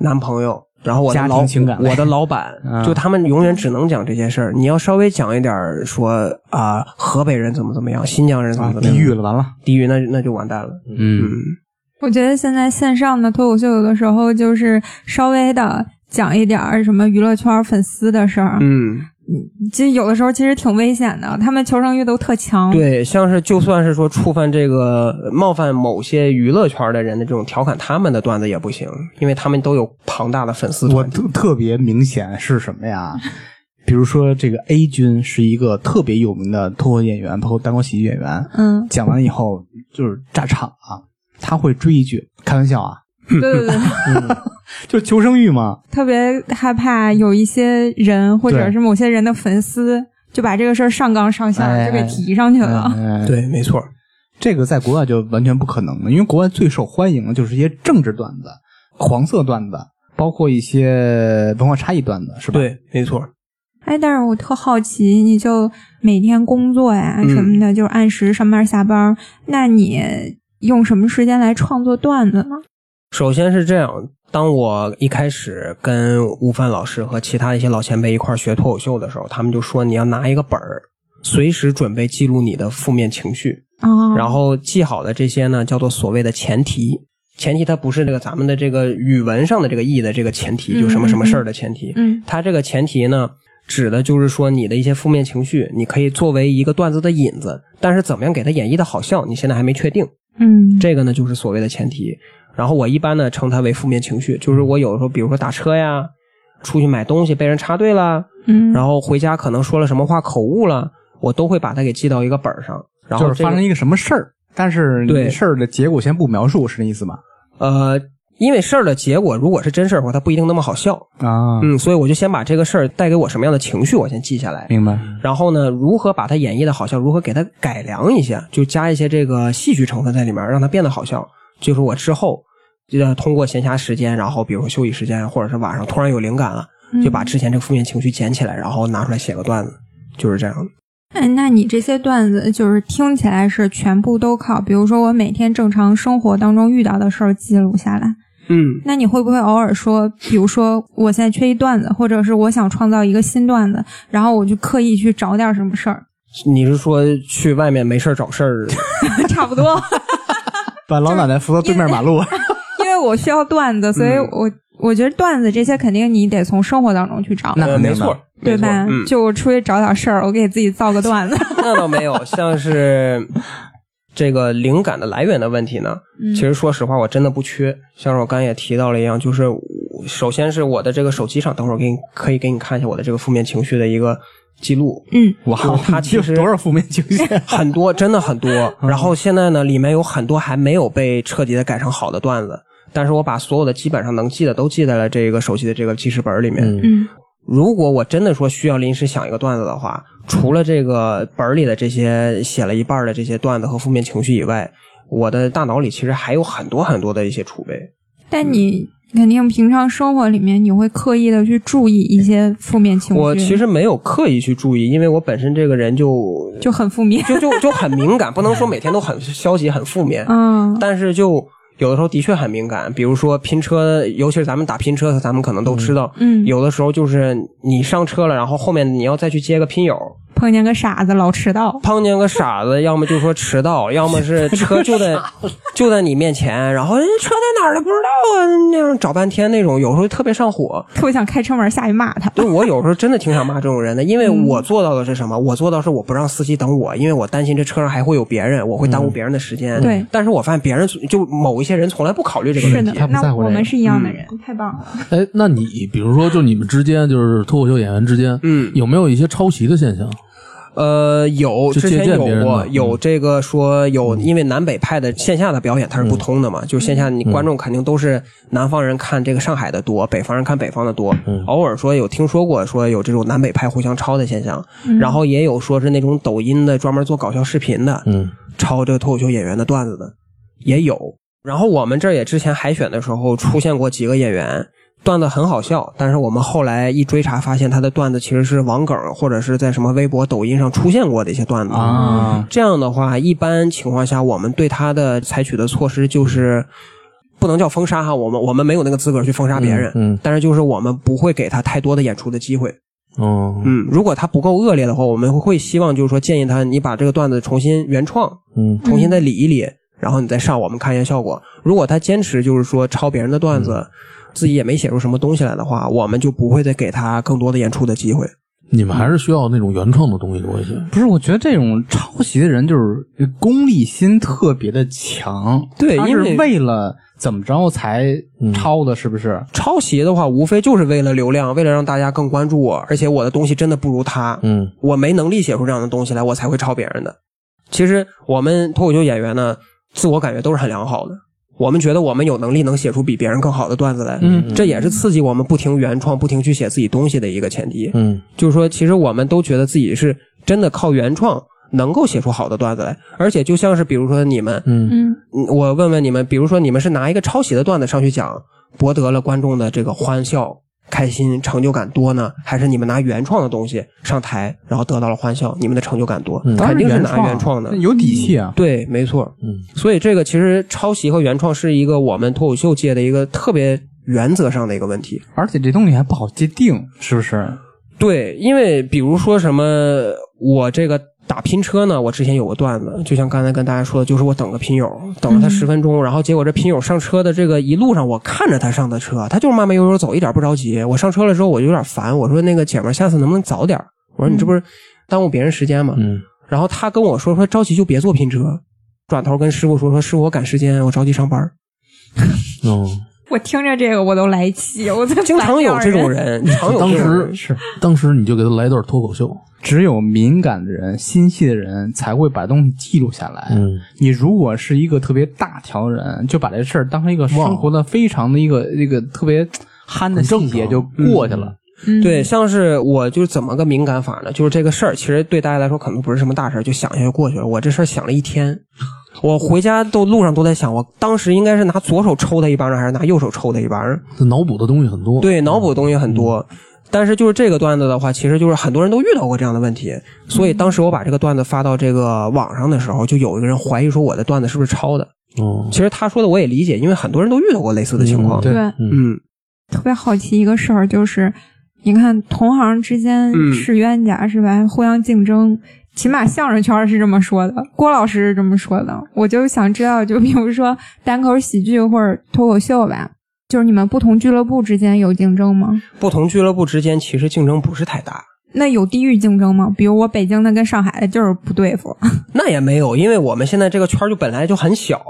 Speaker 1: 男朋友，然后我的
Speaker 5: 家庭
Speaker 1: 老
Speaker 5: 情感类
Speaker 1: 我的老板，
Speaker 5: 啊
Speaker 1: 就他们永远只能讲这些事儿。你要稍微讲一点儿说啊、河北人怎么怎么样，新疆人怎么
Speaker 5: 啊，
Speaker 1: 怎么样，
Speaker 5: 地狱了，完了，
Speaker 1: 地狱那那就完蛋了。
Speaker 5: 嗯，
Speaker 1: 嗯，
Speaker 2: 我觉得现在线上的脱口秀有的时候就是稍微的讲一点儿什么娱乐圈粉丝的事儿，啊
Speaker 1: 嗯，
Speaker 2: 其实有的时候其实挺危险的，他们求生欲都特强。，
Speaker 1: 对，像是就算是说触犯这个冒犯某些娱乐圈的人的这种调侃他们的段子也不行，因为他们都有庞大的粉丝
Speaker 5: 我
Speaker 1: 团体。
Speaker 5: 特特别明显是什么呀？ 比如说这个 A 君是一个特别有名的脱口演员，包括单口喜剧演员，
Speaker 2: 嗯，
Speaker 5: 讲完以后就是炸场啊，他会追一句开玩笑啊，
Speaker 2: 对对对，
Speaker 5: 就是求生欲嘛，
Speaker 2: 特别害怕有一些人或者
Speaker 5: 对
Speaker 2: 是某些人的粉丝就把这个事儿上纲上线
Speaker 5: 哎
Speaker 2: 就给提上去了。
Speaker 5: 哎
Speaker 1: 对，没错。
Speaker 5: 这个在国外就完全不可能的，因为国外最受欢迎的就是一些政治段子、黄色段子，包括一些文化差异段子，是吧？，
Speaker 1: 对，没错。
Speaker 2: 哎，但是我特好奇，你就每天工作呀
Speaker 1: 嗯
Speaker 2: 什么的，就是按时上班下班，那你用什么时间来创作段子呢？
Speaker 1: 首先是这样，当我一开始跟悟饭老师和其他一些老前辈一块儿学脱口秀的时候，他们就说你要拿一个本儿，随时准备记录你的负面情绪，
Speaker 2: 啊，
Speaker 1: 然后记好的这些呢叫做所谓的前提。前提它不是这个咱们的这个语文上的这个意义的这个前提，就什么什么事儿的前提，
Speaker 2: 嗯
Speaker 1: 它这个前提呢，指的就是说你的一些负面情绪，你可以作为一个段子的引子，但是怎么样给它演绎的好笑，你现在还没确定。
Speaker 2: 嗯，
Speaker 1: 这个呢，就是所谓的前提。然后我一般呢称它为负面情绪，就是我有的时候，比如说打车呀，出去买东西被人插队啦，
Speaker 2: 嗯，
Speaker 1: 然后回家可能说了什么话口误了，我都会把它给记到一个本儿上。然后、
Speaker 5: 就是发生一个什么事儿，但是
Speaker 1: 对
Speaker 5: 你事儿的结果先不描述，是那意思吗？
Speaker 1: 呃，因为事儿的结果如果是真事儿的话，它不一定那么好笑。
Speaker 5: 啊，
Speaker 1: 嗯，所以我就先把这个事儿带给我什么样的情绪，我先记下来。
Speaker 5: 明白。
Speaker 1: 然后呢，如何把它演绎的好笑，如何给它改良一下，就加一些这个戏剧成分在里面，让它变得好笑。就是我之后，就要通过闲暇时间，然后比如说休息时间，或者是晚上突然有灵感了，
Speaker 2: 嗯
Speaker 1: 就把之前这个负面情绪捡起来，然后拿出来写个段子，就是这样的。
Speaker 2: 哎，那你这些段子就是听起来是全部都靠，比如说我每天正常生活当中遇到的事儿记录下来。
Speaker 1: 嗯，
Speaker 2: 那你会不会偶尔说，比如说我现在缺一段子，或者是我想创造一个新段子，然后我就刻意去找点什么事儿，
Speaker 1: 你是说去外面没事儿找事 儿？
Speaker 2: 差不多。
Speaker 5: 把老奶奶扶到对面马路，
Speaker 2: 因为我需要段子，所以
Speaker 5: 嗯
Speaker 2: 我、我觉得段子这些肯定你得从生活当中去找，
Speaker 5: 那
Speaker 1: 呃
Speaker 5: 肯定
Speaker 1: 没
Speaker 5: 的
Speaker 1: 错，
Speaker 2: 对
Speaker 1: 没错
Speaker 2: 吧？
Speaker 1: 嗯，
Speaker 2: 就我出去找点事儿，我给自己造个段 子。
Speaker 1: 那倒没有，像是这个灵感的来源的问题呢，
Speaker 2: 嗯
Speaker 1: 其实说实话，我真的不缺。像是我刚才也提到了一样，就是我首先是我的这个手机上，等会儿给你可以给你看一下我的这个负面情绪的一个记录，
Speaker 2: 嗯，
Speaker 5: 哇
Speaker 1: 就是它其实
Speaker 5: 多少负面情绪？
Speaker 1: 很多，真的很多。然后现在呢，里面有很多还没有被彻底的改成好的段子，但是我把所有的基本上能记的都记在了这个手机的这个记事本里面。
Speaker 5: 嗯
Speaker 2: 嗯
Speaker 1: 如果我真的说需要临时想一个段子的话，除了这个本儿里的这些写了一半儿的这些段子和负面情绪以外，我的大脑里其实还有很多很多的一些储备。
Speaker 2: 但
Speaker 1: 嗯
Speaker 2: 你肯定平常生活里面你会刻意的去注意一些负面情绪，
Speaker 1: 哎我其实没有刻意去注意，因为我本身这个人就
Speaker 2: 就很负面。
Speaker 1: 就就就很敏感，不能说每天都很消极、很负面，
Speaker 2: 嗯，
Speaker 1: 但是就有的时候的确很敏感。比如说拼车，尤其是咱们打拼车，咱们可能都知道，
Speaker 2: 嗯
Speaker 1: 有的时候就是你上车了，然后后面你要再去接个拼友，
Speaker 2: 碰见个傻子老迟到，
Speaker 1: 碰见个傻 子，要么就说迟到，要么是车就在就在你面前，然后人哎家车在哪儿了不知道啊，那样找半天那种，有时候特别上火。
Speaker 2: 特别想开车门下去骂 他。
Speaker 1: 对我有时候真的挺想骂这种人的，因为
Speaker 2: 嗯
Speaker 1: 我做到的是什么？我做到是我不让司机等我，因为我担心这车上还会有别人，我会耽误别人的时间。
Speaker 2: 嗯对
Speaker 1: 但是我发现别人就某一些人从来不考虑这个嗯
Speaker 2: 是
Speaker 1: 问
Speaker 2: 的
Speaker 1: 题。，
Speaker 6: 他不在
Speaker 2: 那
Speaker 6: 乎这
Speaker 2: 我
Speaker 6: 个
Speaker 2: 们是一样的人，太棒了。
Speaker 6: 哎，那你比如说，就你们之间，就是脱口秀演员之间，
Speaker 1: 嗯
Speaker 6: 有没有一些抄袭的现象？
Speaker 1: 呃，有
Speaker 6: 就
Speaker 1: 之前
Speaker 6: 借鉴别
Speaker 1: 有
Speaker 6: 人嗯
Speaker 1: 过
Speaker 6: 的
Speaker 1: 有这个说有，因为南北派的线下的表演它
Speaker 6: 嗯
Speaker 1: 是不通的嘛，就是线下
Speaker 2: 嗯
Speaker 1: 你观众肯定都是南方人看这个上海的多，北方人看北方的多。
Speaker 6: 嗯
Speaker 1: 偶尔说有听说过说有这种南北派互相抄的现象，
Speaker 2: 嗯
Speaker 1: 然后也有说是那种抖音的专门做搞笑视频的，
Speaker 6: 嗯，
Speaker 1: 抄这个脱口秀演员的段子的也有。然后我们这儿也之前海选的时候出现过几个演员，段子很好笑，但是我们后来一追查发现他的段子其实是网梗或者是在什么微博、抖音上出现过的一些段子。
Speaker 5: 啊，
Speaker 1: 这样的话，一般情况下我们对他的采取的措施就是。不能叫封杀哈，我们我们没有那个资格去封杀别人，
Speaker 6: 嗯嗯
Speaker 1: 但是就是我们不会给他太多的演出的机会，
Speaker 6: 哦，
Speaker 1: 嗯，如果他不够恶劣的话，我们会希望就是说建议他，你把这个段子重新原创，
Speaker 6: 嗯，
Speaker 1: 重新再理一理，然后你再上我们看一下效果。如果他坚持就是说抄别人的段子，自己也没写出什么东西来的话，我们就不会再给他更多的演出的机会。
Speaker 6: 你们还是需要那种原创的东西多一些。
Speaker 5: 不是，我觉得这种抄袭的人就是呃功利心特别的强，
Speaker 1: 对
Speaker 5: 他
Speaker 1: 因
Speaker 5: 是
Speaker 1: 为
Speaker 5: 为了怎么着才抄的，是不是？
Speaker 1: 抄袭的话，无非就是为了流量，为了让大家更关注我，而且我的东西真的不如他，
Speaker 6: 嗯
Speaker 1: 我没能力写出这样的东西来，我才会抄别人的。其实我们脱口秀演员呢，自我感觉都是很良好的。我们觉得我们有能力能写出比别人更好的段子来，
Speaker 5: 嗯
Speaker 1: 这也是刺激我们不停原创、不停去写自己东西的一个前提。
Speaker 6: 嗯
Speaker 1: 就是说，其实我们都觉得自己是真的靠原创能够写出好的段子来，而且就像是比如说你们，
Speaker 6: 嗯
Speaker 2: 嗯
Speaker 1: 嗯我问问你们，比如说你们是拿一个抄袭的段子上去讲，博得了观众的这个欢笑、开心、成就感多呢，还是你们拿原创的东西上台，然后得到了欢笑，你们的成就感多？
Speaker 5: 当
Speaker 1: 肯
Speaker 5: 然
Speaker 1: 定是
Speaker 5: 原啊
Speaker 1: 拿原创的
Speaker 5: 那。有底气啊。
Speaker 1: 对，没错。
Speaker 6: 嗯，
Speaker 1: 所以这个其实抄袭和原创是一个我们脱口秀界的一个特别原则上的一个问题。
Speaker 5: 而且这东西还不好界定，是不是？
Speaker 1: 对，因为比如说什么，我这个打拼车呢，我之前有个段子，就像刚才跟大家说的，就是我等个拼友，等了他十分钟，然后结果这拼友上车的这个一路上，我看着他上的车，他就是慢慢悠悠走，一点不着急。我上车了之后，我就有点烦，我说那个姐们儿，下次能不能早点儿？我说你这不是耽误别人时间吗？
Speaker 6: 嗯
Speaker 1: 然后他跟我说说着急就别坐拼车，转头跟师傅说说师傅我赶时间，我着急上班儿。
Speaker 6: 哦，
Speaker 2: 我听着这个我都来气，我最
Speaker 1: 经常有这种
Speaker 2: 人。
Speaker 1: 人，常有啊
Speaker 6: 嗯当
Speaker 1: 这种人。
Speaker 6: 时是当时你就给他来一段脱口秀。
Speaker 5: 只有敏感的人、心细的人才会把东西记录下来。
Speaker 6: 嗯，
Speaker 5: 你如果是一个特别大条的人，就把这事儿当成一个生活的非常的一个一个特别憨的细节
Speaker 6: 很正常
Speaker 5: 就过去了。
Speaker 2: 嗯
Speaker 1: 对，，像是我就是怎么个敏感法呢？就是这个事儿，其实对大家来说可能不是什么大事儿，就想一下就过去了。我这事儿想了一 天，我回家都路上都在想，我当时应该是拿左手抽他一巴掌，还是拿右手抽他一巴掌？
Speaker 6: 他脑补的东西很多。嗯
Speaker 1: 对，脑补的东西很多。嗯但是就是这个段子的话，其实就是很多人都遇到过这样的问
Speaker 6: 嗯
Speaker 1: 题，所以当时我把这个段子发到这个网上的时候，就有一个人怀疑说我的段子是不是抄的。
Speaker 6: 哦，
Speaker 1: 其实他说的我也理解，因为很多人都遇到过类似的情况。
Speaker 6: 嗯对
Speaker 2: 对
Speaker 1: 嗯，
Speaker 2: 特别好奇一个事儿，就是你看同行之间
Speaker 1: 嗯
Speaker 2: 是冤家是吧？互相竞争，起码相声圈是这么说的，郭老师是这么说的。我就想知道，就比如说单口喜剧或者脱口秀吧，就是你们不同俱乐部之间有竞争吗？
Speaker 1: 不同俱乐部之间其实竞争不是太大，
Speaker 2: 那有地域竞争吗？比如我北京的跟上海的就是不 对付，
Speaker 1: 那也没有，因为我们现在这个圈儿就本来就很小，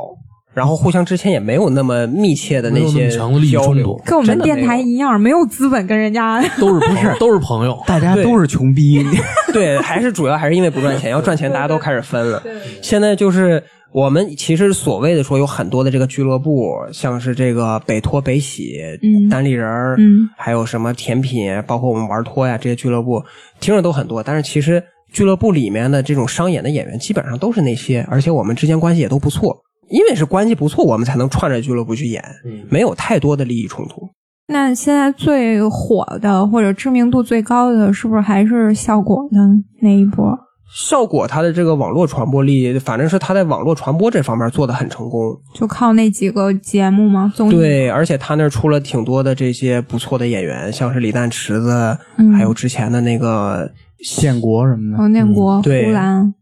Speaker 1: 然后互相之前也没有那么密切的
Speaker 6: 没有那
Speaker 1: 些
Speaker 6: 么强的利益
Speaker 1: 交
Speaker 6: 冲
Speaker 1: 流
Speaker 6: 突，
Speaker 2: 跟我们
Speaker 1: 真的没
Speaker 2: 电台
Speaker 1: 有
Speaker 2: 一样，没有资本跟人家。
Speaker 6: 都是不是都是朋友，
Speaker 5: 大家
Speaker 1: 对
Speaker 5: 都是穷逼，
Speaker 1: 对，还是主要还是因为不赚钱，要赚钱大家都开始分了。现在就是我们其实所谓的说有很多的这个俱乐部，像是这个北托、北喜、
Speaker 2: 嗯
Speaker 1: 单立人儿，
Speaker 2: 嗯
Speaker 1: 还有什么甜品，包括我们玩脱呀这些俱乐部，听着都很多，但是其实俱乐部里面的这种商演的演员基本上都是那些，而且我们之间关系也都不错。因为是关系不错，我们才能串着俱乐部去演，
Speaker 2: 嗯
Speaker 1: 没有太多的利益冲突。
Speaker 2: 那现在最火的或者知名度最高的，是不是还是效果的那一波？
Speaker 1: 效果它的这个网络传播力，反正是它在网络传播这方面做的很成功。
Speaker 2: 就靠那几个节目吗？综艺
Speaker 1: 对，而且他那儿出了挺多的这些不错的演员，像是李诞、池子，
Speaker 2: 嗯
Speaker 1: 还有之前的那个，
Speaker 5: 建国什么的。
Speaker 2: 王建哦国、
Speaker 1: 对
Speaker 2: 呼兰，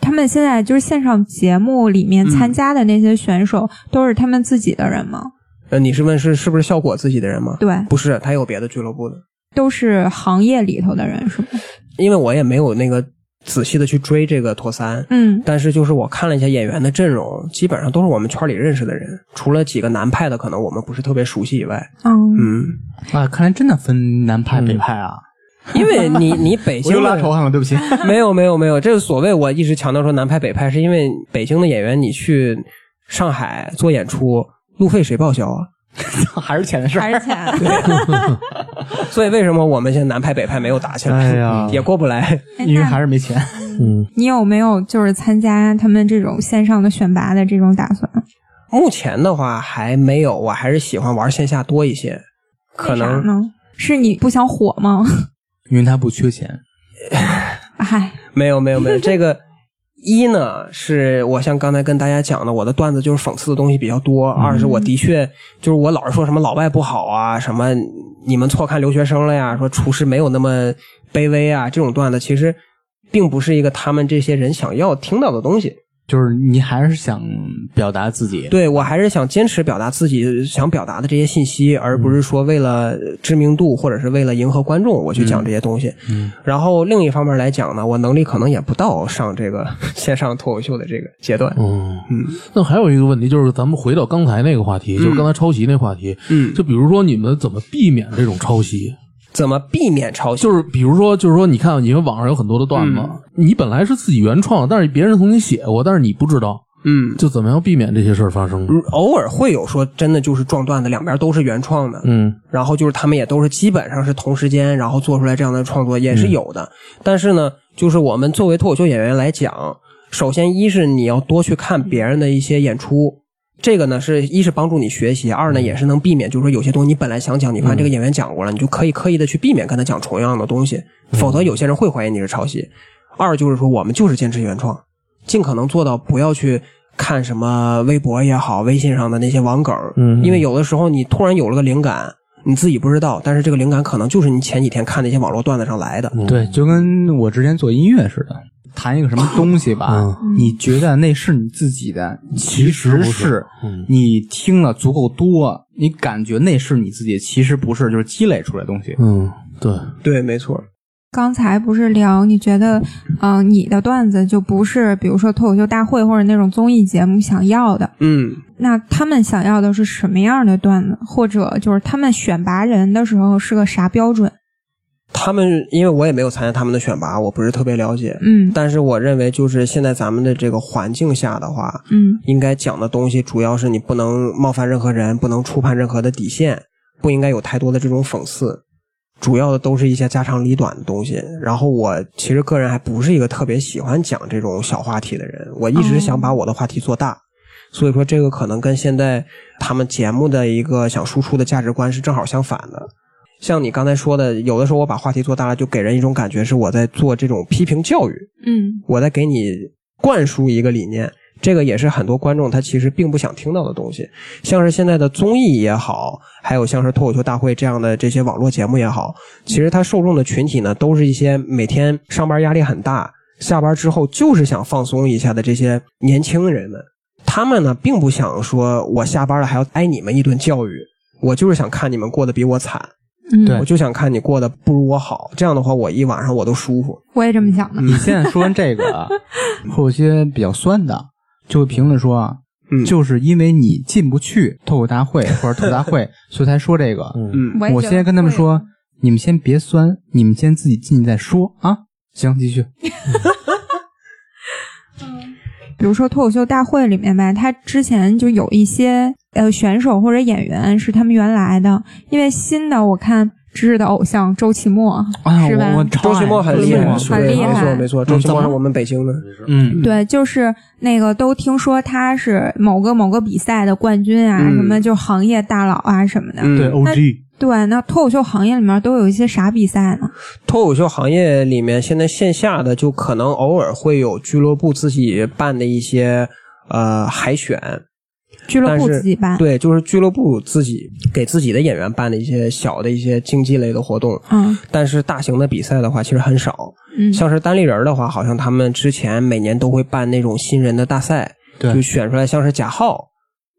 Speaker 2: 他们现在就是线上节目里面参加的那些选手，都是他们自己的人吗？
Speaker 1: 呃，你是问是是不是效果自己的人吗？
Speaker 2: 对，
Speaker 1: 不是，他有别的俱乐部的，
Speaker 2: 都是行业里头的人是吗？
Speaker 1: 因为我也没有那个仔细的去追这个脱三。
Speaker 2: 嗯，
Speaker 1: 但是就是我看了一下演员的阵容，基本上都是我们圈里认识的人，除了几个南派的可能我们不是特别熟悉以外，
Speaker 2: 嗯，
Speaker 1: 嗯，
Speaker 5: 啊，看来真的分南派北派啊！
Speaker 1: 因为你你北
Speaker 5: 我
Speaker 1: 京
Speaker 5: 又
Speaker 1: 的
Speaker 5: 拉仇恨了，对不起。
Speaker 1: 没有没有没有，这个所谓我一直强调说南派北派，是因为北京的演员你去上海做演出，路费谁报销啊？
Speaker 5: 还是钱的事
Speaker 2: 还
Speaker 5: 儿。
Speaker 2: 是钱，
Speaker 1: 所以为什么我们现在南派北派没有打起来？
Speaker 5: 哎呀
Speaker 1: 也过不来。
Speaker 2: 哎
Speaker 5: 因为
Speaker 2: 那
Speaker 5: 还是没钱。
Speaker 6: 嗯，
Speaker 2: 你有没有就是参加他们这种线上的选拔的这种打算？
Speaker 1: 目前的话还没有，我还是喜欢玩线下多一些。可
Speaker 2: 为啥
Speaker 1: 能
Speaker 2: 呢？是你不想火吗？
Speaker 5: 因为他不缺钱，
Speaker 2: 嗨，
Speaker 1: 没有没有没有这个。一呢，是我像刚才跟大家讲的，我的段子就是讽刺的东西比较多；二是我的确就是我老是说什么老外不好啊，什么你们错看留学生了呀，说厨师没有那么卑微啊，这种段子其实并不是一个他们这些人想要听到的东西。
Speaker 5: 就是你还是想表达自己。
Speaker 1: 对我还是想坚持表达自己想表达的这些信息，而不是说为了知名度或者是为了迎合观众我去讲这些东西。
Speaker 5: 嗯
Speaker 1: 然后另一方面来讲呢，我能力可能也不到上这个 线上脱口秀的这个阶段。
Speaker 6: 哦，
Speaker 1: 嗯
Speaker 6: 那还有一个问题就是，咱们回到刚才那个话题，就是刚才抄袭那话题，
Speaker 1: 嗯，
Speaker 6: 就比如说你们怎么避免这种抄袭？
Speaker 1: 怎么避免抄袭？
Speaker 6: 就是比如说，就是说，你看，啊你看网上有很多的段子，
Speaker 1: 嗯
Speaker 6: 你本来是自己原创，但是别人曾经写过，但是你不知道，
Speaker 1: 嗯，
Speaker 6: 就怎么样避免这些事儿发生？
Speaker 1: 嗯偶尔会有说真的就是撞段子，两边都是原创的，
Speaker 6: 嗯
Speaker 1: 然后就是他们也都是基本上是同时间，然后做出来这样的创作也是有的。但是呢，就是我们作为脱口秀演员来讲，首先一是你要多去看别人的一些演出。这个呢是一是帮助你学习，二呢也是能避免，就是说有些东西你本来想讲，你看这个演员讲过了，你就可以刻意的去避免跟他讲同样的东西，否则有些人会怀疑你是抄袭。二就是说我们就是坚持原创，尽可能做到不要去看什么微博也好，微信上的那些网梗儿，
Speaker 6: 嗯
Speaker 1: 因为有的时候你突然有了个灵感，你自己不知道，但是这个灵感可能就是你前几天看那些网络段子上来
Speaker 6: 嗯
Speaker 1: 的。
Speaker 5: 对，就跟我之前做音乐似的，弹一个什么东西吧，
Speaker 6: 嗯
Speaker 5: 你觉得那是你自己的，其
Speaker 6: 实
Speaker 5: 实
Speaker 6: 不是
Speaker 5: 是
Speaker 6: 嗯
Speaker 5: 你听了足够多，你感觉那是你自己，其实不是，就是积累出来的东西。
Speaker 6: 嗯，对，
Speaker 1: 对，没错。
Speaker 2: 刚才不是聊你觉得，嗯、你的段子就不是比如说脱口秀大会或者那种综艺节目想要的，
Speaker 1: 嗯，
Speaker 2: 那他们想要的是什么样的段子，或者就是他们选拔人的时候是个啥标准？
Speaker 1: 他们因为我也没有参加他们的选拔，我不是特别了解，
Speaker 2: 嗯
Speaker 1: 但是我认为就是现在咱们的这个环境下的话，
Speaker 2: 嗯
Speaker 1: 应该讲的东西主要是你不能冒犯任何人，不能触碰任何的底线，不应该有太多的这种讽刺。主要的都是一些家长里短的东西。然后我其实个人还不是一个特别喜欢讲这种小话题的人，我一直想把我的话题做大。所以说，这个可能跟现在他们节目的一个想输出的价值观是正好相反的。像你刚才说的，有的时候我把话题做大了，就给人一种感觉是我在做这种批评教育，
Speaker 2: 嗯
Speaker 1: 我在给你灌输一个理念。这个也是很多观众他其实并不想听到的东西，像是现在的综艺也好，还有像是脱口秀大会这样的这些网络节目也好，其实它受众的群体呢，都是一些每天上班压力很大，下班之后就是想放松一下的这些年轻人们。他们呢，并不想说我下班了还要挨你们一顿教育，我就是想看你们过得比我惨，
Speaker 2: 嗯，
Speaker 5: 对
Speaker 1: 我就想看你过得不如我好。这样的话，我一晚上我都舒服。
Speaker 2: 我也这么想的。
Speaker 1: 嗯
Speaker 5: 你现在说完这个 啊，会有些比较酸的，就会评论说啊，
Speaker 1: 嗯
Speaker 5: 就是因为你进不去脱口 大会或者吐大会，所以才说这个。
Speaker 6: 嗯，
Speaker 1: 嗯，
Speaker 2: 也
Speaker 5: 我
Speaker 2: 觉
Speaker 5: 现
Speaker 2: 得
Speaker 5: 在跟他们
Speaker 2: 会
Speaker 5: 说，你们先别酸，你们先自己进去再说啊。行，继续。
Speaker 2: 比如说脱口秀大会里面吧，他之前就有一些呃选手或者演员是他们原来的，因为新的我看知识的偶像周奇墨、
Speaker 5: 啊，
Speaker 2: 是吧
Speaker 5: 我我超
Speaker 1: 周
Speaker 5: 爱
Speaker 1: 奇墨很厉害，
Speaker 5: 周奇墨
Speaker 2: 很厉害
Speaker 1: 没错没错，周奇墨是我们北京的，
Speaker 5: 嗯，
Speaker 2: 对，就是那个都听说他是某个某个比赛的冠军啊，
Speaker 1: 嗯
Speaker 2: 什么就行业大佬啊什么的。
Speaker 1: 嗯
Speaker 6: 对，OG
Speaker 2: 对，那脱口秀行业里面都有一些啥比赛呢？
Speaker 1: 脱口秀行业里面，现在线下的就可能偶尔会有俱乐部自己办的一些呃海选，
Speaker 2: 俱乐
Speaker 1: 但
Speaker 2: 部
Speaker 1: 是
Speaker 2: 自己办。
Speaker 1: 对，就是俱乐部自己给自己的演员办的一些小的一些竞技类的活动。
Speaker 2: 嗯
Speaker 1: 但是大型的比赛的话，其实很少。
Speaker 2: 嗯
Speaker 1: 像是单立人的话，好像他们之前每年都会办那种新人的大赛，
Speaker 5: 对
Speaker 1: 就选出来像是贾浩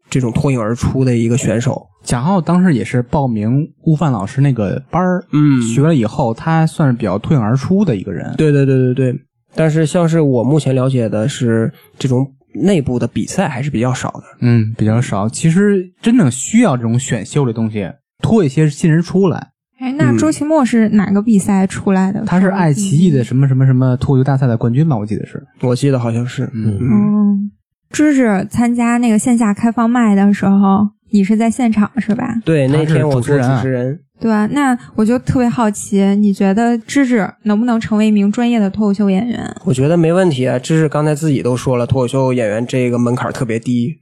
Speaker 1: 这种脱颖而出的一个选手。
Speaker 5: 贾浩当时也是报名悟饭老师那个班儿，
Speaker 1: 嗯
Speaker 5: 学了以后，他算是比较脱颖而出的一个人。
Speaker 1: 对对对对对。但是像是我目前了解的是，这种内部的比赛还是比较少的。
Speaker 5: 嗯，比较少。其实真正需要这种选秀的东西，拖一些新人出来。
Speaker 2: 哎，那周奇墨是哪个比赛出来的？
Speaker 5: 嗯他是爱奇艺的什么什么什么脱口秀大赛的冠军吧？我记得是。
Speaker 1: 我记得好像是，
Speaker 5: 嗯
Speaker 1: 嗯，
Speaker 2: 嗯，芝芝参加那个线下开放麦的时候，你是在现场是吧？
Speaker 1: 对，那
Speaker 5: 他是
Speaker 1: 天我
Speaker 5: 主持
Speaker 1: 做
Speaker 5: 人啊
Speaker 1: 主持人，
Speaker 2: 对啊，那我就特别好奇，你觉得芝芝能不能成为一名专业的脱口秀演员？
Speaker 1: 我觉得没问题啊。芝芝刚才自己都说了，脱口秀演员这个门槛特别低。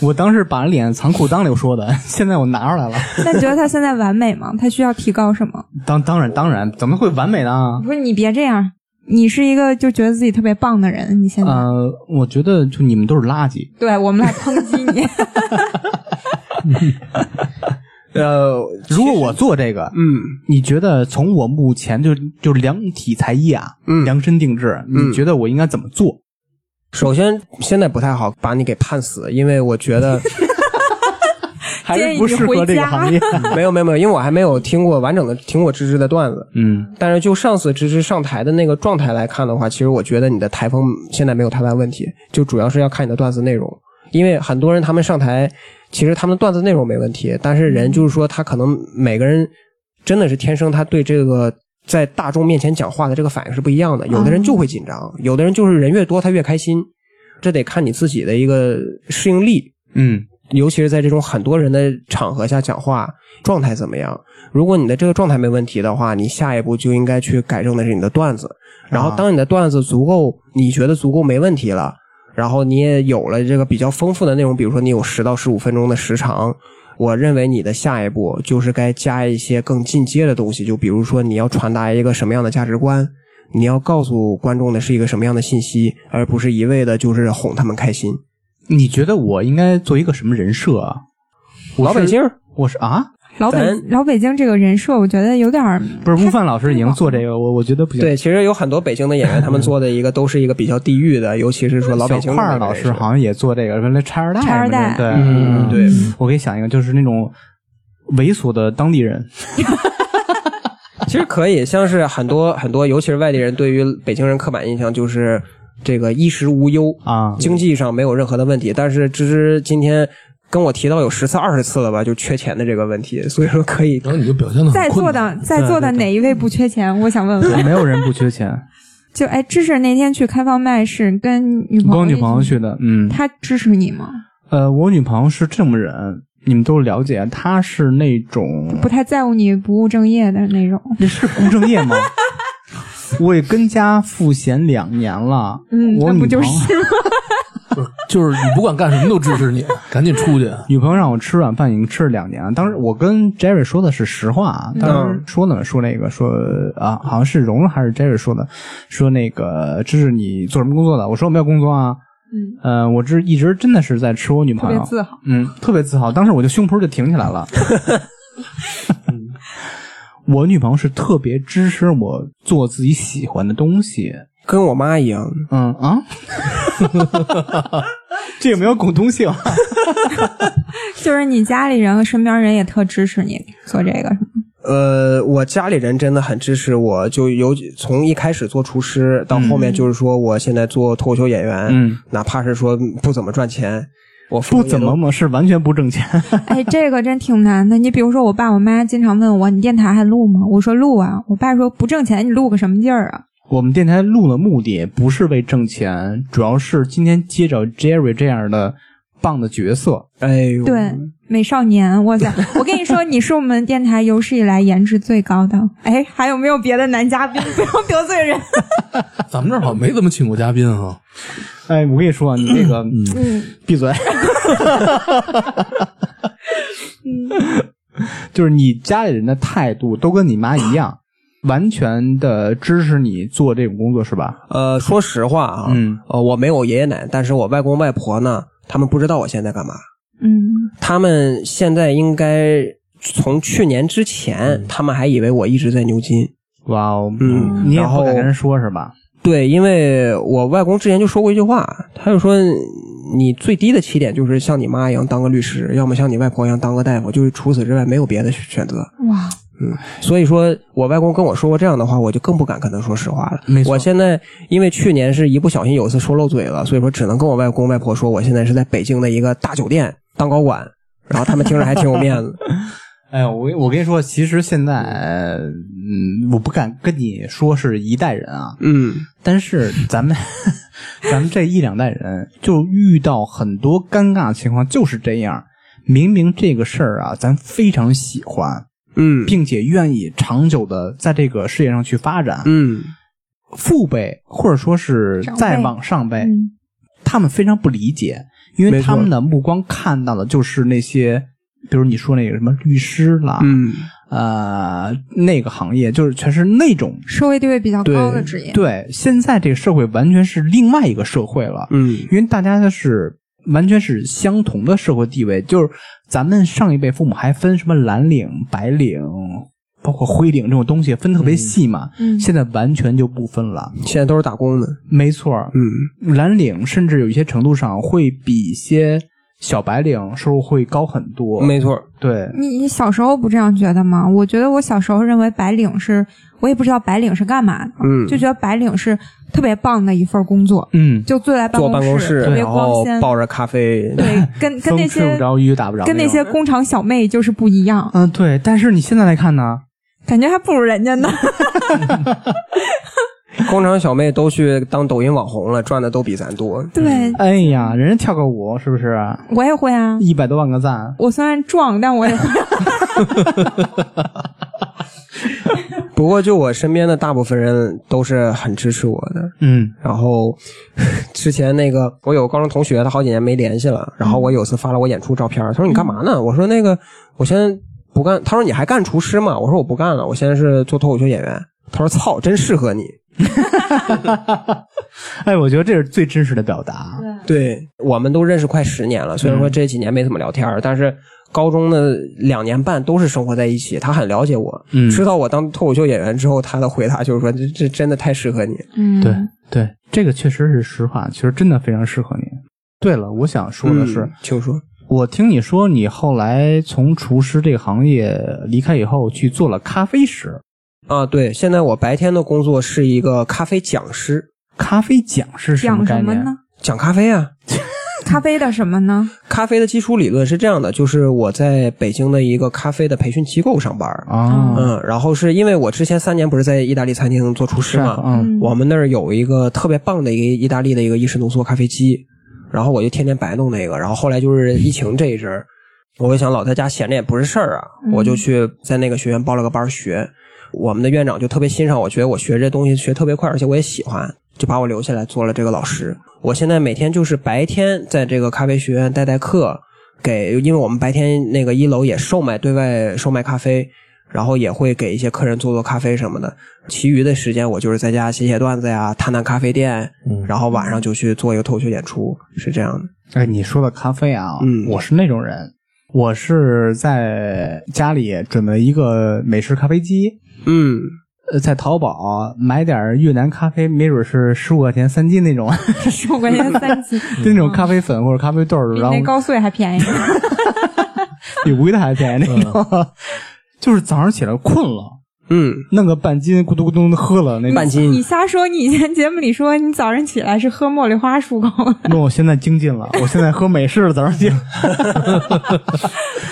Speaker 5: 我当时把脸藏裤裆里说的，现在我拿出来了。
Speaker 2: 那你觉得他现在完美吗？他需要提高什么？
Speaker 5: 当当然当然，怎么会完美呢？
Speaker 2: 不是你别这样，你是一个就觉得自己特别棒的人，你现在、
Speaker 5: 呃，我觉得就你们都是垃圾。
Speaker 2: 对我们来抨击 你。
Speaker 1: 呃，
Speaker 5: 如果我做这个，
Speaker 1: 嗯，
Speaker 5: 你觉得从我目前就就量体裁衣啊，
Speaker 1: 嗯
Speaker 5: 量身定制，
Speaker 1: 嗯
Speaker 5: 你觉得我应该怎么做？
Speaker 1: 首先现在不太好把你给判死，因为我觉得
Speaker 5: 还
Speaker 2: 建
Speaker 5: 是
Speaker 2: 议
Speaker 5: 不
Speaker 2: 你
Speaker 5: 适
Speaker 2: 回
Speaker 5: 合这个
Speaker 2: 家
Speaker 5: 行业？
Speaker 1: 没有没有没有，因为我还没有听过完整的听过芝芝的段子。
Speaker 5: 嗯，
Speaker 1: 但是就上次芝芝上台的那个状态来看的话，其实我觉得你的台风现在没有太大问题，就主要是要看你的段子内容。因为很多人他们上台，其实他们的段子内容没问题，但是人就是说他可能每个人真的是天生他对这个在大众面前讲话的这个反应是不一样的。有的人就会紧张，有的人就是人越多他越开心，呃这得看你自己的一个适应力。
Speaker 5: 嗯，
Speaker 1: 尤其是在这种很多人的场合下讲话，状态怎么样？如果你的这个状态没问题的话，你下一步就应该去改正的是你的段子。然
Speaker 5: 啊
Speaker 1: 后，当你的段子足够，你觉得足够没问题了，然后你也有了这个比较丰富的内容，比如说你有十到十五分钟的时长，我认为你的下一步就是该加一些更进阶的东西，就比如说你要传达一个什么样的价值观。你要告诉观众的是一个什么样的信息，而不是一味的就是哄他们开心。
Speaker 5: 你觉得我应该做一个什么人设啊？我
Speaker 1: 老
Speaker 5: 是
Speaker 1: 北京，
Speaker 5: 我是啊，
Speaker 2: 老北
Speaker 1: 咱
Speaker 2: 老北京这个人设，我觉得有点儿
Speaker 5: 不是悟饭老师已经做这个，我我觉得不行。
Speaker 1: 对，其实有很多北京的演员，他们做的一个都是一个比较地域的，尤其是说老北京
Speaker 5: 小
Speaker 1: 的
Speaker 5: 块
Speaker 1: 那
Speaker 5: 儿
Speaker 1: 个
Speaker 5: 老
Speaker 1: 人
Speaker 5: 师
Speaker 1: 设
Speaker 5: 好像也做这个，什么拆二代什么的，
Speaker 2: 拆二代
Speaker 5: 对，
Speaker 1: 嗯对，
Speaker 5: 我给你想一个，就是那种猥琐的当地人，
Speaker 1: 其实可以，像是很多很多，尤其是外地人对于北京人刻板印象就是这个衣食无忧
Speaker 5: 啊
Speaker 1: 经济上没有任何的问题。但是芝芝今天跟我提到有十次二十次了吧，就缺钱的这个问题，所以说可以
Speaker 6: 然后你就表现的
Speaker 2: 在
Speaker 6: 很困
Speaker 2: 座
Speaker 6: 难。
Speaker 2: 的在座的哪一位不缺钱？我想问问。
Speaker 5: 没有人不缺钱。
Speaker 2: 就哎，芝芝那天去开放麦是跟女朋
Speaker 5: 我
Speaker 2: 友，
Speaker 5: 跟女朋友，去的，嗯，
Speaker 2: 她支持你吗？
Speaker 5: 呃，我女朋友是这种人，你们都了解，她是那种
Speaker 2: 不太在乎你不务正业的那种。
Speaker 5: 那是不务正业吗？ 我也跟家赋闲两年了，
Speaker 2: 嗯，那
Speaker 5: 我女
Speaker 2: 不
Speaker 5: 朋友
Speaker 2: 就是吗？
Speaker 6: 就是你不管干什么都支持你， 赶紧出去。
Speaker 5: 女朋友让我吃软饭，已经吃了两年了。当时我跟 Jerry 说的是实话啊，当
Speaker 2: 嗯
Speaker 5: 时说呢，说那个说啊，好像是蓉蓉还是 Jerry 说的，说那个这是你做什么工作的？我说我没有工作啊，
Speaker 2: 嗯，
Speaker 5: 呃，我这一直真的是在吃我女
Speaker 2: 特
Speaker 5: 朋
Speaker 2: 别
Speaker 5: 友，
Speaker 2: 自豪。
Speaker 5: 嗯，特别自豪。当时我就胸脯就挺起来 了。我女朋友是特别支持我做自己喜欢的东西，
Speaker 1: 跟我妈一样，
Speaker 5: 嗯啊， 这有没有共 通性？啊
Speaker 2: 就是你家里人和身边人也特支持你做这个，是吗
Speaker 1: 呃，我家里人真的很支持我，就尤其从一开始做厨师到后面就是说我现在做脱口秀演员，
Speaker 5: 嗯，
Speaker 1: 哪怕是说不怎么赚钱，我父母
Speaker 5: 不
Speaker 1: 也都
Speaker 5: 怎么嘛，是完全不挣钱。
Speaker 2: 哎，这个真挺难的。你比如说，我爸我妈经常问我，你电台还录吗？我说录啊。我爸说不挣钱，你录个什么劲儿啊？
Speaker 5: 我们电台录的目的不是为挣钱，主要是今天接着 Jerry 这样的棒的角色，
Speaker 1: 哎呦，
Speaker 2: 对，美少年，哇塞！我跟你说，你是我们电台有史以来颜值最高的。哎，还有没有别的男嘉宾？不要得罪人。
Speaker 6: 咱们这儿好像没怎么请过嘉宾啊，
Speaker 5: 哎，我跟你说，你这个、闭嘴，嗯 就是你家里人的态度都跟你妈一样，完全的支持你做这种工作是吧？
Speaker 1: 呃，说实话啊，
Speaker 5: 嗯
Speaker 1: 呃，我没有爷爷奶奶，但是我外公外婆呢，他们不知道我现在干嘛，
Speaker 2: 嗯，
Speaker 1: 他们现在应该从去年之前，他们还以为我一直在牛津。
Speaker 5: 哇哦，
Speaker 1: 嗯
Speaker 5: 你也
Speaker 1: 然
Speaker 5: 不
Speaker 1: 后
Speaker 5: 敢跟人说是吧？
Speaker 1: 对，因为我外公之前就说过一句话，他就说你最低的起点就是像你妈一样当个律师，要么像你外婆一样当个大夫，就是除此之外没有别的选择。
Speaker 2: 嗯哇，
Speaker 1: 所以说我外公跟我说过这样的话，我就更不敢跟他说实话了。
Speaker 5: 没错
Speaker 1: 我现在因为去年是一不小心有一次说漏嘴了，所以说只能跟我外公外婆说，我现在是在北京的一个大酒店当高管，然后他们听着还挺有面子。
Speaker 5: 哎，我我跟你说，其实现在，嗯，我不敢跟你说是一代人啊，
Speaker 1: 嗯，
Speaker 5: 但是咱们 咱们这一两代人就遇到很多尴尬情况，就是这样。明明这个事儿啊，咱非常喜欢，
Speaker 1: 嗯
Speaker 5: 并且愿意长久的在这个事业上去发展。
Speaker 1: 嗯
Speaker 5: 父辈或者说是
Speaker 2: 长辈
Speaker 5: 再往上辈，
Speaker 2: 嗯，
Speaker 5: 他们非常不理解，因为
Speaker 1: 没错
Speaker 5: 他们的目光看到的就是那些，比如你说那个什么律师啦，
Speaker 1: 嗯，
Speaker 5: 呃，那个行业就是全是那种
Speaker 2: 社会地位比较
Speaker 5: 对
Speaker 2: 高的职业，
Speaker 5: 对，现在这个社会完全是另外一个社会了，
Speaker 1: 嗯
Speaker 5: 因为大家的是呃完全是相同的社会地位，就是咱们上一辈父母还分什么蓝领、白领，包括灰领这种东西分特别细嘛，
Speaker 2: 嗯
Speaker 5: 现在完全就不分了。
Speaker 1: 现在都是打工的。
Speaker 5: 没错儿，
Speaker 1: 嗯
Speaker 5: 蓝领甚至有一些程度上会比一些小白领收入会高很多。嗯
Speaker 1: 没错，
Speaker 5: 对，
Speaker 2: 你你小时候不这样觉得吗？我觉得我小时候认为白领是，我也不知道白领是干嘛的，
Speaker 1: 嗯
Speaker 2: 就觉得白领是特别棒的一份工作，
Speaker 5: 嗯，
Speaker 2: 就坐在办
Speaker 1: 坐办公室，
Speaker 2: 特别
Speaker 1: 然后
Speaker 2: 光鲜，
Speaker 1: 抱着咖啡，
Speaker 2: 对，跟跟
Speaker 5: 风
Speaker 2: 那
Speaker 5: 吃不
Speaker 2: 些
Speaker 5: 着雨打不着
Speaker 2: 跟那
Speaker 5: 种
Speaker 2: 些工厂小妹就是不一样，
Speaker 5: 嗯，对，但是你现在来看呢，
Speaker 2: 感觉还不如人家呢。
Speaker 1: 工厂小妹都去当抖音网红了，赚的都比咱多。
Speaker 2: 对，
Speaker 5: 哎呀，人家跳个舞是不是
Speaker 2: 我也会啊，
Speaker 5: 一百多万个赞？
Speaker 2: 我虽然壮，但我也会。
Speaker 1: 不过就我身边的大部分人都是很支持我的，
Speaker 5: 嗯，
Speaker 1: 然后 之前那个嗯我有高中同学，他好几年没联系了。然后我有次发了我演出照片，他说你干嘛呢？我说那个我现在不干。他说你还干厨师吗？我说我不干了，我现在是做脱口秀演员。他说操，真适合你。
Speaker 5: 哎，我觉得这是最真实的表达。
Speaker 1: 嗯对我们都认识快十年了，虽然说这几年没怎么聊天儿，但是高中的两年半都是生活在一起，他很了解我。
Speaker 5: 嗯
Speaker 1: 知道我当脱口秀演员之后，他的回答就是说这这真的太适合你。
Speaker 2: 嗯，
Speaker 5: 对对，这个确实是实话，其实真的非常适合你。对了，我想说的是，
Speaker 1: 嗯，请说。
Speaker 5: 我听你说你后来从厨师这个行业离开以后，去做了咖啡师、
Speaker 1: 啊，对，现在我白天的工作是一个咖啡讲师。
Speaker 5: 咖啡讲是什
Speaker 2: 讲
Speaker 5: 么概
Speaker 2: 什么
Speaker 5: 念？
Speaker 2: 呢？
Speaker 1: 讲咖啡啊，
Speaker 2: 咖啡的什么呢？
Speaker 1: 咖啡的基础理论是这样的，就是我在北京的一个咖啡的培训机构上班儿，
Speaker 5: 啊，
Speaker 1: 嗯，然后是因为我之前三年不是在意大利餐厅做厨师
Speaker 5: 是
Speaker 1: 嘛，
Speaker 5: 啊，嗯，
Speaker 2: 嗯
Speaker 1: 我们那儿有一个特别棒的一个意大利的一个意式浓缩咖啡机，然后我就天天白弄那个，然后后来就是疫情这一阵儿，我就想老在家闲着也不是事儿啊，
Speaker 2: 嗯
Speaker 1: 我就去在那个学院报了个班儿学。我们的院长就特别欣赏我，觉得我学这东西学特别快，而且我也喜欢，就把我留下来做了这个老师。我现在每天就是白天在这个咖啡学院代代课，给，因为我们白天那个一楼也售卖对外售卖咖啡，然后也会给一些客人做做咖啡什么的。其余的时间我就是在家写写段子呀，探探咖啡店，
Speaker 6: 嗯
Speaker 1: 然后晚上就去做一个脱口秀演出，是这样的。
Speaker 5: 哎，你说的咖啡啊，
Speaker 1: 嗯
Speaker 5: 我是那种人，我是在家里准备了一个美式咖啡机，
Speaker 1: 嗯，
Speaker 5: 呃，在淘宝买点儿越南咖啡，没准是十五块钱三斤那种，
Speaker 2: 十五块钱三斤，
Speaker 5: 就那种咖啡粉或者咖啡豆儿，
Speaker 2: 比
Speaker 5: 然
Speaker 2: 那
Speaker 5: 后
Speaker 2: 高碎还便宜。
Speaker 5: 比无的还便宜那种。嗯就是早上起来困了，
Speaker 1: 嗯，
Speaker 5: 弄个半斤，咕嘟咕咚地喝了那种。
Speaker 1: 半斤
Speaker 2: 你瞎说，你以前节目里说你早上起来是喝茉莉花漱口，
Speaker 5: 那我现在精进 了，我现在喝美式了，早上起来。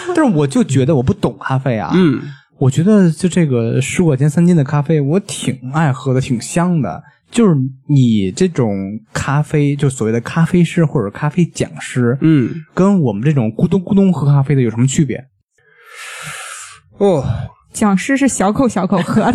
Speaker 5: 但是我就觉得我不懂咖啡啊，
Speaker 1: 嗯，
Speaker 5: 我觉得就这个十五块钱三斤的咖啡，我挺爱喝的，挺香的。就是你这种咖啡，就所谓的咖啡师或者咖啡讲师，
Speaker 1: 嗯，
Speaker 5: 跟我们这种咕咚咕咚喝咖啡的有什么区别？
Speaker 1: 哦，
Speaker 2: 讲师是小口小口喝的。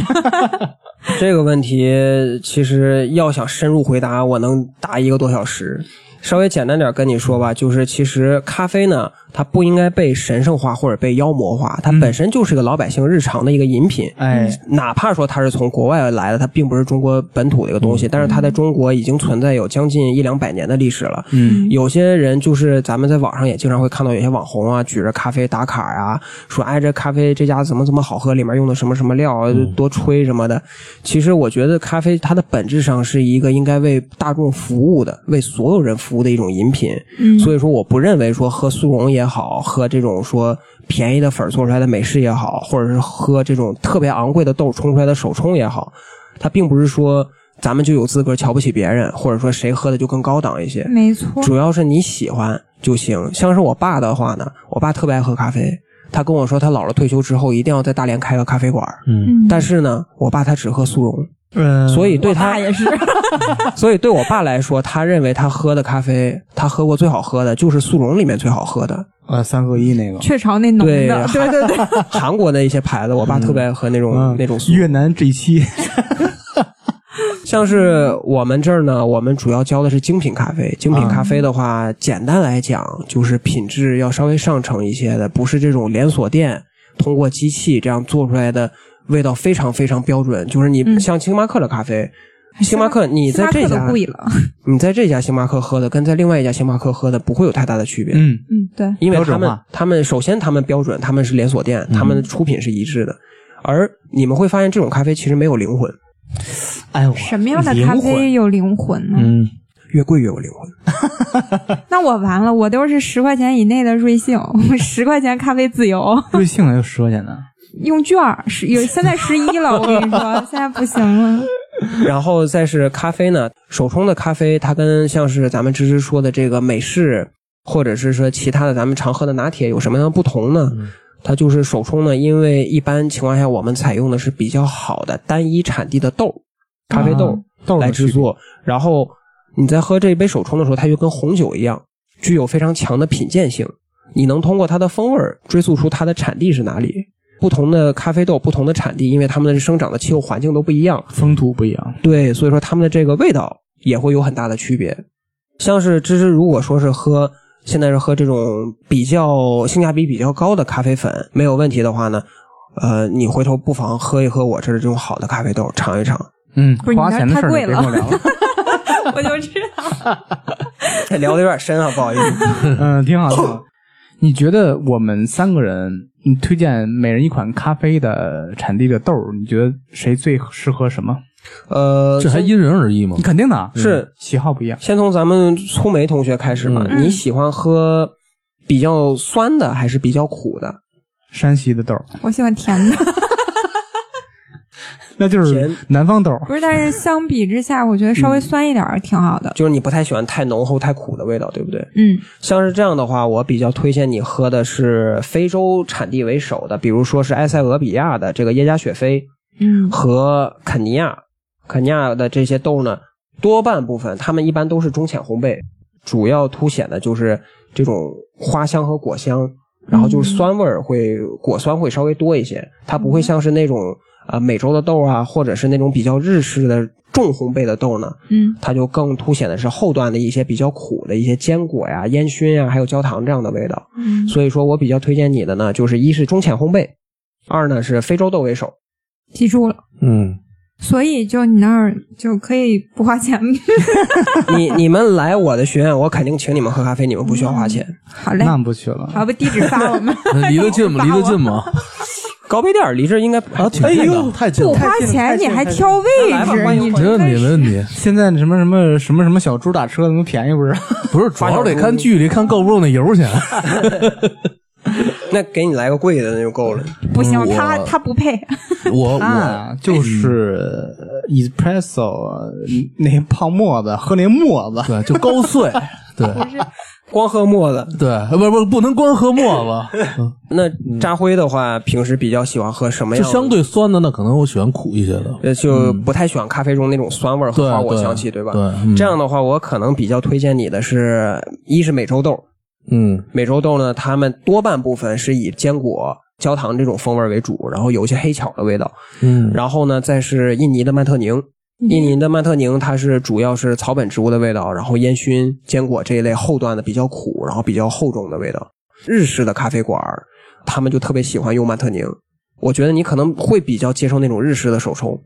Speaker 1: 这个问题其实要想深入回答，我能答一个多小时。稍微简单点跟你说吧，就是其实咖啡呢，它不应该被神圣化或者被妖魔化，它本身就是个老百姓日常的一个饮品。
Speaker 5: 哎，
Speaker 1: 哪怕说它是从国外来的，它并不是中国本土的一个东西，但是它在中国已经存在有将近一两百年的历史了。
Speaker 5: 嗯，
Speaker 1: 有些人就是咱们在网上也经常会看到有些网红啊，举着咖啡打卡啊，说哎这咖啡这家怎么怎么好喝，里面用的什么什么料啊，多吹什么的。其实我觉得咖啡它的本质上是一个应该为大众服务的、为所有人服务的一种饮品。
Speaker 2: 嗯
Speaker 1: 所以说，我不认为说喝速溶也好，喝这种说便宜的粉儿做出来的美式也好，或者是喝这种特别昂贵的豆冲出来的手冲也好，它并不是说咱们就有资格瞧不起别人，或者说谁喝的就更高档一些。
Speaker 2: 没错，
Speaker 1: 主要是你喜欢就行。像是我爸的话呢，我爸特别爱喝咖啡，他跟我说他老了退休之后一定要在大连开个咖啡馆儿。
Speaker 6: 嗯，
Speaker 2: 嗯
Speaker 1: 但是呢，我爸他只喝速溶，
Speaker 5: 嗯
Speaker 1: 所以对
Speaker 2: 我
Speaker 1: 他
Speaker 2: 爸也是，
Speaker 1: 所以对我爸来说，他认为他喝的咖啡，他喝过最好喝的就是速溶里面最好喝的。
Speaker 5: 呃，三合一那个，
Speaker 2: 雀巢那浓
Speaker 1: 对
Speaker 2: 的， 对对对，
Speaker 1: 韩 国的一些牌子，我爸特别爱喝那种、
Speaker 5: 嗯，
Speaker 1: 那种速溶。
Speaker 5: 越南 G 七，
Speaker 1: 像是我们这儿呢，我们主要教的是精品咖啡。精品咖啡的话，
Speaker 5: 嗯
Speaker 1: 简单来讲就是品质要稍微上乘一些的，不是这种连锁店通过机器这样做出来的味道非常非常标准。就是你、
Speaker 2: 嗯哎
Speaker 1: 像星巴克的咖啡，星巴克你在这
Speaker 2: 星巴克
Speaker 1: 家
Speaker 2: 都贵了，
Speaker 1: 你在这家星巴克喝的跟在另外一家星巴克喝的不会有太大的区别。
Speaker 5: 嗯，
Speaker 2: 嗯，对，
Speaker 1: 因为他
Speaker 5: 标准
Speaker 1: 们
Speaker 5: 化
Speaker 1: 他们首先他们标准，他们是连锁店，他们的出品是一
Speaker 5: 嗯
Speaker 1: 致的。而你们会发现，这种咖啡其实没有灵魂，
Speaker 5: 哎，我
Speaker 2: 什么样的咖啡有灵魂呢？
Speaker 6: 嗯，
Speaker 1: 越贵越有灵魂。
Speaker 2: 那我完了，我都是十块钱以内的瑞幸，十块钱咖啡自由，
Speaker 5: 瑞幸还有十块钱呢，
Speaker 2: 用券儿是有现在十一了，我跟你说，现在不行了。
Speaker 1: 然后再是咖啡呢，手冲的咖啡，它跟像是咱们芝芝说的这个美式，或者是说其他的咱们常喝的拿铁有什么样的不同呢？
Speaker 5: 嗯
Speaker 1: 它就是手冲呢，因为一般情况下我们采用的是比较好的单一产地的豆，咖啡豆
Speaker 5: 啊豆
Speaker 1: 来制作。然后你在喝这一杯手冲的时候，它就跟红酒一样，具有非常强的品鉴性。你能通过它的风味儿追溯出它的产地是哪里。不同的咖啡豆，不同的产地，因为它们的生长的气候环境都不一样，
Speaker 5: 风土不一样，
Speaker 1: 对，所以说他们的这个味道也会有很大的区别。像是芝芝，如果说是喝现在是喝这种比较性价比比较高的咖啡粉没有问题的话呢，呃，你回头不妨喝一喝我这儿的这种好的咖啡豆，尝一 尝。
Speaker 5: 嗯，
Speaker 2: 不是
Speaker 5: 花钱的事儿
Speaker 2: 你
Speaker 5: 就别
Speaker 2: 那
Speaker 5: 跟
Speaker 2: 儿太
Speaker 5: 我
Speaker 2: 贵
Speaker 5: 聊 了，
Speaker 2: 我就知道，
Speaker 1: 聊的有点深啊，不好意思。
Speaker 5: 嗯，挺好挺好。你觉得我们三个人，你推荐每人一款咖啡的产地的豆儿，你觉得谁最适合什么？
Speaker 1: 呃，
Speaker 6: 这还因人而异嘛
Speaker 5: 你。肯定的啊，
Speaker 1: 是
Speaker 5: 喜好不一样。
Speaker 1: 先从咱们粗梅同学开始吧。
Speaker 2: 嗯
Speaker 1: 你喜欢喝比较酸的还是比较苦的？
Speaker 5: 山西的豆儿，
Speaker 2: 我喜欢甜的。
Speaker 5: 那就是
Speaker 1: 甜
Speaker 5: 南方豆儿。
Speaker 2: 不是，但是相比之下，我觉得稍
Speaker 6: 嗯
Speaker 2: 微酸一点儿挺好的。
Speaker 1: 就是你不太喜欢太浓厚、太苦的味道，对不对？
Speaker 2: 嗯，
Speaker 1: 像是这样的话，我比较推荐你喝的是非洲产地为首的，比如说是埃塞俄比亚的这个耶加雪菲
Speaker 2: 嗯
Speaker 1: 和肯尼亚，肯尼亚的这些豆呢，多半部分它们一般都是中浅烘焙，主要凸显的就是这种花香和果香，然后就是酸味儿会果酸会稍微多一些，它不会像是那种。呃，美洲的豆啊，或者是那种比较日式的重烘焙的豆呢，
Speaker 2: 嗯
Speaker 1: 它就更凸显的是后段的一些比较苦的一些坚果呀、烟熏呀，还有焦糖这样的味道。
Speaker 2: 嗯
Speaker 1: 所以说我比较推荐你的呢，就是一是中浅烘焙，二呢是非洲豆为首。
Speaker 2: 记住了。
Speaker 6: 嗯，
Speaker 2: 所以就你那儿就可以不花钱。
Speaker 1: 你你们来我的学院，我肯定请你们喝咖啡，你们不需要花钱。
Speaker 2: 好嘞，
Speaker 5: 那不去了。
Speaker 2: 好不地址发我们，
Speaker 6: 那离得近 吗？离得近吗？
Speaker 1: 高碑店儿离这儿应该
Speaker 6: 啊，挺近的，太近
Speaker 2: 不
Speaker 6: 了。
Speaker 2: 花钱你还挑位
Speaker 1: 太近了太近了
Speaker 2: 置，
Speaker 1: 欢迎
Speaker 2: 你
Speaker 1: 欢
Speaker 6: 没
Speaker 2: 真
Speaker 6: 问
Speaker 2: 的
Speaker 6: 题，没
Speaker 2: 是
Speaker 6: 问题。
Speaker 5: 现在什么什么什么什么小猪打车，怎么便宜不是？
Speaker 6: 不是，主要得看距离，看够不够那油钱。
Speaker 1: 那给你来个贵的那就够了。
Speaker 2: 不行，
Speaker 6: 嗯
Speaker 5: 我
Speaker 2: 他他不 配。
Speaker 6: 我
Speaker 5: 啊，就是呃 espresso 呃那泡沫子，喝那沫子。
Speaker 6: 对，就高 碎，对
Speaker 1: 光喝沫子，
Speaker 6: 对，呃不不不能光喝沫 子，嗯
Speaker 1: 那扎辉的话，平时比较喜欢喝什么
Speaker 6: 就
Speaker 1: 样的？
Speaker 6: 相对酸的那可能我喜欢苦一些的。
Speaker 1: 呃，就不太喜欢咖啡中那种酸味儿和
Speaker 6: 对
Speaker 1: 花果
Speaker 6: 对
Speaker 1: 香气，对吧？
Speaker 6: 对嗯
Speaker 1: 这样的话，我可能比较推荐你的是，一是美洲豆，
Speaker 6: 嗯
Speaker 1: 美洲豆呢，他们多半部分是以坚果、焦糖这种风味为主，然后有一些黑巧的味道。
Speaker 6: 嗯，
Speaker 1: 然后呢，再是印尼的曼特宁，
Speaker 2: 嗯
Speaker 1: 印尼的曼特宁它是主要是草本植物的味道，然后烟熏、坚果这一类后段的比较苦，然后比较厚重的味道。日式的咖啡馆儿，他们就特别喜欢用曼特宁。我觉得你可能会比较接受那种日式的手冲，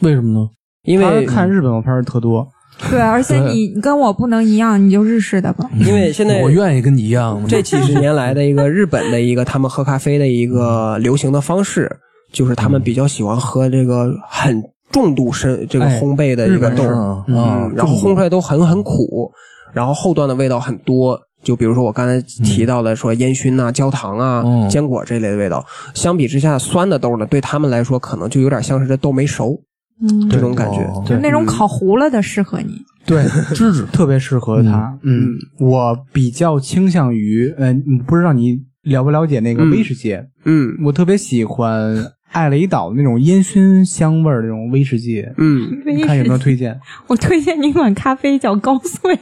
Speaker 6: 为什么呢？
Speaker 1: 因为
Speaker 5: 看日本我拍的特多，
Speaker 2: 对，而且你你跟我不能一样，你就日式的吧。
Speaker 1: 因为现在
Speaker 6: 嗯我愿意跟你一样，
Speaker 1: 这几十年来的一个日本的一个他们喝咖啡的一个流行的方式，就是他们比较喜欢喝这个很重度深这个
Speaker 5: 哎
Speaker 1: 烘焙的一个豆，
Speaker 6: 啊啊
Speaker 1: 嗯，，然后烘出来都很很苦，然后后段的味道很多。就比如说我刚才提到的，说烟熏呐、焦糖啊、
Speaker 6: 嗯
Speaker 1: 坚果这类的味道，相比之下，酸的豆呢，对他们来说可能就有点像是这豆没熟
Speaker 2: 嗯，
Speaker 1: 这种感觉。
Speaker 6: 哦
Speaker 2: 就
Speaker 5: 对
Speaker 2: 那种烤糊了的适合你。
Speaker 5: 对，芝芝特别适合它。嗯，我比较倾向于，呃，不知道你了不了解那个
Speaker 1: 嗯
Speaker 5: 威士忌，
Speaker 1: 嗯
Speaker 5: 我特别喜欢艾雷岛那种烟熏香味儿的那种威士忌。
Speaker 1: 嗯，
Speaker 5: 你看有没有推荐？
Speaker 2: 我推荐你款咖啡叫高碎，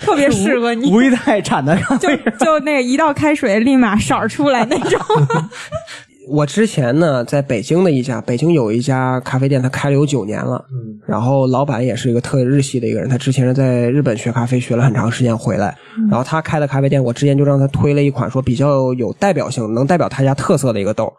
Speaker 2: 特别适合你。
Speaker 5: 无一泰产的咖
Speaker 2: 就
Speaker 5: 啡。
Speaker 2: 就那个一倒开水立马色儿出来那种，
Speaker 1: 我之前呢，在北京的一家，北京有一家咖啡店，它开了有九年了。嗯，然后老板也是一个特日系的一个人，他之前是在日本学咖啡，学了很长时间回来。
Speaker 5: 嗯
Speaker 1: 然后他开的咖啡店，我之前就让他推了一款说比较有代表性、能代表他家特色的一个豆，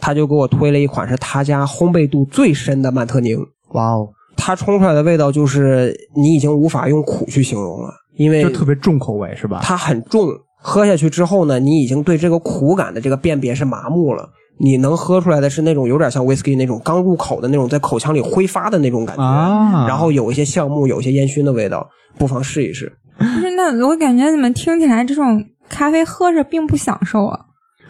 Speaker 1: 他就给我推了一款是他家烘焙度最深的曼特宁。
Speaker 5: 哇哦，
Speaker 1: 它冲出来的味道就是你已经无法用苦去形容了，因为
Speaker 5: 就特别重口味是吧？
Speaker 1: 它很重，喝下去之后呢，你已经对这个苦感的这个辨别是麻木了。你能喝出来的是那种有点像 whisky 那种刚入口的那种在口腔里挥发的那种感觉，
Speaker 5: 啊
Speaker 1: 然后有一些橡木，有一些烟熏的味道，不妨试一试。
Speaker 2: 不是？那我感觉你们听起来这种咖啡喝着并不享受啊。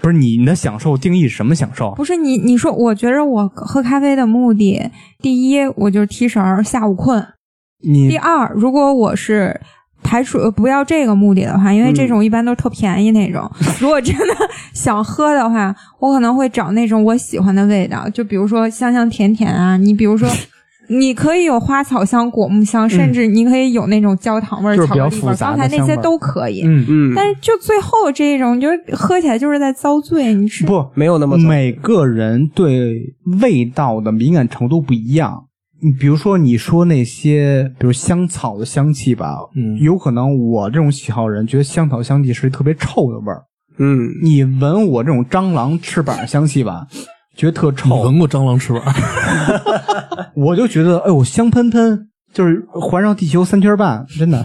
Speaker 5: 不是你你的享受定义是什么享受？
Speaker 2: 不是你，你说，我觉着我喝咖啡的目的，第一，我就是提神儿，下午困；第
Speaker 5: 你
Speaker 2: 二，如果我是排除呃不要这个目的的话，因为这种一般都是特便宜那 种。如果真的想喝的话，我可能会找那种我喜欢的味道，就比如说香香甜甜啊，你比如 说。你可以有花草香、果木香，甚至你可以有那种焦糖味儿、
Speaker 5: 嗯就是
Speaker 2: 巧
Speaker 5: 比较
Speaker 2: 克力味儿，
Speaker 5: 复杂
Speaker 2: 刚
Speaker 5: 的
Speaker 2: 才那
Speaker 5: 香
Speaker 2: 些
Speaker 5: 味儿
Speaker 2: 都可以。
Speaker 5: 嗯
Speaker 1: 嗯
Speaker 5: 嗯，
Speaker 2: 但是就最后这种，就是喝起来就是在遭罪，你是
Speaker 5: 不，
Speaker 1: 没有那么糟
Speaker 5: 每个人对味道的敏感程度不一样。你比如说，你说那些，比如香草的香气吧，
Speaker 6: 嗯
Speaker 5: 有可能我这种喜好人觉得香草香气是特别臭的味儿。
Speaker 1: 嗯，
Speaker 5: 你闻我这种蟑螂翅膀的香气吧，觉得特
Speaker 6: 你
Speaker 5: 臭，
Speaker 6: 闻过蟑螂翅膀？
Speaker 5: 我就觉得，哎呦，香喷喷，就是环绕地球三圈半，真的。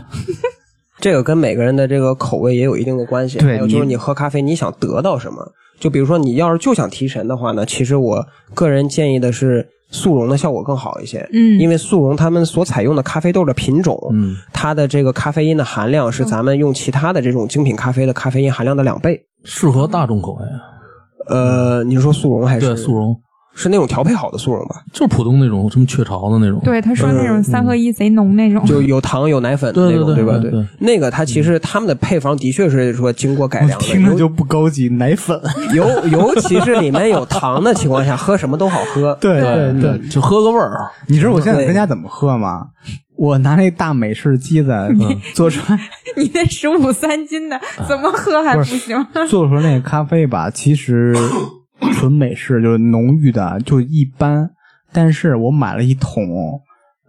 Speaker 1: 这个跟每个人的这个口味也有一定的关系。
Speaker 5: 对
Speaker 1: 还有就是
Speaker 5: 你
Speaker 1: 你喝咖啡，你想得到什么？就比如说你要是就想提神的话呢，其实我个人建议的是速溶的效果更好一些。
Speaker 2: 嗯
Speaker 1: 因为速溶他们所采用的咖啡豆的品种，
Speaker 6: 嗯，
Speaker 1: 它的这个咖啡因的含量是咱们用其他的这种精品咖啡的咖啡因含量的两倍。
Speaker 6: 适合大众口味，啊
Speaker 1: 呃，你是说速溶还
Speaker 6: 对，
Speaker 1: 是
Speaker 6: 速溶
Speaker 1: 是那种调配好的速溶吧？
Speaker 6: 就是普通那种什么雀巢的那种。
Speaker 2: 对，他说那
Speaker 5: 嗯
Speaker 2: 种三合一贼浓那种，
Speaker 1: 就有糖有奶粉的那种，
Speaker 6: 对对对
Speaker 1: 吧？
Speaker 6: 对对
Speaker 1: 那个它其实他们的配方的确是说经过改良的，
Speaker 5: 听着就不高级，奶粉。
Speaker 1: 尤尤其是里面有糖的情况下，喝什么都好喝。
Speaker 5: 对
Speaker 6: 对嗯
Speaker 5: 对，
Speaker 6: 就喝个味儿。
Speaker 5: 你知道我现在
Speaker 1: 对
Speaker 5: 在家怎么喝吗？我拿那大美式机子做出来，
Speaker 2: 你那十五三斤
Speaker 5: 啊
Speaker 2: 的怎么喝还不行？
Speaker 5: 做出来那个咖啡吧，其纯美式就是浓郁的，就一般。但是我买了一桶，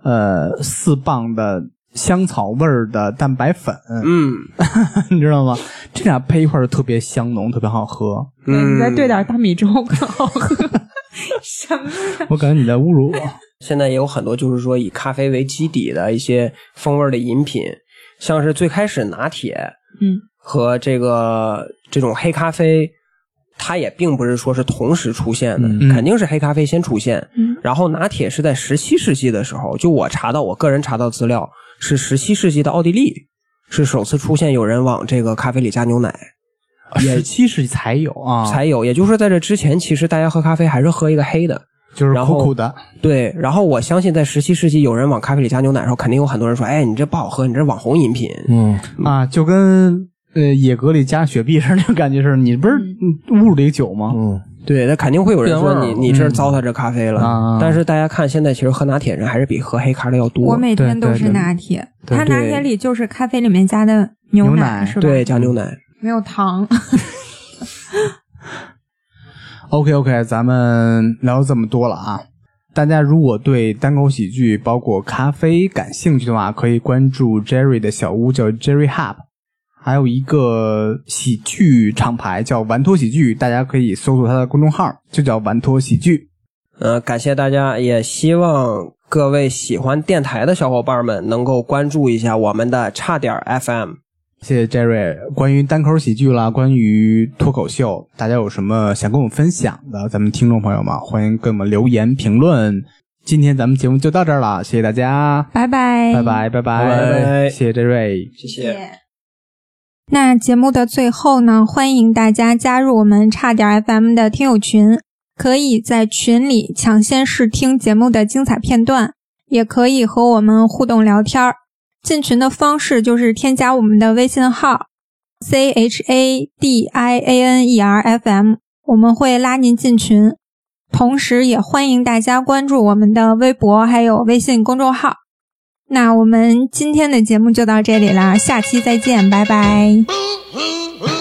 Speaker 5: 呃，四磅的香草味儿的蛋白粉，
Speaker 1: 嗯
Speaker 5: 你知道吗？这俩配一块儿就特别香浓，特别好喝。
Speaker 1: 嗯，
Speaker 2: 你再兑点大米粥更好喝。 什么呀？
Speaker 5: 我感觉你在侮辱我。
Speaker 1: 现在也有很多就是说以咖啡为基底的一些风味儿的饮品，像是最开始拿铁
Speaker 2: 嗯
Speaker 1: 和这个这种黑咖啡，它也并不是说是同时出现的，
Speaker 5: 嗯
Speaker 1: 肯定是黑咖啡先出现，
Speaker 2: 嗯
Speaker 1: 然后拿铁是在十七世纪的时候，就我查到我个人查到资料是十七世纪的奥地利是首次出现有人往这个咖啡里加牛奶。
Speaker 5: 十七世纪才有啊，
Speaker 1: 才有，也就是说在这之前，其实大家喝咖啡还是喝一个黑的。
Speaker 5: 就是
Speaker 1: 然后
Speaker 5: 苦苦的。
Speaker 1: 对，然后我相信在十七世纪有人往咖啡里加牛奶的时候，肯定有很多人说：“哎，你这不好喝，你这是网红饮品。
Speaker 6: 嗯，
Speaker 5: 啊，就跟呃野格里加雪碧似的，那种感觉是你不是侮辱这个酒吗？
Speaker 6: 嗯，
Speaker 1: 对，那肯定会有人说
Speaker 6: 变味儿嗯
Speaker 1: 你
Speaker 6: 了
Speaker 1: 你这是糟蹋这咖啡了。
Speaker 5: 啊
Speaker 1: 但是大家看现在其实喝拿铁人还是比喝黑咖的要多。
Speaker 2: 我每天
Speaker 5: 对
Speaker 2: 都
Speaker 5: 对
Speaker 2: 是
Speaker 5: 对
Speaker 2: 拿铁，
Speaker 5: 对
Speaker 2: 它拿铁里就是咖啡里面加的
Speaker 5: 牛
Speaker 2: 奶
Speaker 5: 奶
Speaker 2: 是吧？
Speaker 1: 对，，加牛奶。
Speaker 2: 没有糖。
Speaker 5: OK OK，咱们聊这么多了啊。大家如果对单口喜剧包括咖啡感兴趣的话，可以关注 Jerry 的小屋，叫 Jerry Hub，还有一个喜剧厂牌叫玩脱喜剧，大家可以搜索他的公众号，就叫玩脱喜剧。
Speaker 1: 呃，感谢大家，也希望各位喜欢电台的小伙伴们能够关注一下我们的差点儿 FM。
Speaker 5: 谢谢 Jerry。关于单口喜剧啦，关于脱口秀，大家有什么想跟我们分享的？咱们听众朋友们，欢迎给我们留言评论。今天咱们节目就到这儿了，谢谢大家，
Speaker 2: 拜拜，
Speaker 5: 拜拜拜拜
Speaker 1: 拜拜
Speaker 5: 谢谢 Jerry。
Speaker 1: 谢谢。
Speaker 2: 那节目的最后呢，欢迎大家加入我们差点 FM 的听友群，可以在群里抢先试听节目的精彩片段，也可以和我们互动聊天儿。进群的方式就是添加我们的微信号 c h a d i a n e r f m，我们会拉您进群。同时，也欢迎大家关注我们的微博还有微信公众号。那我们今天的节目就到这里啦，下期再见，拜拜。
Speaker 4: Ooh, ooh, ooh.